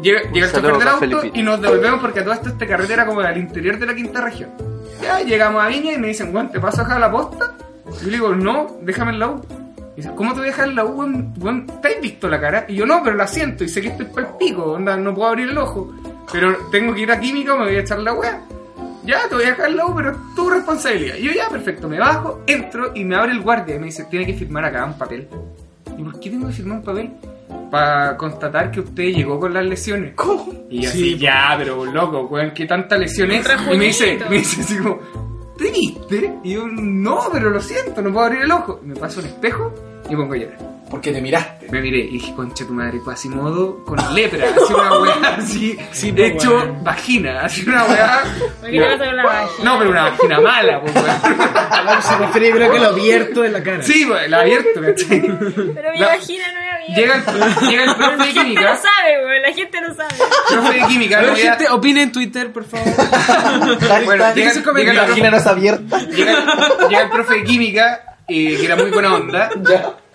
[SPEAKER 1] Llega, llega el
[SPEAKER 4] Un
[SPEAKER 1] chofer
[SPEAKER 4] saludo
[SPEAKER 1] del
[SPEAKER 4] para
[SPEAKER 1] auto
[SPEAKER 4] Felipito.
[SPEAKER 1] y nos devolvemos porque a todo esto esta carretera como al interior de la quinta región. Ya llegamos a Viña y me dicen, weón, ¿te paso acá a la posta? Y yo le digo, no, déjame en la U. Y dice, ¿cómo te voy a dejar en la U, weón? Weón, ¿Te has visto la cara? Y yo, no, pero la siento y sé que estoy pa'l pico, onda, no puedo abrir el ojo. Pero tengo que ir a química o me voy a echar la weá. Ya, te voy a dejar al lado, pero es tu responsabilidad. Y yo ya, perfecto, me bajo, entro y me abre el guardia y me dice, tiene que firmar acá un papel. ¿Y por qué tengo que firmar un papel? Para constatar que usted llegó con las lesiones. ¿Cómo? Y yo así,
[SPEAKER 3] Sí,
[SPEAKER 1] ya, pero loco, weón, ¿qué tanta lesión es?
[SPEAKER 2] Ultra
[SPEAKER 1] Y me dice,
[SPEAKER 2] Juanito.
[SPEAKER 1] me dice así como, ¿te viste? Y yo, no, pero lo siento, no puedo abrir el ojo. Y me paso un espejo y me pongo a llorar.
[SPEAKER 7] Porque te miraste.
[SPEAKER 1] Me miré y dije, concha tu madre, Quasimodo con lepra, así una weá, así, de hecho,
[SPEAKER 3] weón.
[SPEAKER 1] vagina, así una weá.
[SPEAKER 2] Porque le vas a tocar la vagina.
[SPEAKER 1] No, pero una vagina mala, pues, weón.
[SPEAKER 3] Se refiere, creo que lo abierto de la cara.
[SPEAKER 1] Sí, weón, la abierto, ¿cachai?
[SPEAKER 2] Pero mi
[SPEAKER 1] La-
[SPEAKER 2] vagina no era bien.
[SPEAKER 1] Llega el, llega el profe de
[SPEAKER 2] La gente lo
[SPEAKER 1] química,
[SPEAKER 2] sabe, weón. La gente lo sabe.
[SPEAKER 1] profe de química,
[SPEAKER 3] A
[SPEAKER 1] no
[SPEAKER 3] ver,
[SPEAKER 1] voy a-
[SPEAKER 3] gente, opinen en Twitter, por favor.
[SPEAKER 1] Bueno, llega,
[SPEAKER 3] sus
[SPEAKER 1] llega el
[SPEAKER 3] comentarios.
[SPEAKER 1] profe-
[SPEAKER 7] Imagina no es abierta.
[SPEAKER 1] llega- llega el profe de química, eh, que era muy buena onda,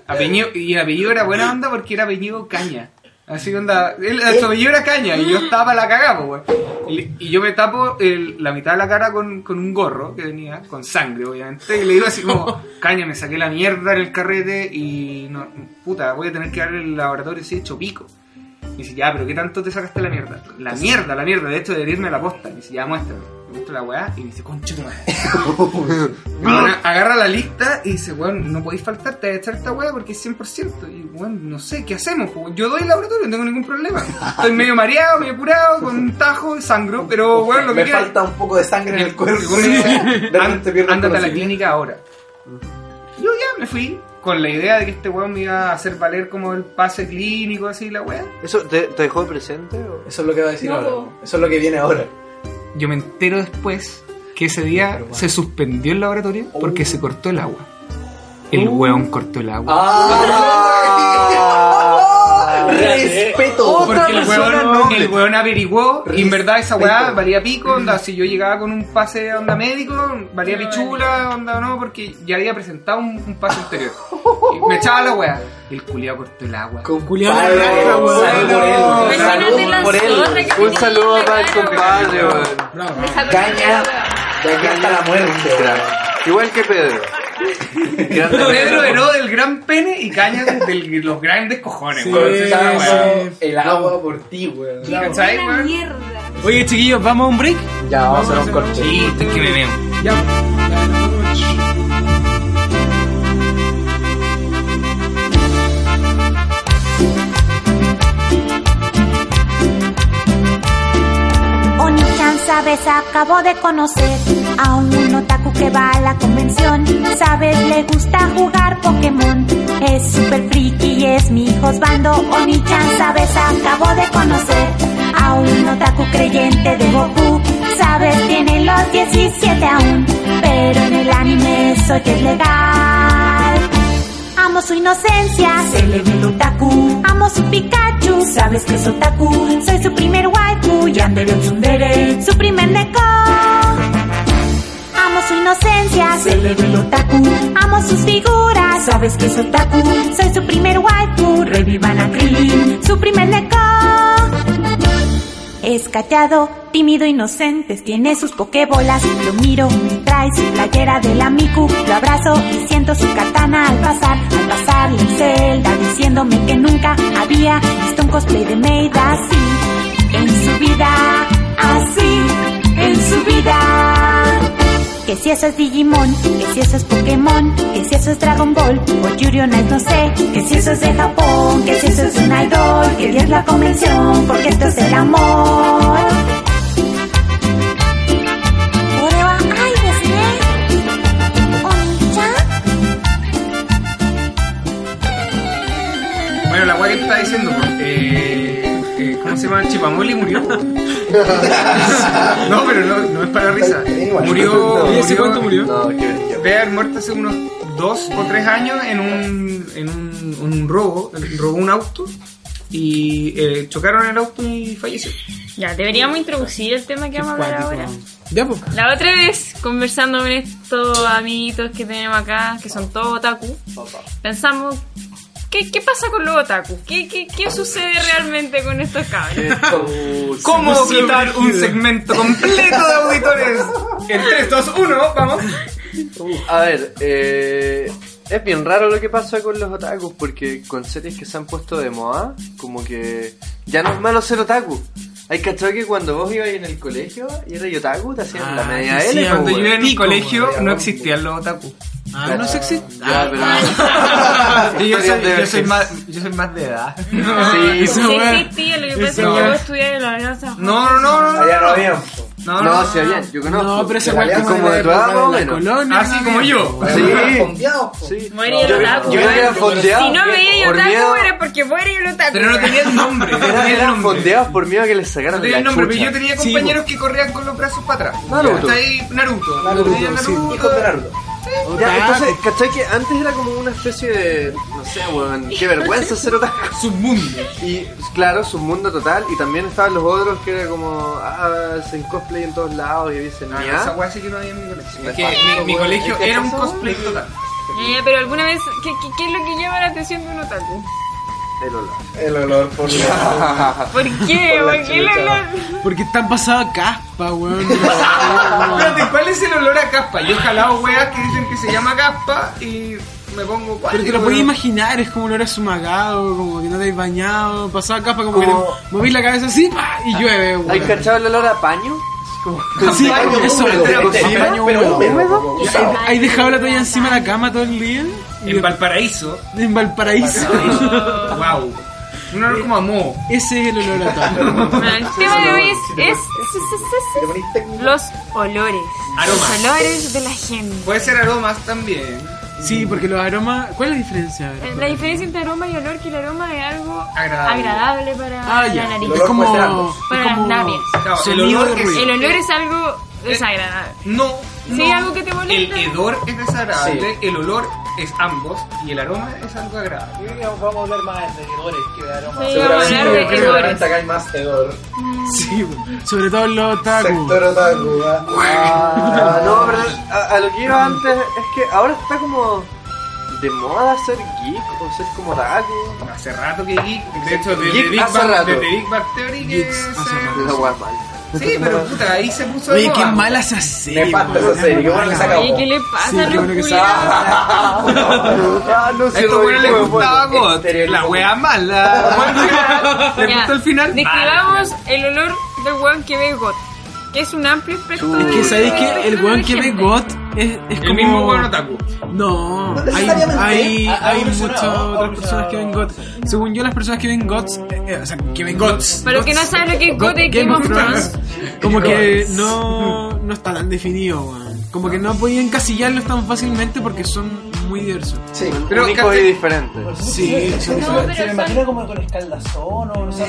[SPEAKER 1] apellido- y el apellido era buena onda porque era apellido Caña. Así onda, él, su apellido era caña y yo estaba la cagada, pues, weón. Y, y yo me tapo el- la mitad de la cara con, con un gorro que tenía, con sangre, obviamente, y le digo así como, caña, me saqué la mierda en el carrete y no, puta, voy a tener que dar el laboratorio así hecho pico. Me dice, ya, pero ¿qué tanto te sacaste la mierda? La mierda, la mierda, de hecho debería irme a la posta. Me dice, ya, muéstrame. Me muestra la weá y me dice, concha tu madre. Bueno,
[SPEAKER 7] Ah.
[SPEAKER 1] agarra la lista y dice, weón, no podéis faltar, te voy a echar esta weá porque es 100%. Y weón, no sé, ¿qué hacemos? po? Yo doy el laboratorio, no tengo ningún problema. Estoy medio mareado, medio curado, con un tajo, sangro, pero Oh, weón, lo
[SPEAKER 7] Me
[SPEAKER 1] que queda-
[SPEAKER 7] falta un poco de sangre en el cuerpo.
[SPEAKER 1] Sí.
[SPEAKER 7] De repente
[SPEAKER 1] Ándate a la
[SPEAKER 7] pierdo el conocimiento.
[SPEAKER 1] clínica ahora. Yo ya me fui con la idea de que este weón me iba a hacer valer como el pase clínico, así la weá.
[SPEAKER 4] ¿Eso te, te dejó presente? o?
[SPEAKER 7] Eso es lo que va a decir
[SPEAKER 5] No,
[SPEAKER 7] ahora.
[SPEAKER 5] po.
[SPEAKER 7] Eso es lo que viene ahora.
[SPEAKER 1] Yo me entero después que ese día se suspendió el laboratorio porque se cortó el agua. El
[SPEAKER 7] Uh.
[SPEAKER 1] weón cortó el agua.
[SPEAKER 7] ¡Ah! ¡Respeto!
[SPEAKER 1] Porque el weón, el weón averiguó y en verdad esa weá
[SPEAKER 7] Respeto.
[SPEAKER 1] valía pico, onda, si yo llegaba con un pase de onda médico, valía pichula, onda no, porque ya había presentado un, un pase anterior. Y me echaba la weá. El culiao cortó el agua.
[SPEAKER 3] Con Julián
[SPEAKER 7] Vale,
[SPEAKER 3] Naranja,
[SPEAKER 7] salud
[SPEAKER 3] weón.
[SPEAKER 7] por él, weón.
[SPEAKER 2] Imagínate la
[SPEAKER 7] Salud por él.
[SPEAKER 2] zorra que
[SPEAKER 4] Un
[SPEAKER 2] tenía
[SPEAKER 4] saludo
[SPEAKER 2] en la
[SPEAKER 4] para el
[SPEAKER 2] cara,
[SPEAKER 4] compadre,
[SPEAKER 2] weón.
[SPEAKER 4] weón.
[SPEAKER 3] Bravo.
[SPEAKER 5] Me sacó
[SPEAKER 7] Caña. De aquí hasta la muerte, weón.
[SPEAKER 4] Igual que Pedro. Grande
[SPEAKER 1] Pedro Heró del gran pene y Caña del- de los grandes cojones,
[SPEAKER 3] Sí.
[SPEAKER 1] weón. Esa es la weá.
[SPEAKER 7] Cago El agua por ti, weón.
[SPEAKER 1] ¿Cachai,
[SPEAKER 5] una
[SPEAKER 1] weón?
[SPEAKER 5] mierda.
[SPEAKER 3] Oye, chiquillos, ¿vamos a un break?
[SPEAKER 7] Ya, vamos a hacer un corte.
[SPEAKER 1] Sí, estoy que me veo.
[SPEAKER 3] Ya.
[SPEAKER 9] Oni-chan, sabes, acabo de conocer a un otaku que va a la convención. Sabes, le gusta jugar Pokémon. Es super friki y es mi josbando. Oni-chan, sabes, acabo de conocer a un otaku creyente de Goku. Sabes, tiene los 17 aún, pero en el anime soy el legal. Amo su inocencia, se le ve el otaku. Amo su Pikachu, sabes que es otaku. Soy su primer waifu, yandere tsundere, su primer neko. Amo su inocencia, se le ve el otaku. Amo sus figuras, sabes que es otaku. Soy su primer waifu, revivan a Krillin, su primer neko. Es callado, tímido, inocente, tiene sus pokebolas. Lo miro, trae su playera de la Miku. Lo abrazo y siento su katana al pasar. Al pasar la celda diciéndome que nunca había visto un cosplay de Maid así. En su vida, así, en su vida. Que si eso es Digimon, que si eso es Pokémon, que si eso es Dragon Ball o Yuri on Ice, no sé. Que si eso es de Japón, que si eso es un idol, que Dios la convención, porque esto es el amor. Ahora, ay, ¿desne? ¿Oni-chan?
[SPEAKER 1] Bueno, la weá que te estaba diciendo, pues, eh, eh, ¿cómo se llama? Chipamoli murió. no, pero no, no es para risa. Murió,
[SPEAKER 3] Oye, ¿hace cuánto murió?
[SPEAKER 4] No, qué brillo.
[SPEAKER 1] Debe haber muerto hace unos dos o tres años en un, en un, un robo. Robó un auto y eh, chocaron el auto y falleció.
[SPEAKER 2] Ya, deberíamos introducir el tema que vamos a hablar ahora.
[SPEAKER 3] Ya, pues.
[SPEAKER 2] La otra vez, conversando con estos amiguitos que tenemos acá, que son todos otaku, pensamos, ¿qué, qué pasa con los otaku? ¿Qué, qué, qué sucede realmente con estos cabros?
[SPEAKER 1] ¿Cómo
[SPEAKER 3] puso
[SPEAKER 1] quitar un
[SPEAKER 3] brígido.
[SPEAKER 1] segmento completo de auditores? En 3, 2, 1, vamos.
[SPEAKER 4] Uh, A ver, eh, es bien raro lo que pasa con los otakus porque con series que se han puesto de moda, como que ya no es malo ser otaku. Hay que que cuando vos ibas en el colegio y eras otaku, te hacían la
[SPEAKER 3] Ah,
[SPEAKER 4] media
[SPEAKER 3] sí, sí,
[SPEAKER 4] L. po,
[SPEAKER 1] Cuando yo
[SPEAKER 4] weón.
[SPEAKER 1] iba en el
[SPEAKER 3] Pico,
[SPEAKER 1] colegio
[SPEAKER 7] weón.
[SPEAKER 1] no existían los otaku. Ah,
[SPEAKER 3] Ah, no se existe.
[SPEAKER 4] Ya, pero-
[SPEAKER 1] Y yo, soy,
[SPEAKER 4] Historias de
[SPEAKER 1] yo soy
[SPEAKER 4] vejez.
[SPEAKER 1] más, yo soy más de edad.
[SPEAKER 4] Sí,
[SPEAKER 3] Esa
[SPEAKER 2] Sí
[SPEAKER 3] weá.
[SPEAKER 2] existía, lo que pasa es que
[SPEAKER 3] Esa weá.
[SPEAKER 2] yo estudié en la alianza.
[SPEAKER 1] No, no, no, no.
[SPEAKER 7] Allá no había.
[SPEAKER 1] No,
[SPEAKER 4] no,
[SPEAKER 1] no.
[SPEAKER 4] si habían, yo conozco.
[SPEAKER 3] No, pero ese
[SPEAKER 7] Te
[SPEAKER 3] weón
[SPEAKER 7] la
[SPEAKER 3] es
[SPEAKER 4] como
[SPEAKER 3] la
[SPEAKER 4] de tu edad,
[SPEAKER 3] época
[SPEAKER 4] más o
[SPEAKER 3] de la
[SPEAKER 4] menos.
[SPEAKER 3] colonia,
[SPEAKER 1] Así
[SPEAKER 3] ¿no?
[SPEAKER 1] Ah, como yo.
[SPEAKER 4] Sí.
[SPEAKER 7] Fondeado, po.
[SPEAKER 4] Sí.
[SPEAKER 2] Muere el
[SPEAKER 4] Yo-
[SPEAKER 2] otaku,
[SPEAKER 4] Yo creo que
[SPEAKER 2] weón.
[SPEAKER 4] eran fondeados.
[SPEAKER 2] Si no veía yo
[SPEAKER 4] por
[SPEAKER 2] otaku,
[SPEAKER 4] miedo-
[SPEAKER 2] era porque fuera el otaku.
[SPEAKER 1] Pero no tenía el nombre. No
[SPEAKER 4] Eran,
[SPEAKER 1] tenía el
[SPEAKER 4] eran
[SPEAKER 1] nombre.
[SPEAKER 4] fondeados por miedo a que les sacaran
[SPEAKER 1] No tenía el
[SPEAKER 4] la
[SPEAKER 1] nombre, pero
[SPEAKER 4] chucha.
[SPEAKER 1] yo tenía
[SPEAKER 3] Sí,
[SPEAKER 1] compañeros que corrían con los brazos para atrás.
[SPEAKER 4] Naruto.
[SPEAKER 1] Está ahí Naruto.
[SPEAKER 7] Naruto,
[SPEAKER 1] Tenía
[SPEAKER 3] sí.
[SPEAKER 7] Hijos de Naruto.
[SPEAKER 4] Ya, entonces, ¿cachai que antes era como una especie de. No sé, weón, qué vergüenza ser otaku.
[SPEAKER 1] Submundo.
[SPEAKER 4] Y claro, su mundo total. Y también estaban los otros que era como. Ah, hacen cosplay en todos lados y dicen.
[SPEAKER 1] Ah,
[SPEAKER 4] "Mia".
[SPEAKER 1] esa weá sí que no había en mi colegio.
[SPEAKER 4] Me
[SPEAKER 1] Es que
[SPEAKER 4] pasa,
[SPEAKER 1] mi, mi
[SPEAKER 4] weón.
[SPEAKER 1] colegio
[SPEAKER 4] Es que
[SPEAKER 1] era un
[SPEAKER 4] eso-
[SPEAKER 1] cosplay total.
[SPEAKER 2] Eh, Ya, ya, pero alguna vez, ¿qué, qué, qué es lo que llama la atención de un otaku?
[SPEAKER 4] El olor.
[SPEAKER 7] El olor, por favor.
[SPEAKER 2] ¿Por qué?
[SPEAKER 7] Por la
[SPEAKER 2] ¿Por qué el
[SPEAKER 7] chucha.
[SPEAKER 2] olor?
[SPEAKER 3] Porque están pasadas caspa, weón.
[SPEAKER 1] Espérate, ¿cuál es el olor a caspa? Yo he jalado weas que dicen que se llama caspa y me pongo cuál.
[SPEAKER 3] Pero te lo podías imaginar, es como olor a sumagado, como que no te has bañado, pasaba caspa, como,
[SPEAKER 4] Como-
[SPEAKER 3] que le movís la cabeza así ¡pa! y llueve, weón.
[SPEAKER 4] ¿Hay cachado el olor a paño? Es como-
[SPEAKER 3] Sí,
[SPEAKER 7] Baño
[SPEAKER 3] eso,
[SPEAKER 7] húmedo,
[SPEAKER 3] pero-
[SPEAKER 7] pero-
[SPEAKER 3] sí, baño húmedo.
[SPEAKER 7] pero húmedo.
[SPEAKER 3] ¿Hay- ¿Hay dejado la toalla encima de la cama todo el día? Y-
[SPEAKER 1] En Valparaíso.
[SPEAKER 3] en Valparaíso.
[SPEAKER 1] wow. Un olor como a moho.
[SPEAKER 3] Ese es el olor a todo.
[SPEAKER 2] Bueno, el tema de hoy es, es- es-
[SPEAKER 7] Te
[SPEAKER 2] es- es-
[SPEAKER 7] ponís técnico.
[SPEAKER 2] los olores.
[SPEAKER 1] Aromas.
[SPEAKER 2] Los olores de la gente.
[SPEAKER 1] Puede ser aromas también.
[SPEAKER 3] Sí, porque los aromas. ¿Cuál es la diferencia?
[SPEAKER 2] La diferencia entre aroma y olor que el aroma es algo
[SPEAKER 1] Agradable.
[SPEAKER 2] agradable, para
[SPEAKER 3] Ah,
[SPEAKER 2] la
[SPEAKER 3] ya.
[SPEAKER 2] nariz.
[SPEAKER 7] El
[SPEAKER 3] Es
[SPEAKER 7] olor
[SPEAKER 3] como.
[SPEAKER 7] puede ser ambos.
[SPEAKER 3] es
[SPEAKER 2] Para las
[SPEAKER 3] como
[SPEAKER 2] labias.
[SPEAKER 1] Claro, el
[SPEAKER 3] sonido
[SPEAKER 1] olor
[SPEAKER 3] de
[SPEAKER 1] es-
[SPEAKER 3] ruido.
[SPEAKER 2] El olor es algo desagradable.
[SPEAKER 1] No.
[SPEAKER 2] Sí,
[SPEAKER 1] no.
[SPEAKER 2] algo que te molesta.
[SPEAKER 1] El hedor es desagradable, el olor es ambos y el aroma es algo agradable.
[SPEAKER 6] Yo creo que vamos a hablar más de hedores que de aromas.
[SPEAKER 2] Sí, vamos a
[SPEAKER 7] Seguramente,
[SPEAKER 2] hablar de
[SPEAKER 7] porque seguramente
[SPEAKER 2] hedores.
[SPEAKER 7] acá hay más hedor.
[SPEAKER 3] Sí, weón. sobre todo en los tacos.
[SPEAKER 7] Sector otaku. ah.
[SPEAKER 4] Ah, no, pero a, a lo que iba antes es que ahora está como de moda ser geek o ser como otaku.
[SPEAKER 1] Hace rato que geek, de hecho desde
[SPEAKER 4] Geek
[SPEAKER 1] Big,
[SPEAKER 4] hace
[SPEAKER 1] Bang,
[SPEAKER 4] rato.
[SPEAKER 1] desde Big Bang Theory que
[SPEAKER 3] Geeks hace
[SPEAKER 1] se-
[SPEAKER 3] rato.
[SPEAKER 4] Esa hueá es mala.
[SPEAKER 1] Sí, pero puta, ahí se puso de
[SPEAKER 3] Oye, qué
[SPEAKER 1] moda.
[SPEAKER 3] mala esa serie.
[SPEAKER 7] Nefasta
[SPEAKER 3] weón.
[SPEAKER 7] esa serie, qué bueno que se acabó.
[SPEAKER 2] Oye, ¿qué le pasa
[SPEAKER 3] Sí,
[SPEAKER 2] a los
[SPEAKER 3] qué bueno que se-
[SPEAKER 2] culiados?
[SPEAKER 4] Ah, no
[SPEAKER 1] A este
[SPEAKER 4] sé,
[SPEAKER 1] estos
[SPEAKER 4] doy
[SPEAKER 1] weones les
[SPEAKER 4] juego,
[SPEAKER 1] gustaba
[SPEAKER 4] bueno.
[SPEAKER 1] God, la wea mala. ¿Le
[SPEAKER 2] Ya.
[SPEAKER 1] gustó el final?
[SPEAKER 2] Describamos el olor del weón que ve GOT, que es un amplio espectro
[SPEAKER 3] Es
[SPEAKER 2] de-
[SPEAKER 3] que sabéis que el
[SPEAKER 2] espectro
[SPEAKER 3] weón
[SPEAKER 2] de
[SPEAKER 3] que ve
[SPEAKER 2] gente.
[SPEAKER 3] GOT es, es
[SPEAKER 1] El
[SPEAKER 3] como.
[SPEAKER 1] mismo weón otaku.
[SPEAKER 3] No, hay,
[SPEAKER 7] necesariamente.
[SPEAKER 3] hay,
[SPEAKER 6] Ha- ha
[SPEAKER 3] hay muchas
[SPEAKER 6] evolucionado, ha
[SPEAKER 3] otras personas que ven GOT. Según yo, las personas que ven GOT, o sea, que ven GOT.
[SPEAKER 2] Para los que no saben lo que es GOT de Game of Thrones,
[SPEAKER 3] Como que no, no está tan definido, weón. Como que no podían encasillarlos tan fácilmente porque son muy diversos.
[SPEAKER 7] Sí.
[SPEAKER 1] Pero,
[SPEAKER 4] Único y
[SPEAKER 1] ¿cachai?
[SPEAKER 4] diferente.
[SPEAKER 3] Sí, sí,
[SPEAKER 6] Se
[SPEAKER 2] No,
[SPEAKER 6] me- se
[SPEAKER 2] pero
[SPEAKER 6] me
[SPEAKER 2] son-
[SPEAKER 6] imagina como con escaldazón o no sé,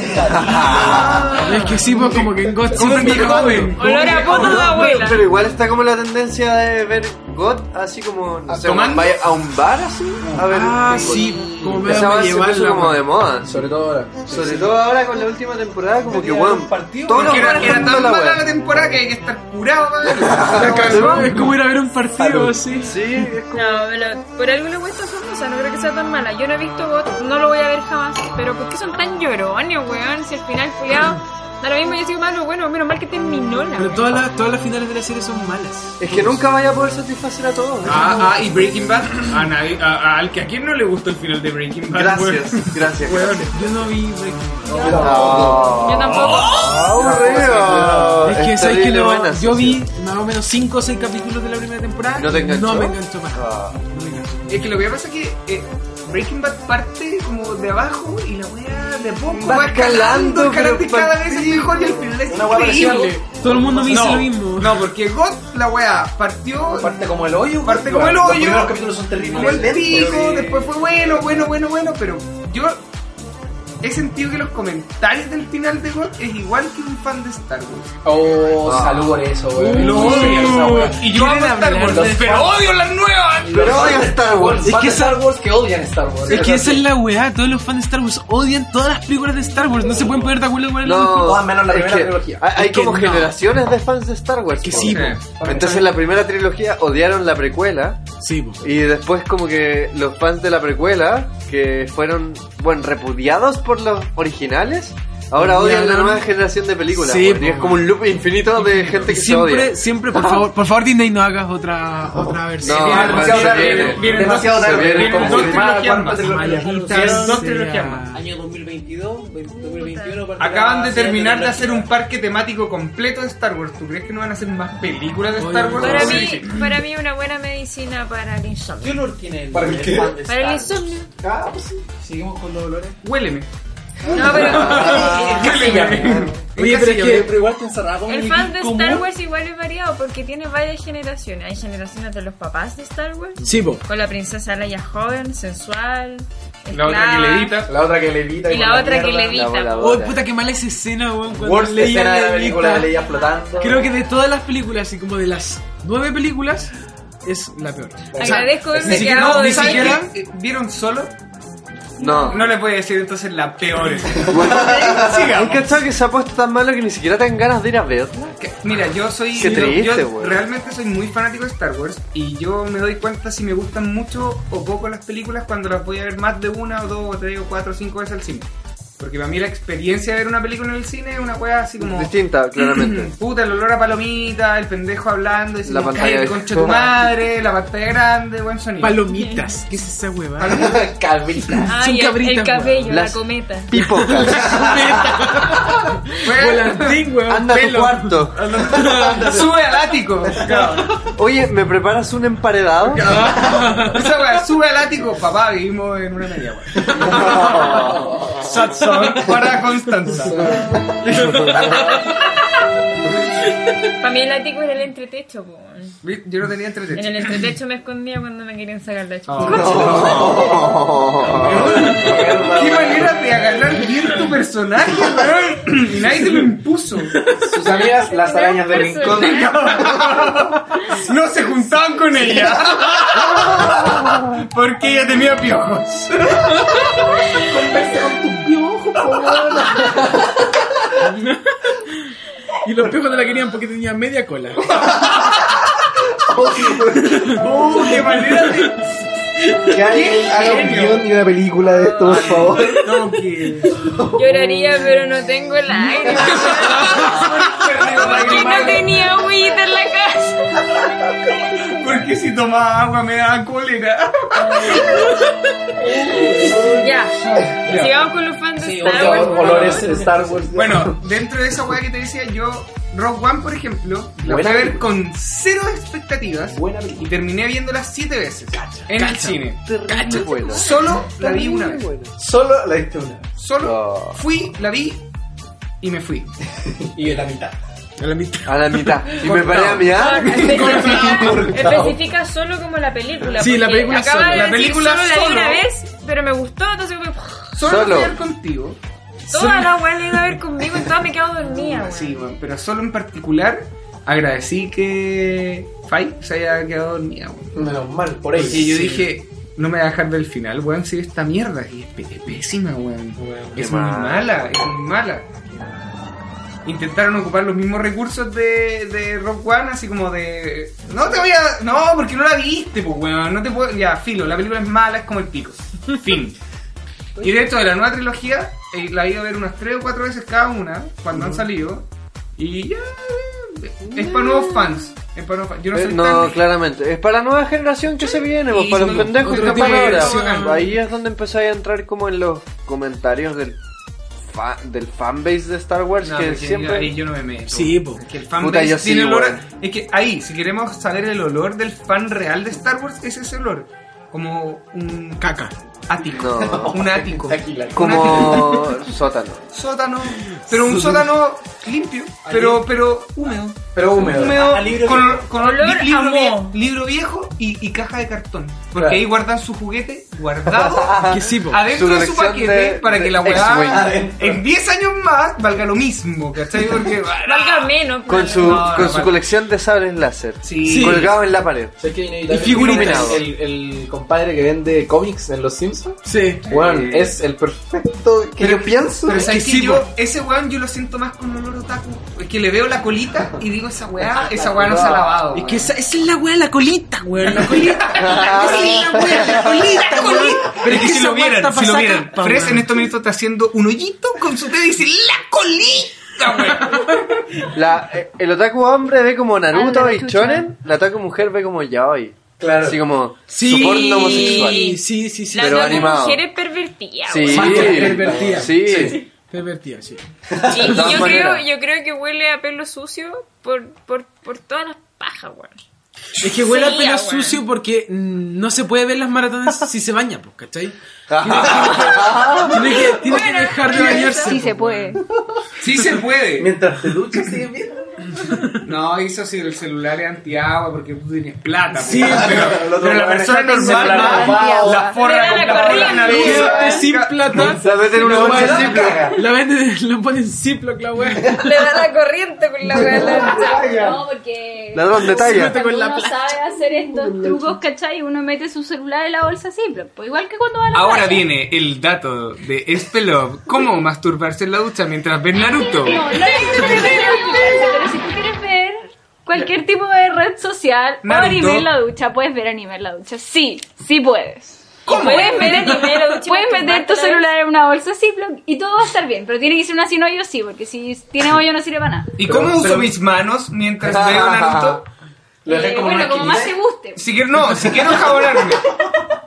[SPEAKER 3] Es que sí, pues como que en GOT
[SPEAKER 1] Como
[SPEAKER 3] siempre
[SPEAKER 1] que
[SPEAKER 3] está joven.
[SPEAKER 2] olor a potos de abuela.
[SPEAKER 4] Pero igual está como la tendencia de ver God así como, no sé,
[SPEAKER 1] tomando?
[SPEAKER 4] vaya a un bar así. A ver,
[SPEAKER 3] Ah,
[SPEAKER 4] un-
[SPEAKER 3] sí, como me
[SPEAKER 4] Esa
[SPEAKER 3] da
[SPEAKER 4] weá se puso como de moda.
[SPEAKER 7] Sobre todo ahora.
[SPEAKER 4] Sobre todo ahora con la última temporada, como que
[SPEAKER 6] Tenía
[SPEAKER 4] weón.
[SPEAKER 6] un partido,
[SPEAKER 4] Todos los
[SPEAKER 1] Porque era,
[SPEAKER 4] weones
[SPEAKER 1] era
[SPEAKER 4] cantando
[SPEAKER 1] tan
[SPEAKER 4] la
[SPEAKER 1] mala la
[SPEAKER 4] weá.
[SPEAKER 1] temporada que hay que estar curado para
[SPEAKER 4] Se va.
[SPEAKER 3] Es como ir a ver un partido así.
[SPEAKER 4] Sí, es como.
[SPEAKER 2] No, pero por algo le cuesta famosa, no creo que sea tan mala. Yo no he visto GOT, no lo voy a ver jamás. Pero ¿por qué son tan llorones, weón? Si al final, culiado, da lo mismo, yo sigo malo, bueno, menos mal que terminó la
[SPEAKER 3] Pero
[SPEAKER 2] weá.
[SPEAKER 3] todas las, todas las finales de la serie son malas.
[SPEAKER 4] Es que nunca vaya a poder satisfacer a todos. ¿eh?
[SPEAKER 1] Ah, ah, y Breaking Bad, a nadie, a, a- al que a quién no le gustó el final de Breaking Bad. pues. weón.
[SPEAKER 4] Gracias, gracias.
[SPEAKER 1] Weón.
[SPEAKER 3] Yo no vi Breaking Bad.
[SPEAKER 2] Yo tampoco.
[SPEAKER 4] Aburrido.
[SPEAKER 3] Es que
[SPEAKER 4] Es
[SPEAKER 3] sabes que
[SPEAKER 4] terrible
[SPEAKER 3] no-
[SPEAKER 4] buena,
[SPEAKER 3] yo
[SPEAKER 4] sí,
[SPEAKER 3] vi más o menos 5 o 6 capítulos de la primera temporada.
[SPEAKER 4] ¿No te enganchó?
[SPEAKER 3] No me enganchó más.
[SPEAKER 4] Ah.
[SPEAKER 3] No me enganchó.
[SPEAKER 1] Es que lo que pasa es que eh, Breaking Bad parte como de abajo y la weá de poco
[SPEAKER 4] Va
[SPEAKER 1] va, escalando, escalando
[SPEAKER 4] calando,
[SPEAKER 1] y
[SPEAKER 4] pero
[SPEAKER 1] cada vez es mejor y al final es
[SPEAKER 6] Una weá
[SPEAKER 1] increíble.
[SPEAKER 6] parecía-
[SPEAKER 3] Todo el mundo me dice
[SPEAKER 1] No,
[SPEAKER 3] lo mismo.
[SPEAKER 1] no, porque God, la weá, partió
[SPEAKER 6] Parte como el hoyo.
[SPEAKER 1] Parte como el hoyo.
[SPEAKER 6] Los primeros capítulos son
[SPEAKER 1] Como el
[SPEAKER 6] terribles.
[SPEAKER 1] pico,
[SPEAKER 6] Sí.
[SPEAKER 1] después fue bueno, bueno, bueno, bueno, pero yo he sentido que los comentarios del final de God es igual que un fan de Star Wars.
[SPEAKER 7] Oh,
[SPEAKER 4] Ah,
[SPEAKER 7] salud por eso, weón.
[SPEAKER 3] Lo odio.
[SPEAKER 7] esa weá.
[SPEAKER 1] Y yo amo
[SPEAKER 3] Quieren
[SPEAKER 1] Star
[SPEAKER 3] hablar
[SPEAKER 1] Wars,
[SPEAKER 7] de-
[SPEAKER 1] pero odio las nuevas.
[SPEAKER 4] Pero odio Star Wars.
[SPEAKER 7] Es que
[SPEAKER 6] es-
[SPEAKER 7] Star Wars que odian Star Wars.
[SPEAKER 3] Es que esa es la weá, todos los fans de Star Wars odian todas las películas de Star Wars, no se pueden poner de acuerdo cuál es la mejor.
[SPEAKER 7] Todas menos la
[SPEAKER 4] es
[SPEAKER 7] primera
[SPEAKER 4] que
[SPEAKER 7] trilogía.
[SPEAKER 4] Hay, hay
[SPEAKER 3] Es que
[SPEAKER 4] como
[SPEAKER 3] no.
[SPEAKER 4] generaciones de fans de Star Wars.
[SPEAKER 3] Que
[SPEAKER 4] po.
[SPEAKER 3] sí,
[SPEAKER 1] Sí.
[SPEAKER 3] po.
[SPEAKER 4] Entonces en la primera trilogía odiaron la precuela
[SPEAKER 3] Sí, po.
[SPEAKER 4] y después como que los fans de la precuela que fueron, bueno, repudiados por los originales, ahora odian la
[SPEAKER 3] Odiaron.
[SPEAKER 4] nueva generación de películas.
[SPEAKER 3] Sí,
[SPEAKER 4] porque
[SPEAKER 3] po.
[SPEAKER 4] es como un loop infinito de gente que se odia.
[SPEAKER 3] Siempre, siempre, por favor, por favor, Disney no hagas otra, otra versión.
[SPEAKER 4] No,
[SPEAKER 3] Mira,
[SPEAKER 4] no,
[SPEAKER 3] demasiado
[SPEAKER 4] Ah, se
[SPEAKER 3] tarde.
[SPEAKER 4] viene.
[SPEAKER 1] vienen
[SPEAKER 7] Demasiado
[SPEAKER 1] dos-
[SPEAKER 7] tarde.
[SPEAKER 1] se vienen
[SPEAKER 7] Como
[SPEAKER 1] dos
[SPEAKER 7] confirmada
[SPEAKER 1] trilogías
[SPEAKER 7] cuarta
[SPEAKER 1] más.
[SPEAKER 7] trilogía.
[SPEAKER 3] Maldita
[SPEAKER 1] Vienen dos
[SPEAKER 3] sea.
[SPEAKER 1] trilogías más.
[SPEAKER 6] Año 2022, 2021. parte
[SPEAKER 1] Acaban
[SPEAKER 6] la
[SPEAKER 1] de terminar de
[SPEAKER 6] siguiente
[SPEAKER 1] hacer un parque temático completo de Star Wars. ¿Tú crees que no van a hacer más películas de
[SPEAKER 3] Oye,
[SPEAKER 1] Star Wars?
[SPEAKER 2] Para
[SPEAKER 1] Oh, Sí,
[SPEAKER 2] mí,
[SPEAKER 1] sí.
[SPEAKER 2] para mí una buena medicina para el
[SPEAKER 6] ¿Qué
[SPEAKER 2] insomnio.
[SPEAKER 6] olor tiene el
[SPEAKER 7] ¿Para
[SPEAKER 6] el
[SPEAKER 7] qué?
[SPEAKER 6] fan de
[SPEAKER 2] Para el
[SPEAKER 6] Star Wars?
[SPEAKER 2] insomnio.
[SPEAKER 7] Ah, pues sí.
[SPEAKER 6] Seguimos con los olores.
[SPEAKER 1] Huéleme.
[SPEAKER 2] No, pero
[SPEAKER 1] Huéleme.
[SPEAKER 3] Oye, pero es que
[SPEAKER 6] Pero igual te encerraba con
[SPEAKER 2] el
[SPEAKER 6] un
[SPEAKER 2] fan de
[SPEAKER 6] común.
[SPEAKER 2] Star Wars igual es variado porque tiene varias generaciones. Hay generaciones de los papás de Star Wars,
[SPEAKER 3] Sí, po.
[SPEAKER 2] con la princesa Leia joven, sensual,
[SPEAKER 1] La otra que
[SPEAKER 2] esclava,
[SPEAKER 1] le edita.
[SPEAKER 7] La otra que le evita.
[SPEAKER 2] Y la otra que le
[SPEAKER 4] La
[SPEAKER 2] evita.
[SPEAKER 3] Oh,
[SPEAKER 4] voladora.
[SPEAKER 3] puta, qué mala esa escena, weón. cuando
[SPEAKER 7] Worst
[SPEAKER 3] Leia
[SPEAKER 7] escena de la
[SPEAKER 3] levita.
[SPEAKER 7] película de Leia flotando.
[SPEAKER 3] Creo que de todas las películas, y como de las nueve películas, es la peor.
[SPEAKER 2] Agradezco
[SPEAKER 7] ni
[SPEAKER 2] haberme
[SPEAKER 3] siquiera-
[SPEAKER 2] quedado
[SPEAKER 3] ni
[SPEAKER 2] de-
[SPEAKER 3] siquiera-
[SPEAKER 1] ¿Saben qué? Eh, ¿Vieron solo?
[SPEAKER 4] No.
[SPEAKER 1] No les voy a decir entonces la peor.
[SPEAKER 4] ¿Han cachado que se ha puesto tan malo que ni siquiera te dan ganas de ir a verla?
[SPEAKER 1] Que- Mira, yo soy.
[SPEAKER 4] Qué
[SPEAKER 1] yo-
[SPEAKER 4] triste,
[SPEAKER 1] yo
[SPEAKER 4] güey.
[SPEAKER 1] realmente soy muy fanático de Star Wars y yo me doy cuenta si me gustan mucho o poco las películas cuando las voy a ver más de una o dos o tres o cuatro o cinco veces al cine. Porque para mí la experiencia de ver una película en el cine es una weá así como.
[SPEAKER 4] Distinta, claramente.
[SPEAKER 1] Puta, el olor a palomita, el pendejo hablando, y
[SPEAKER 4] La pantalla
[SPEAKER 1] el
[SPEAKER 4] de-
[SPEAKER 1] concho tu madre, la pantalla grande, buen sonido.
[SPEAKER 3] Palomitas. ¿Qué es esa huevada?
[SPEAKER 7] Cabrita.
[SPEAKER 2] Ay, el-
[SPEAKER 3] cabritas,
[SPEAKER 2] el cabello,
[SPEAKER 4] Las-
[SPEAKER 2] la cometa.
[SPEAKER 4] Pipocas.
[SPEAKER 1] Weón,
[SPEAKER 3] Volantín, weón.
[SPEAKER 4] Anda a tu
[SPEAKER 3] pelo.
[SPEAKER 4] cuarto.
[SPEAKER 1] sube al ático.
[SPEAKER 4] Oye, ¿me preparas un emparedado?
[SPEAKER 1] Esa weá, sube al ático, papá, vivimos en una media weá. Para Constanza.
[SPEAKER 2] Para mí el ático era el entretecho, po.
[SPEAKER 1] Vi- Yo no tenía
[SPEAKER 2] En
[SPEAKER 1] entretecho.
[SPEAKER 2] el entretecho me escondía cuando me querían sacar la chupa.
[SPEAKER 1] ¡Qué manera de agarrar bien tu personaje, weón! Y nadie te lo impuso.
[SPEAKER 7] Sus amigas, las arañas del rincón.
[SPEAKER 1] No se juntaban con ella. Porque ella tenía piojos.
[SPEAKER 3] Y los piojos no la querían porque tenía media cola.
[SPEAKER 1] ¡Uh, qué manera de.
[SPEAKER 7] Que alguien haga un guión y una película de esto, por favor.
[SPEAKER 1] No, que.
[SPEAKER 2] Lloraría, pero no tengo lágrimas. Porque no tenía agüita en la casa.
[SPEAKER 1] Porque si tomaba agua me daba cólera.
[SPEAKER 2] Ya.
[SPEAKER 1] Ya.
[SPEAKER 2] Sigamos con los fans de
[SPEAKER 7] Sí,
[SPEAKER 2] Star Wars. por
[SPEAKER 7] Olores
[SPEAKER 2] favor.
[SPEAKER 7] Star Wars.
[SPEAKER 1] Bueno, dentro de esa weá que te decía yo, Rogue One, por ejemplo, la fui
[SPEAKER 7] Buena
[SPEAKER 1] a ver
[SPEAKER 7] película.
[SPEAKER 1] con cero expectativas
[SPEAKER 7] Buena
[SPEAKER 1] y
[SPEAKER 7] película.
[SPEAKER 1] terminé viéndola siete veces en el cine.
[SPEAKER 4] Cacho, bueno.
[SPEAKER 1] Solo la vi una vez.
[SPEAKER 7] Solo la diste una.
[SPEAKER 1] Solo
[SPEAKER 4] Oh.
[SPEAKER 1] fui, la vi y me fui.
[SPEAKER 7] Y de la mitad.
[SPEAKER 3] A la mitad.
[SPEAKER 4] A la mitad. Y me paré a mirar.
[SPEAKER 2] Ah,
[SPEAKER 3] Ah,
[SPEAKER 2] Especifica,
[SPEAKER 3] Este
[SPEAKER 2] especifica solo como la película.
[SPEAKER 3] Sí, la
[SPEAKER 2] porque
[SPEAKER 3] película
[SPEAKER 2] acaba
[SPEAKER 3] solo.
[SPEAKER 2] de
[SPEAKER 1] La
[SPEAKER 2] decir
[SPEAKER 1] película
[SPEAKER 2] solo la vi
[SPEAKER 1] solo.
[SPEAKER 2] una vez, pero me gustó, entonces como, pff,
[SPEAKER 1] Solo,
[SPEAKER 4] Solo.
[SPEAKER 1] fui a ver contigo.
[SPEAKER 2] toda la weá la iba a ver conmigo y todas me quedo dormida. weón.
[SPEAKER 1] Sí, weón, pero solo en particular agradecí que Fai se haya quedado dormida, weón.
[SPEAKER 7] Menos mal, por ahí.
[SPEAKER 1] Porque yo dije, no me voy a dejar del final, weón, si esta mierda. Y es pe- es pésima, weón.
[SPEAKER 4] qué
[SPEAKER 1] es muy
[SPEAKER 4] mal.
[SPEAKER 1] mala, es muy mala. Intentaron ocupar los mismos recursos de, de Rock One, así como de. No te voy a. No, porque no la viste, pues, weón. No te puedo. Ya, filo, la película es mala, es como el pico. Fin. Y de hecho, de la nueva trilogía, eh, la he ido a ver unas 3 o 4 veces cada una, cuando han salido. Y ya. eh, Es para nuevos fans. Es para nuevos fans. Yo no
[SPEAKER 4] Eh,
[SPEAKER 1] soy
[SPEAKER 4] No,
[SPEAKER 1] tan-
[SPEAKER 4] claramente. Es para la nueva generación que se viene, pues,
[SPEAKER 1] Y
[SPEAKER 4] para los
[SPEAKER 1] otro-
[SPEAKER 4] pendejos que
[SPEAKER 1] otro
[SPEAKER 4] están
[SPEAKER 1] tipo de
[SPEAKER 4] ahora.
[SPEAKER 1] generación.
[SPEAKER 4] Ahí es donde empezáis a entrar como en los comentarios del fa- del fanbase de Star Wars
[SPEAKER 1] No,
[SPEAKER 4] que
[SPEAKER 1] porque
[SPEAKER 4] siempre
[SPEAKER 1] ahí yo no me meto.
[SPEAKER 3] Sí, po.
[SPEAKER 1] Es que el fan
[SPEAKER 4] Puta,
[SPEAKER 1] base
[SPEAKER 4] yo sí,
[SPEAKER 1] tiene olor a-
[SPEAKER 4] weón.
[SPEAKER 1] Es que ahí, si queremos saber el olor del fan real de Star Wars, es ese olor. Como un
[SPEAKER 3] Caca.
[SPEAKER 1] ático.
[SPEAKER 4] No.
[SPEAKER 1] Un ático.
[SPEAKER 4] como sótano.
[SPEAKER 1] Sótano. Pero un sótano limpio. Pero, pero húmedo.
[SPEAKER 7] Pero húmedo.
[SPEAKER 1] Húmedo.
[SPEAKER 7] A libro
[SPEAKER 1] con,
[SPEAKER 7] viejo.
[SPEAKER 1] con
[SPEAKER 2] Olor
[SPEAKER 1] li- libro,
[SPEAKER 2] a
[SPEAKER 1] vie-
[SPEAKER 2] moho.
[SPEAKER 1] libro viejo y, y caja de cartón. Porque
[SPEAKER 7] Claro.
[SPEAKER 1] ahí guardan su juguete guardado.
[SPEAKER 3] Que sí, po.
[SPEAKER 1] Adentro
[SPEAKER 4] Su
[SPEAKER 1] de su
[SPEAKER 4] colección
[SPEAKER 1] paquete
[SPEAKER 4] de-
[SPEAKER 1] para
[SPEAKER 4] de
[SPEAKER 1] que la
[SPEAKER 4] X-Wing.
[SPEAKER 1] weá
[SPEAKER 7] Adentro.
[SPEAKER 1] en 10 años más valga lo mismo, ¿cachai? Porque
[SPEAKER 2] Valga menos.
[SPEAKER 4] Con
[SPEAKER 2] pero-
[SPEAKER 4] su
[SPEAKER 1] No, no,
[SPEAKER 4] con
[SPEAKER 1] vale.
[SPEAKER 4] su colección de sables láser.
[SPEAKER 1] Sí.
[SPEAKER 4] Colgado en la pared.
[SPEAKER 7] ¿Sabes qué inevitable?
[SPEAKER 3] Y figuritas.
[SPEAKER 7] El, el compadre que vende cómics en Los Simpsons.
[SPEAKER 3] Sí.
[SPEAKER 7] Bueno, es el perfecto que
[SPEAKER 1] Pero-
[SPEAKER 7] yo pienso.
[SPEAKER 1] Pero sabes
[SPEAKER 3] que
[SPEAKER 1] que
[SPEAKER 3] sí,
[SPEAKER 1] yo,
[SPEAKER 3] po.
[SPEAKER 1] ese weón yo lo siento más con olor otaku. Es que le veo la colita y digo, esa weá, esa weá no se ha lavado.
[SPEAKER 3] Es
[SPEAKER 1] weón.
[SPEAKER 3] que esa, esa es la weá, la colita, weón. La colita.
[SPEAKER 1] Sí, la weá, la colita, la colita. Pero es que
[SPEAKER 3] Es que
[SPEAKER 1] si
[SPEAKER 3] esa
[SPEAKER 1] lo
[SPEAKER 3] weá
[SPEAKER 1] vieran,
[SPEAKER 3] está
[SPEAKER 1] si lo
[SPEAKER 3] pa'
[SPEAKER 1] vieran.
[SPEAKER 3] saca, pa'
[SPEAKER 1] Fres
[SPEAKER 3] weón.
[SPEAKER 1] en estos minutos está haciendo un hoyito con su dedo y dice, ¡la colita, weón!
[SPEAKER 4] La, eh, el otaku hombre ve como Naruto
[SPEAKER 5] Ándale,
[SPEAKER 4] y
[SPEAKER 5] chucha.
[SPEAKER 4] Shonen, la otaku mujer ve como yaoi.
[SPEAKER 7] Claro.
[SPEAKER 4] Así como
[SPEAKER 3] Sí.
[SPEAKER 4] su porno homosexual.
[SPEAKER 3] Sí, sí, sí. sí.
[SPEAKER 2] Las
[SPEAKER 4] pero
[SPEAKER 2] dos
[SPEAKER 4] animado.
[SPEAKER 2] mujeres pervertidas.
[SPEAKER 4] Sí.
[SPEAKER 3] Más que pervertida.
[SPEAKER 4] Sí.
[SPEAKER 3] Pervertida, sí.
[SPEAKER 2] weón. Y
[SPEAKER 4] De todas
[SPEAKER 2] yo, creo,
[SPEAKER 4] maneras.
[SPEAKER 2] yo creo que huele a pelo sucio por, por, por todas las pajas, weón.
[SPEAKER 3] Es que huele a
[SPEAKER 2] Sí,
[SPEAKER 3] pelo
[SPEAKER 2] ah, weón.
[SPEAKER 3] sucio porque mm, no se puede ver las maratones si se baña, pues, ¿cachai? Tiene que, tiene que dejar de bañarse.
[SPEAKER 5] Sí se
[SPEAKER 3] pues,
[SPEAKER 5] puede.
[SPEAKER 1] Sí se puede.
[SPEAKER 7] Mientras te duchas, sigue bien.
[SPEAKER 1] No, hizo si el celular es antiagua porque tú tenías plata.
[SPEAKER 3] Sí,
[SPEAKER 1] po.
[SPEAKER 3] pero-
[SPEAKER 1] pero, la persona normal
[SPEAKER 4] celular
[SPEAKER 1] va,
[SPEAKER 5] antiagua.
[SPEAKER 1] la forra
[SPEAKER 2] Pero
[SPEAKER 1] con
[SPEAKER 2] la
[SPEAKER 1] la forra
[SPEAKER 2] corriente.
[SPEAKER 1] nariz.
[SPEAKER 3] Quédate sin plata.
[SPEAKER 4] Se mete en una
[SPEAKER 3] Lo
[SPEAKER 4] bolsa
[SPEAKER 3] ponen-
[SPEAKER 4] Ziploc.
[SPEAKER 3] La venden, lo ponen Ziploc la wea.
[SPEAKER 2] Le da la corriente con la wea. la-
[SPEAKER 5] No, porque.
[SPEAKER 4] Ladrón de
[SPEAKER 3] Súbete
[SPEAKER 4] talla.
[SPEAKER 5] Cuando
[SPEAKER 3] con la
[SPEAKER 5] uno sabe hacer estos trucos, ¿cachai? Uno mete su celular en la bolsa así, pero pues igual que cuando va a la
[SPEAKER 1] Ahora
[SPEAKER 5] playa.
[SPEAKER 1] viene el dato de Espelov, cómo masturbarse en la ducha mientras ves Naruto.
[SPEAKER 5] No, no es pero si tú quieres ver cualquier tipo de red social o
[SPEAKER 1] Naruto.
[SPEAKER 5] anime en la ducha, puedes ver anime en la ducha. Sí, sí puedes.
[SPEAKER 2] ¿Cómo? Puedes ver anime, la ducha,
[SPEAKER 5] Puedes meter tu
[SPEAKER 2] masturbarte,
[SPEAKER 5] celular en una bolsa Ziploc y todo va a estar bien, pero tiene que ser una sin hoyo sí, porque si tiene hoyo no sirve para nada.
[SPEAKER 1] ¿Y
[SPEAKER 7] Pero-
[SPEAKER 1] cómo uso
[SPEAKER 7] pero-
[SPEAKER 1] mis manos mientras veo Naruto?
[SPEAKER 7] Lo dejé
[SPEAKER 5] Eh,
[SPEAKER 7] como
[SPEAKER 5] bueno,
[SPEAKER 7] una
[SPEAKER 5] como más te guste.
[SPEAKER 1] Si quiero, no, si quiero enjabonarme.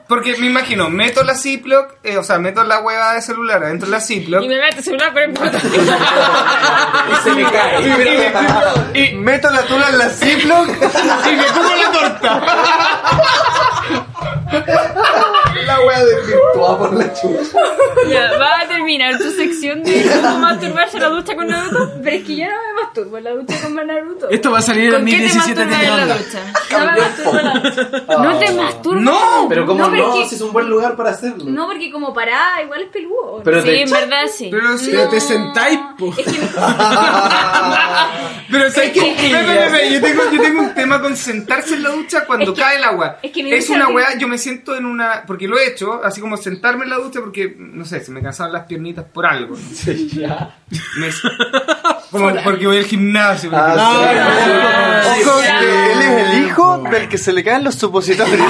[SPEAKER 1] Porque me imagino, meto la Ziploc, eh, o sea, meto la hueva de celular adentro de la Ziploc.
[SPEAKER 2] Y me mete el celular por el puto.
[SPEAKER 7] Y se me cae. Y me cae.
[SPEAKER 4] Meto la tula en la Ziploc
[SPEAKER 1] Y me como la torta.
[SPEAKER 7] La wea desvirtuada por la chucha.
[SPEAKER 2] Ya, va a terminar tu sección de cómo masturbarse en la ducha con Naruto.
[SPEAKER 5] Pero es que yo no me masturbo en la ducha como Naruto.
[SPEAKER 3] Esto va a salir en
[SPEAKER 2] ¿Con qué te
[SPEAKER 3] 2017
[SPEAKER 2] masturbas
[SPEAKER 3] de
[SPEAKER 2] en la
[SPEAKER 3] onda.
[SPEAKER 2] ducha?
[SPEAKER 5] No me masturbo en la ducha.
[SPEAKER 2] Ah.
[SPEAKER 5] No te masturbas. No,
[SPEAKER 7] Pero como no,
[SPEAKER 5] pero es que-
[SPEAKER 7] si es un buen lugar para hacerlo.
[SPEAKER 5] No, porque como pará, igual es peludo.
[SPEAKER 7] Pero
[SPEAKER 2] Sí,
[SPEAKER 7] te
[SPEAKER 2] en verdad sí.
[SPEAKER 1] Pero sí.
[SPEAKER 3] Pero te sentáis, po.
[SPEAKER 5] Es que
[SPEAKER 1] Pero ¿sabes qué? Espera, espera, espera, Yo tengo, yo tengo un tema con sentarse en la ducha cuando
[SPEAKER 5] Es que-
[SPEAKER 1] cae el agua.
[SPEAKER 5] es
[SPEAKER 1] Es,
[SPEAKER 5] que mi ducha
[SPEAKER 1] una
[SPEAKER 5] tiene-
[SPEAKER 1] weá, yo me siento en una. Porque lo he hecho, así como sentarme en la ducha porque, no sé, se me cansaban las piernitas por algo. ¿no? Me- como porque voy al gimnasio. por ejemplo.
[SPEAKER 7] Ah, sí.
[SPEAKER 4] Ojo, que él es el hijo del que se le caen los supositorios.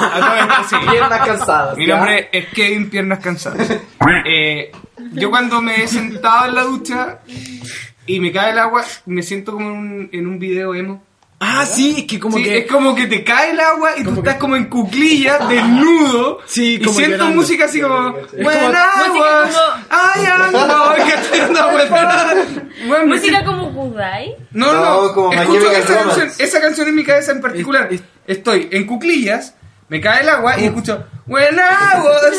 [SPEAKER 1] A todo esto, sí.
[SPEAKER 7] Piernas cansadas.
[SPEAKER 1] Mi
[SPEAKER 7] ¿ya?
[SPEAKER 1] nombre es Kevin Piernas Cansadas. Eh, yo cuando me he sentado en la ducha y me cae el agua, me siento como en un, en un video emo.
[SPEAKER 3] Ah, sí, es que como
[SPEAKER 1] Sí,
[SPEAKER 3] que.
[SPEAKER 1] Es como que te cae el agua y tú estás como en cuclillas, desnudo.
[SPEAKER 3] Sí,
[SPEAKER 1] y
[SPEAKER 3] como
[SPEAKER 1] siento
[SPEAKER 3] llorando.
[SPEAKER 1] música así como. Buena agua.
[SPEAKER 2] música como-
[SPEAKER 1] Ay, ay, no, que estoy en una vuelta. Bueno, me
[SPEAKER 2] Música
[SPEAKER 1] siento-
[SPEAKER 2] como Kudai.
[SPEAKER 1] No, no,
[SPEAKER 4] No, como My
[SPEAKER 1] escucho
[SPEAKER 4] Chemical
[SPEAKER 1] esa
[SPEAKER 4] Romance.
[SPEAKER 1] canción, esa canción en mi cabeza en particular.
[SPEAKER 3] Es- es-
[SPEAKER 1] Estoy en cuclillas, me cae el agua y escucho. When I was,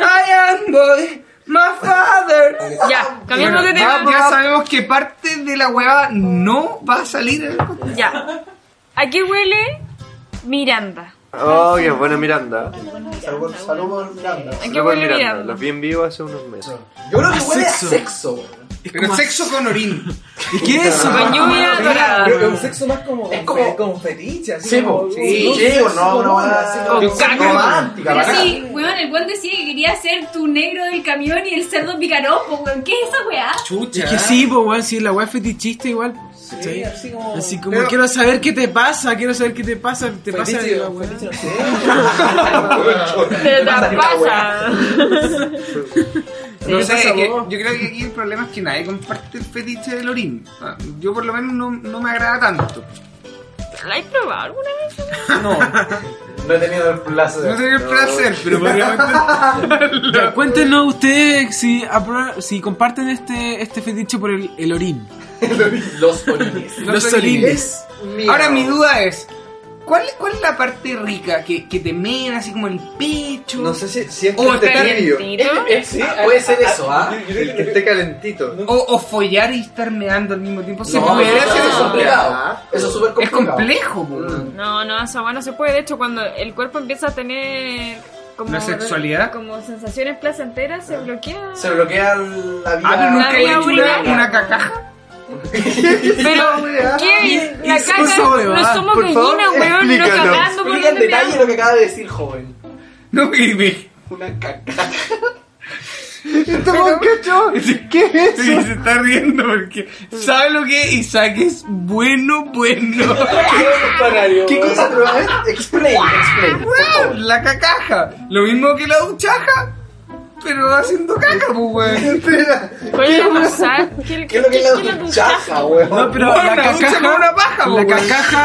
[SPEAKER 1] I am boy, my father.
[SPEAKER 2] Ya, cambiamos
[SPEAKER 1] Bueno,
[SPEAKER 2] de
[SPEAKER 1] ya,
[SPEAKER 2] tema.
[SPEAKER 1] ya sabemos que parte de la huevada no va a salir. en el podcast.
[SPEAKER 2] Ya. ¿A qué huele Miranda?
[SPEAKER 4] Oh, qué buena Miranda.
[SPEAKER 7] Saludos, saludos, Miranda.
[SPEAKER 2] ¿A qué
[SPEAKER 4] Luego
[SPEAKER 2] huele
[SPEAKER 4] Miranda, los
[SPEAKER 2] Miranda?
[SPEAKER 4] vi en vivo hace unos meses.
[SPEAKER 7] Yo creo que
[SPEAKER 3] Ah,
[SPEAKER 7] huele a
[SPEAKER 3] sexo.
[SPEAKER 7] sexo. weón.
[SPEAKER 3] es
[SPEAKER 1] Pero
[SPEAKER 3] como-
[SPEAKER 1] sexo con orín.
[SPEAKER 3] ¿Y qué es eso?
[SPEAKER 2] Con
[SPEAKER 1] Ah,
[SPEAKER 2] lluvia dorada.
[SPEAKER 6] Pero es un sexo más como.
[SPEAKER 7] Es como-
[SPEAKER 6] Como fetiche, así.
[SPEAKER 7] Sí,
[SPEAKER 6] como-
[SPEAKER 7] po. Sí, sí, o no, no,
[SPEAKER 6] así
[SPEAKER 7] no.
[SPEAKER 6] como-
[SPEAKER 1] Yo cago.
[SPEAKER 7] Romántica,
[SPEAKER 5] Pero
[SPEAKER 7] bacán.
[SPEAKER 5] sí, weón, el weón decía que quería ser tu negro del camión y el cerdo picaropo, weón. ¿Qué es esa weá?
[SPEAKER 3] Es que sí, po, weón, sí, la weá es fetichista igual. ¿cachai?
[SPEAKER 6] así como-
[SPEAKER 3] Así como,
[SPEAKER 1] Pero-
[SPEAKER 3] quiero saber qué te pasa, quiero saber qué te pasa, te pasa de la weá.
[SPEAKER 6] Fetiche, no sé.
[SPEAKER 2] Te pasa.
[SPEAKER 1] No sé,
[SPEAKER 3] pasa
[SPEAKER 1] es que
[SPEAKER 3] vos?
[SPEAKER 1] yo creo que aquí el problema es que nadie comparte el fetiche del orín. Ah, Yo por lo menos no, no me agrada tanto.
[SPEAKER 2] ¿La has probado alguna vez?
[SPEAKER 7] No he tenido el placer.
[SPEAKER 1] No sé qué placer, pero podríamos
[SPEAKER 3] Ya, cuéntenos ustedes si, apro- si comparten este, este fetiche por el, el orín.
[SPEAKER 7] Los orines.
[SPEAKER 1] No
[SPEAKER 3] Los
[SPEAKER 1] soy
[SPEAKER 3] orines.
[SPEAKER 7] Mío.
[SPEAKER 1] Ahora mi duda es, ¿cuál, cuál es la parte rica? ¿Que, que te meen así como el pecho?
[SPEAKER 4] No sé si, si es
[SPEAKER 1] O
[SPEAKER 4] que esté tibio.
[SPEAKER 2] Calentito.
[SPEAKER 7] Sí, puede ser eso, ¿ah?
[SPEAKER 4] El que esté calentito.
[SPEAKER 1] O, o follar y estar meando al mismo tiempo. ¿Se
[SPEAKER 7] No,
[SPEAKER 1] puede
[SPEAKER 7] eso
[SPEAKER 1] hacer
[SPEAKER 7] es
[SPEAKER 1] eso?
[SPEAKER 7] complicado. Eso es súper
[SPEAKER 1] Es
[SPEAKER 7] complicado.
[SPEAKER 1] complejo, po.
[SPEAKER 2] No, no, esa weá no se puede. De hecho, cuando el cuerpo empieza a tener como
[SPEAKER 1] ¿La sexualidad?
[SPEAKER 2] como sensaciones placenteras, se bloquea.
[SPEAKER 7] Se bloquea la vida.
[SPEAKER 1] Ah, pero nunca he
[SPEAKER 2] Había
[SPEAKER 1] hecho una,
[SPEAKER 2] urinaria.
[SPEAKER 1] una cacaja.
[SPEAKER 2] Pero, ¿qué? La
[SPEAKER 3] es
[SPEAKER 2] caca,
[SPEAKER 3] cosa, weón.
[SPEAKER 2] no somos
[SPEAKER 4] Por favor,
[SPEAKER 2] gallinas, weón, no
[SPEAKER 4] explícanos.
[SPEAKER 2] cagando por
[SPEAKER 7] Explica en
[SPEAKER 2] donde
[SPEAKER 7] detalle
[SPEAKER 2] veamos.
[SPEAKER 7] lo que acaba de decir, joven.
[SPEAKER 1] No, y me-
[SPEAKER 7] Una caca.
[SPEAKER 4] ¿Este moncacho? ¿Qué es
[SPEAKER 1] Sí, se está riendo porque sabe lo que es y sabe que es bueno, bueno.
[SPEAKER 7] ¿Qué cosa? Pero, a ver, explain, explain. por favor.
[SPEAKER 1] La cacaja. Lo mismo que la duchaja, pero haciendo caca, pues, weón.
[SPEAKER 2] Oye, abusar, ¿Qué
[SPEAKER 7] ¿Qué es lo que es
[SPEAKER 2] qué
[SPEAKER 7] la duchaja, weón?
[SPEAKER 3] No, pero la
[SPEAKER 1] Una ducha con
[SPEAKER 3] cacaja,
[SPEAKER 1] una paja, po,
[SPEAKER 3] la
[SPEAKER 1] weón.
[SPEAKER 3] cacaja,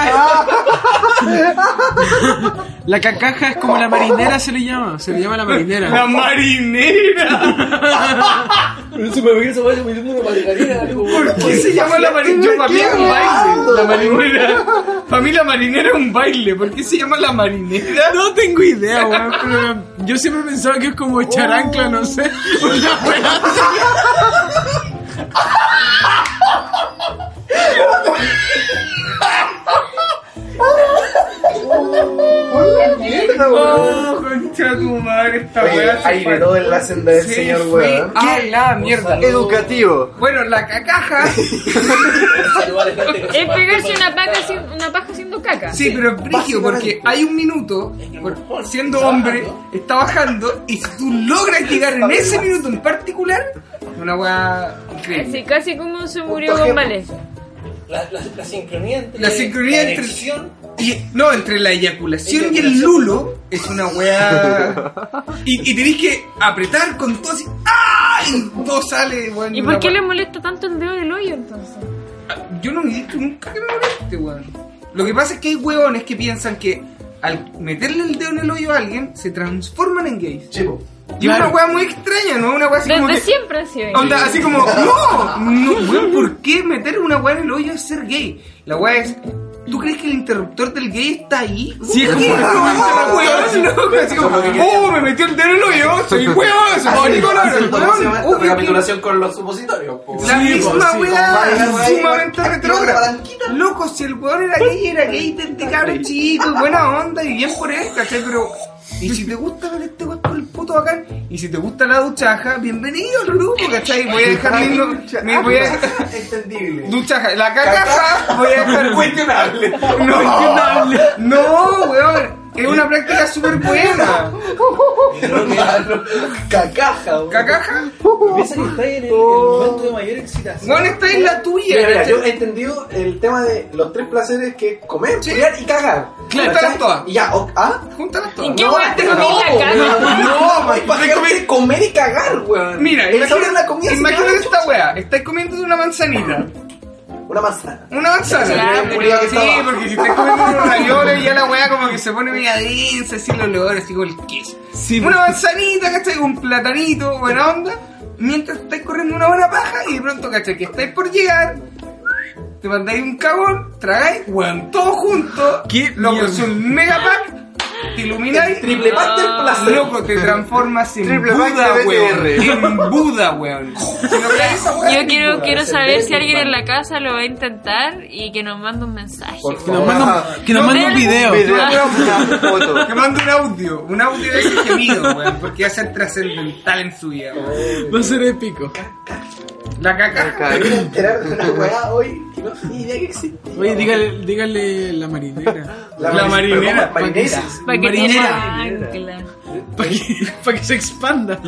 [SPEAKER 3] la cacaja es como la marinera se le llama, se le llama la
[SPEAKER 1] La
[SPEAKER 3] marinera.
[SPEAKER 1] marinera.
[SPEAKER 6] Pero se me ve esa weá, se me hizo una margarina, algo,
[SPEAKER 1] ¿Por qué se llama la marinera? Para mí es un baile. La marinera. Para mí la marinera es un baile. ¿Por qué se llama la marinera?
[SPEAKER 3] No tengo idea, weón, pero yo siempre pensaba que es como echar ancla, no sé. Una weá.
[SPEAKER 1] Oh, concha tu madre, esta
[SPEAKER 7] Oye,
[SPEAKER 1] weá se
[SPEAKER 7] hay de
[SPEAKER 1] fue-
[SPEAKER 7] todo el ascendo del
[SPEAKER 1] Sí,
[SPEAKER 7] señor
[SPEAKER 1] fue-
[SPEAKER 7] weón.
[SPEAKER 1] ¡Ah, la mierda!
[SPEAKER 4] Educativo.
[SPEAKER 1] Bueno, la cacaja.
[SPEAKER 2] Es pegarse una paja, sin- una paja haciendo caca.
[SPEAKER 1] Sí, pero es brígido porque hay un minuto, por- siendo hombre, está bajando y si tú logras llegar en ese minuto en particular, una weá increíble.
[SPEAKER 2] Así casi como se murió
[SPEAKER 7] Punto G.
[SPEAKER 2] González.
[SPEAKER 10] La, la, la sincronía entre.
[SPEAKER 1] La sincronía
[SPEAKER 10] la
[SPEAKER 1] entre-
[SPEAKER 10] erección
[SPEAKER 1] Y, no, entre la eyaculación y el lulo es una weá. Y, y tenés que apretar con todo así. ¡Ah! Y todo sale, weón.
[SPEAKER 2] ¿Y
[SPEAKER 1] una
[SPEAKER 2] por qué
[SPEAKER 1] weá.
[SPEAKER 2] le molesta tanto el dedo del hoyo entonces?
[SPEAKER 1] Yo no he visto nunca que me moleste, weón. Lo que pasa es que hay huevones que piensan que al meterle el dedo en el hoyo a alguien, se transforman en gays.
[SPEAKER 7] Chivo.
[SPEAKER 1] Y es una weá muy extraña, ¿no? Una weá así como.
[SPEAKER 2] Desde
[SPEAKER 1] que- Ah,
[SPEAKER 2] siempre ha sido así.
[SPEAKER 1] Onda, así como, no, no, weón, ¿por qué meter una weá en el hoyo es ser gay? La weá es, ¿tú crees que el interruptor del gay está ahí? Sí, es como, no, no, weón, no, así como, oh, me metió el dedo en el hoyo, soy weón, soy
[SPEAKER 7] Así-
[SPEAKER 1] Nicolás,
[SPEAKER 7] así como se
[SPEAKER 1] weón,
[SPEAKER 7] llama esta
[SPEAKER 1] obvio que-
[SPEAKER 10] Recapitulación con los supositorios. po.
[SPEAKER 1] la
[SPEAKER 7] pues,
[SPEAKER 1] misma weá,
[SPEAKER 7] compadre, weá,
[SPEAKER 1] sumamente
[SPEAKER 7] weá, la
[SPEAKER 1] retrógrada.
[SPEAKER 7] palanquita.
[SPEAKER 1] Loco, si el weón era gay, era gay desde cabrón chico, y buena onda, y bien por él, ¿cachai? Pero, y si te gusta ver este weón por el puto bacán, y si te gusta la duchaja, bienvenido al grupo, ¿cachai? Voy a dejar mi. mi- voy a,
[SPEAKER 7] Entendible.
[SPEAKER 1] duchaja, la cacaja, voy a dejar.
[SPEAKER 10] Cuestionable.
[SPEAKER 1] No, no, weón, es una práctica súper buena.
[SPEAKER 7] Cacaja, weón.
[SPEAKER 1] Cacaja,
[SPEAKER 6] Piensa que estáis en el, el momento de mayor excitación.
[SPEAKER 1] weón, está en la tuya,
[SPEAKER 7] Mira, mira,
[SPEAKER 1] ¿cachai?
[SPEAKER 7] yo he entendido el tema de los tres placeres que es comer,
[SPEAKER 1] Sí.
[SPEAKER 7] chillar y cagar.
[SPEAKER 1] Claro.
[SPEAKER 7] ¿Cachai?
[SPEAKER 1] todas.
[SPEAKER 7] Y ya, o- ¿ah?
[SPEAKER 1] Júntalas todas.
[SPEAKER 2] ¿En qué weá te comí la caca?
[SPEAKER 7] No, no, comer, comer y cagar, weón.
[SPEAKER 1] Mira,
[SPEAKER 7] el sabor
[SPEAKER 1] imagina,
[SPEAKER 7] de la comida se
[SPEAKER 1] imagina
[SPEAKER 7] queda
[SPEAKER 1] esta weá. Estáis comiéndote una manzanita.
[SPEAKER 7] Una manzana.
[SPEAKER 1] Una manzana.
[SPEAKER 2] Claro,
[SPEAKER 1] Sí,
[SPEAKER 7] culiao que
[SPEAKER 1] sí,
[SPEAKER 7] estaba.
[SPEAKER 1] porque si estáis comiendo unos ravioles, ya la weá como que se pone media densa, así el olor, así con el queso.
[SPEAKER 3] Sí,
[SPEAKER 1] Una manzanita, ¿cachai? Un platanito, buena onda. Mientras estáis corriendo una buena paja y de pronto, ¿cachai? Que estáis por llegar. Te mandáis un cagón, tragáis, weón, todo junto.
[SPEAKER 3] Qué
[SPEAKER 1] Loco,
[SPEAKER 3] mierda.
[SPEAKER 1] es un megapack. Te ilumináis.
[SPEAKER 7] Triple pack del placer.
[SPEAKER 1] Loco, te transformas en
[SPEAKER 4] Triple pack
[SPEAKER 1] Buda,
[SPEAKER 4] de
[SPEAKER 1] weón.
[SPEAKER 4] BTR.
[SPEAKER 1] En Buda, weón. Si lográis esa weá,
[SPEAKER 2] Yo quiero, quiero saber si alguien en
[SPEAKER 7] Iván.
[SPEAKER 2] la casa lo va a intentar y que nos mande un mensaje.
[SPEAKER 7] Por
[SPEAKER 3] Que nos
[SPEAKER 7] favor.
[SPEAKER 3] manda, que nos manda un video.
[SPEAKER 4] Video, una foto.
[SPEAKER 1] Que mande un audio, un audio de ese gemido, weón, porque va a ser trascendental en su vida, weón.
[SPEAKER 3] Va a ser épico.
[SPEAKER 1] La caca.
[SPEAKER 7] Me voy a enterar de una weá hoy que no tenía idea que existía.
[SPEAKER 3] Oye, dígale, dígale la marinera.
[SPEAKER 1] la marinera.
[SPEAKER 7] Marinera.
[SPEAKER 2] Para que
[SPEAKER 3] Marinera.
[SPEAKER 2] tenga ancla.
[SPEAKER 3] Para que, pa' que se expanda.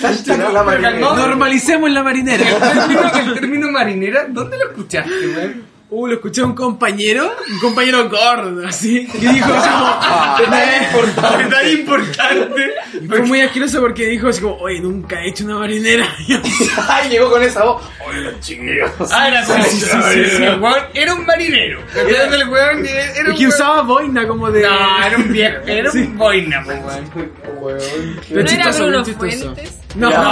[SPEAKER 7] Hashtag la marinera.
[SPEAKER 3] Normalicemos la marinera.
[SPEAKER 1] El término, el término marinera, ¿dónde lo escuchaste, weón?
[SPEAKER 3] Uh, lo escuché a un compañero, un compañero gordo, así, que dijo así como,
[SPEAKER 1] Detalle importante.
[SPEAKER 3] Y Fue muy asqueroso porque dijo así como, oye, nunca he hecho una marinera.
[SPEAKER 7] Ay, llegó con esa voz.
[SPEAKER 1] Ah, era sí, sí, sí, sí, sí, weón. Era un marinero. Era un weón que era
[SPEAKER 3] Y
[SPEAKER 1] un
[SPEAKER 3] que
[SPEAKER 1] weón-
[SPEAKER 3] usaba boina como de...
[SPEAKER 1] No, era un viejo, era
[SPEAKER 3] Sí.
[SPEAKER 1] un boina, pues, weón.
[SPEAKER 2] ¿No
[SPEAKER 3] Pero
[SPEAKER 2] era
[SPEAKER 3] chistoso,
[SPEAKER 2] Bruno
[SPEAKER 3] bien chistoso.
[SPEAKER 2] Fuentes?
[SPEAKER 3] No.
[SPEAKER 7] No.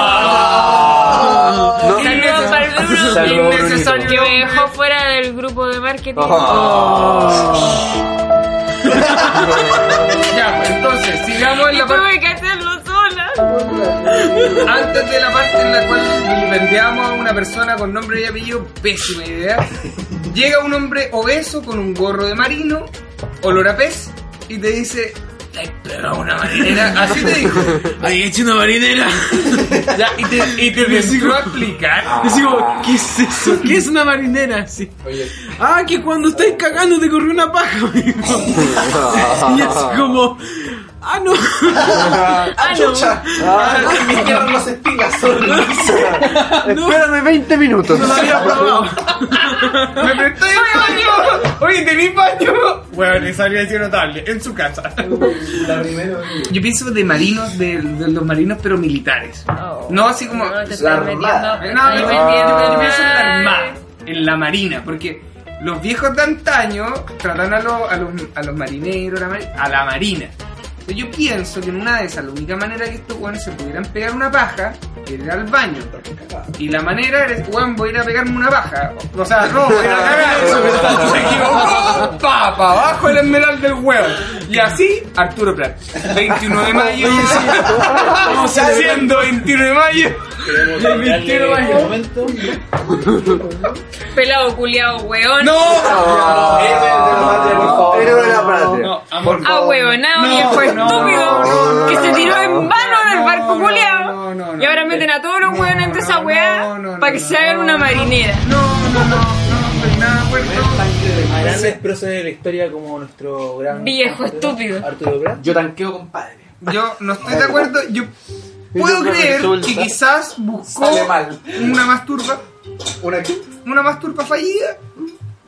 [SPEAKER 2] Saludos para el Bruno
[SPEAKER 7] Saludos,
[SPEAKER 2] Fuentes,
[SPEAKER 1] Brunito.
[SPEAKER 2] que me dejó fuera del grupo de marketing.
[SPEAKER 3] Oh.
[SPEAKER 2] Oh.
[SPEAKER 1] Ya, pues, entonces, sigamos en
[SPEAKER 2] Y
[SPEAKER 1] la parte.
[SPEAKER 2] tuve que hacerlo sola.
[SPEAKER 1] Antes de la parte en la cual vilipendiamos a una persona con nombre y apellido, pésima idea. Llega un hombre obeso con un gorro de marino, olor a pez, y te dice, "Te has pegado una marinera. Así te dijo.
[SPEAKER 3] Ay, he hecho una marinera.
[SPEAKER 1] Ya, y te, y te empezó a explicar.
[SPEAKER 3] Así como, ¿qué es eso? ¿Qué es una marinera? Así. Ah, que cuando estáis cagando te corrió una paja, amigo. Y así como, ah, no.
[SPEAKER 7] Ah, chucha. Ah, no, me quedaron las espinas.
[SPEAKER 4] Espérame 20 minutos.
[SPEAKER 3] No lo había probado.
[SPEAKER 1] Me prestáis baño. Oye, tenés baño. Bueno, esa había sido notable. En su casa.
[SPEAKER 7] La primera.
[SPEAKER 1] Yo pienso de marinos, de, de los marinos, pero militares. No, así como.
[SPEAKER 2] No, te
[SPEAKER 7] la
[SPEAKER 2] estás metiendo.
[SPEAKER 7] armada.
[SPEAKER 2] te
[SPEAKER 1] No,
[SPEAKER 2] estás
[SPEAKER 1] yo
[SPEAKER 2] metiendo.
[SPEAKER 1] yo pienso en la armada, en la marina, porque los viejos de antaño tratan a, los- a los, a los marineros, a la, mari- a la marina. Entonces yo pienso que en una de esas, la única manera que estos weones se pudieran pegar una paja era ir al baño. Y la manera era, weón, voy a ir a pegarme una paja. O sea, no, voy a ir a cagar. Se equivocó, pa, pa, abajo el esmeralda del huevo. Y así, Arturo Prat. 21 de mayo.
[SPEAKER 3] Vamos a celebrar-
[SPEAKER 1] Siendo 21 de mayo.
[SPEAKER 11] Queremos
[SPEAKER 3] El
[SPEAKER 11] dedicarle
[SPEAKER 3] Vintero
[SPEAKER 11] este
[SPEAKER 3] Bayo.
[SPEAKER 11] momento.
[SPEAKER 2] Pelado culiao, weón.
[SPEAKER 1] ¡No!
[SPEAKER 11] Héroe de la patria, por favor.
[SPEAKER 4] Héroe de la patria.
[SPEAKER 3] No, amor.
[SPEAKER 4] Por
[SPEAKER 2] Ah,
[SPEAKER 4] favor.
[SPEAKER 2] huevonao,
[SPEAKER 3] No,
[SPEAKER 2] viejo
[SPEAKER 3] no,
[SPEAKER 2] estúpido
[SPEAKER 4] no,
[SPEAKER 2] que se
[SPEAKER 4] no,
[SPEAKER 2] tiró en vano del
[SPEAKER 3] no,
[SPEAKER 2] barco
[SPEAKER 3] no,
[SPEAKER 2] culiao.
[SPEAKER 3] no, no, no.
[SPEAKER 2] y ahora meten a todos los
[SPEAKER 3] No,
[SPEAKER 2] hueones de esa
[SPEAKER 3] no,
[SPEAKER 2] weá
[SPEAKER 3] no, no,
[SPEAKER 2] para que
[SPEAKER 3] no,
[SPEAKER 2] se hagan una marinera.
[SPEAKER 1] No, no, no, no estoy nada de acuerdo.
[SPEAKER 11] A grandes próceres de la historia como nuestro gran...
[SPEAKER 2] Viejo
[SPEAKER 11] Arturo-
[SPEAKER 2] estúpido.
[SPEAKER 11] Arturo Prat.
[SPEAKER 7] Yo tanqueo, compadre.
[SPEAKER 1] Yo no estoy de acuerdo. Yo puedo
[SPEAKER 4] Yo
[SPEAKER 1] creer
[SPEAKER 4] resulta-
[SPEAKER 1] que quizás buscó
[SPEAKER 10] Sale mal.
[SPEAKER 1] una masturba,
[SPEAKER 7] Una que.
[SPEAKER 1] una masturba fallida.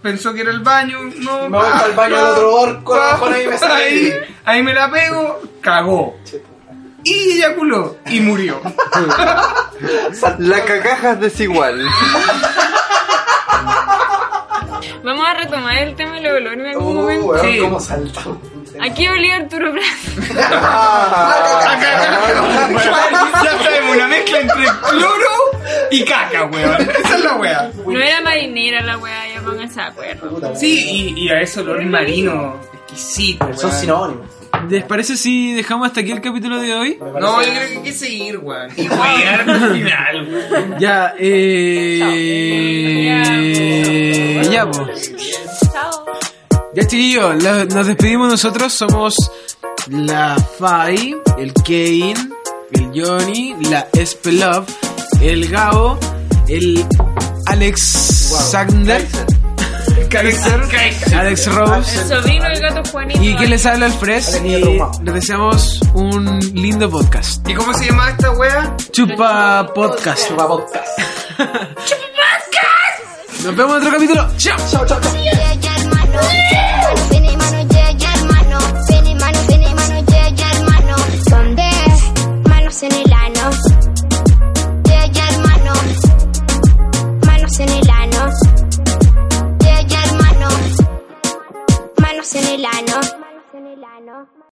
[SPEAKER 1] Pensó que era el baño, no.
[SPEAKER 7] Me voy al baño del otro orco, a lo mejor ahí me sale.
[SPEAKER 1] ahí, ahí me la pego, cagó. Y eyaculó y murió.
[SPEAKER 4] La cacaja es desigual.
[SPEAKER 2] Vamos a retomar el tema del olor en algún
[SPEAKER 3] Uh,
[SPEAKER 2] momento.
[SPEAKER 7] weón,
[SPEAKER 1] Sí.
[SPEAKER 7] cómo saltó.
[SPEAKER 2] Aquí olía Arturo Prat.
[SPEAKER 1] ya sabemos, una mezcla entre cloro y caca, weón. Esa es la weá.
[SPEAKER 2] No era marinera la weá, ya pónganse de acuerdo.
[SPEAKER 1] Sí, y, y a ese olor marino, exquisito.
[SPEAKER 7] Son
[SPEAKER 1] weón.
[SPEAKER 7] sinónimos.
[SPEAKER 3] ¿Les parece si dejamos hasta aquí el capítulo de hoy?
[SPEAKER 1] No, yo creo que hay que seguir, weón. Y wear al final, weón.
[SPEAKER 3] Ya, eh. Ya, pues.
[SPEAKER 2] Chao.
[SPEAKER 3] Ya, chiquillos, la- nos despedimos nosotros. Somos la Fai, el Kane, el Johnny, la Espelove, el Gabo, el Alexander, Alex
[SPEAKER 2] El
[SPEAKER 3] Rose.
[SPEAKER 2] sobrino del gato Juanito.
[SPEAKER 3] ¿Y que les habla el Fres? Y les deseamos un lindo podcast.
[SPEAKER 1] ¿Y cómo se llama esta wea?
[SPEAKER 3] Chupa Podcast.
[SPEAKER 7] Chupa podcast.
[SPEAKER 3] Nos vemos en otro capítulo. Chao.
[SPEAKER 9] Yo, yo, hermano.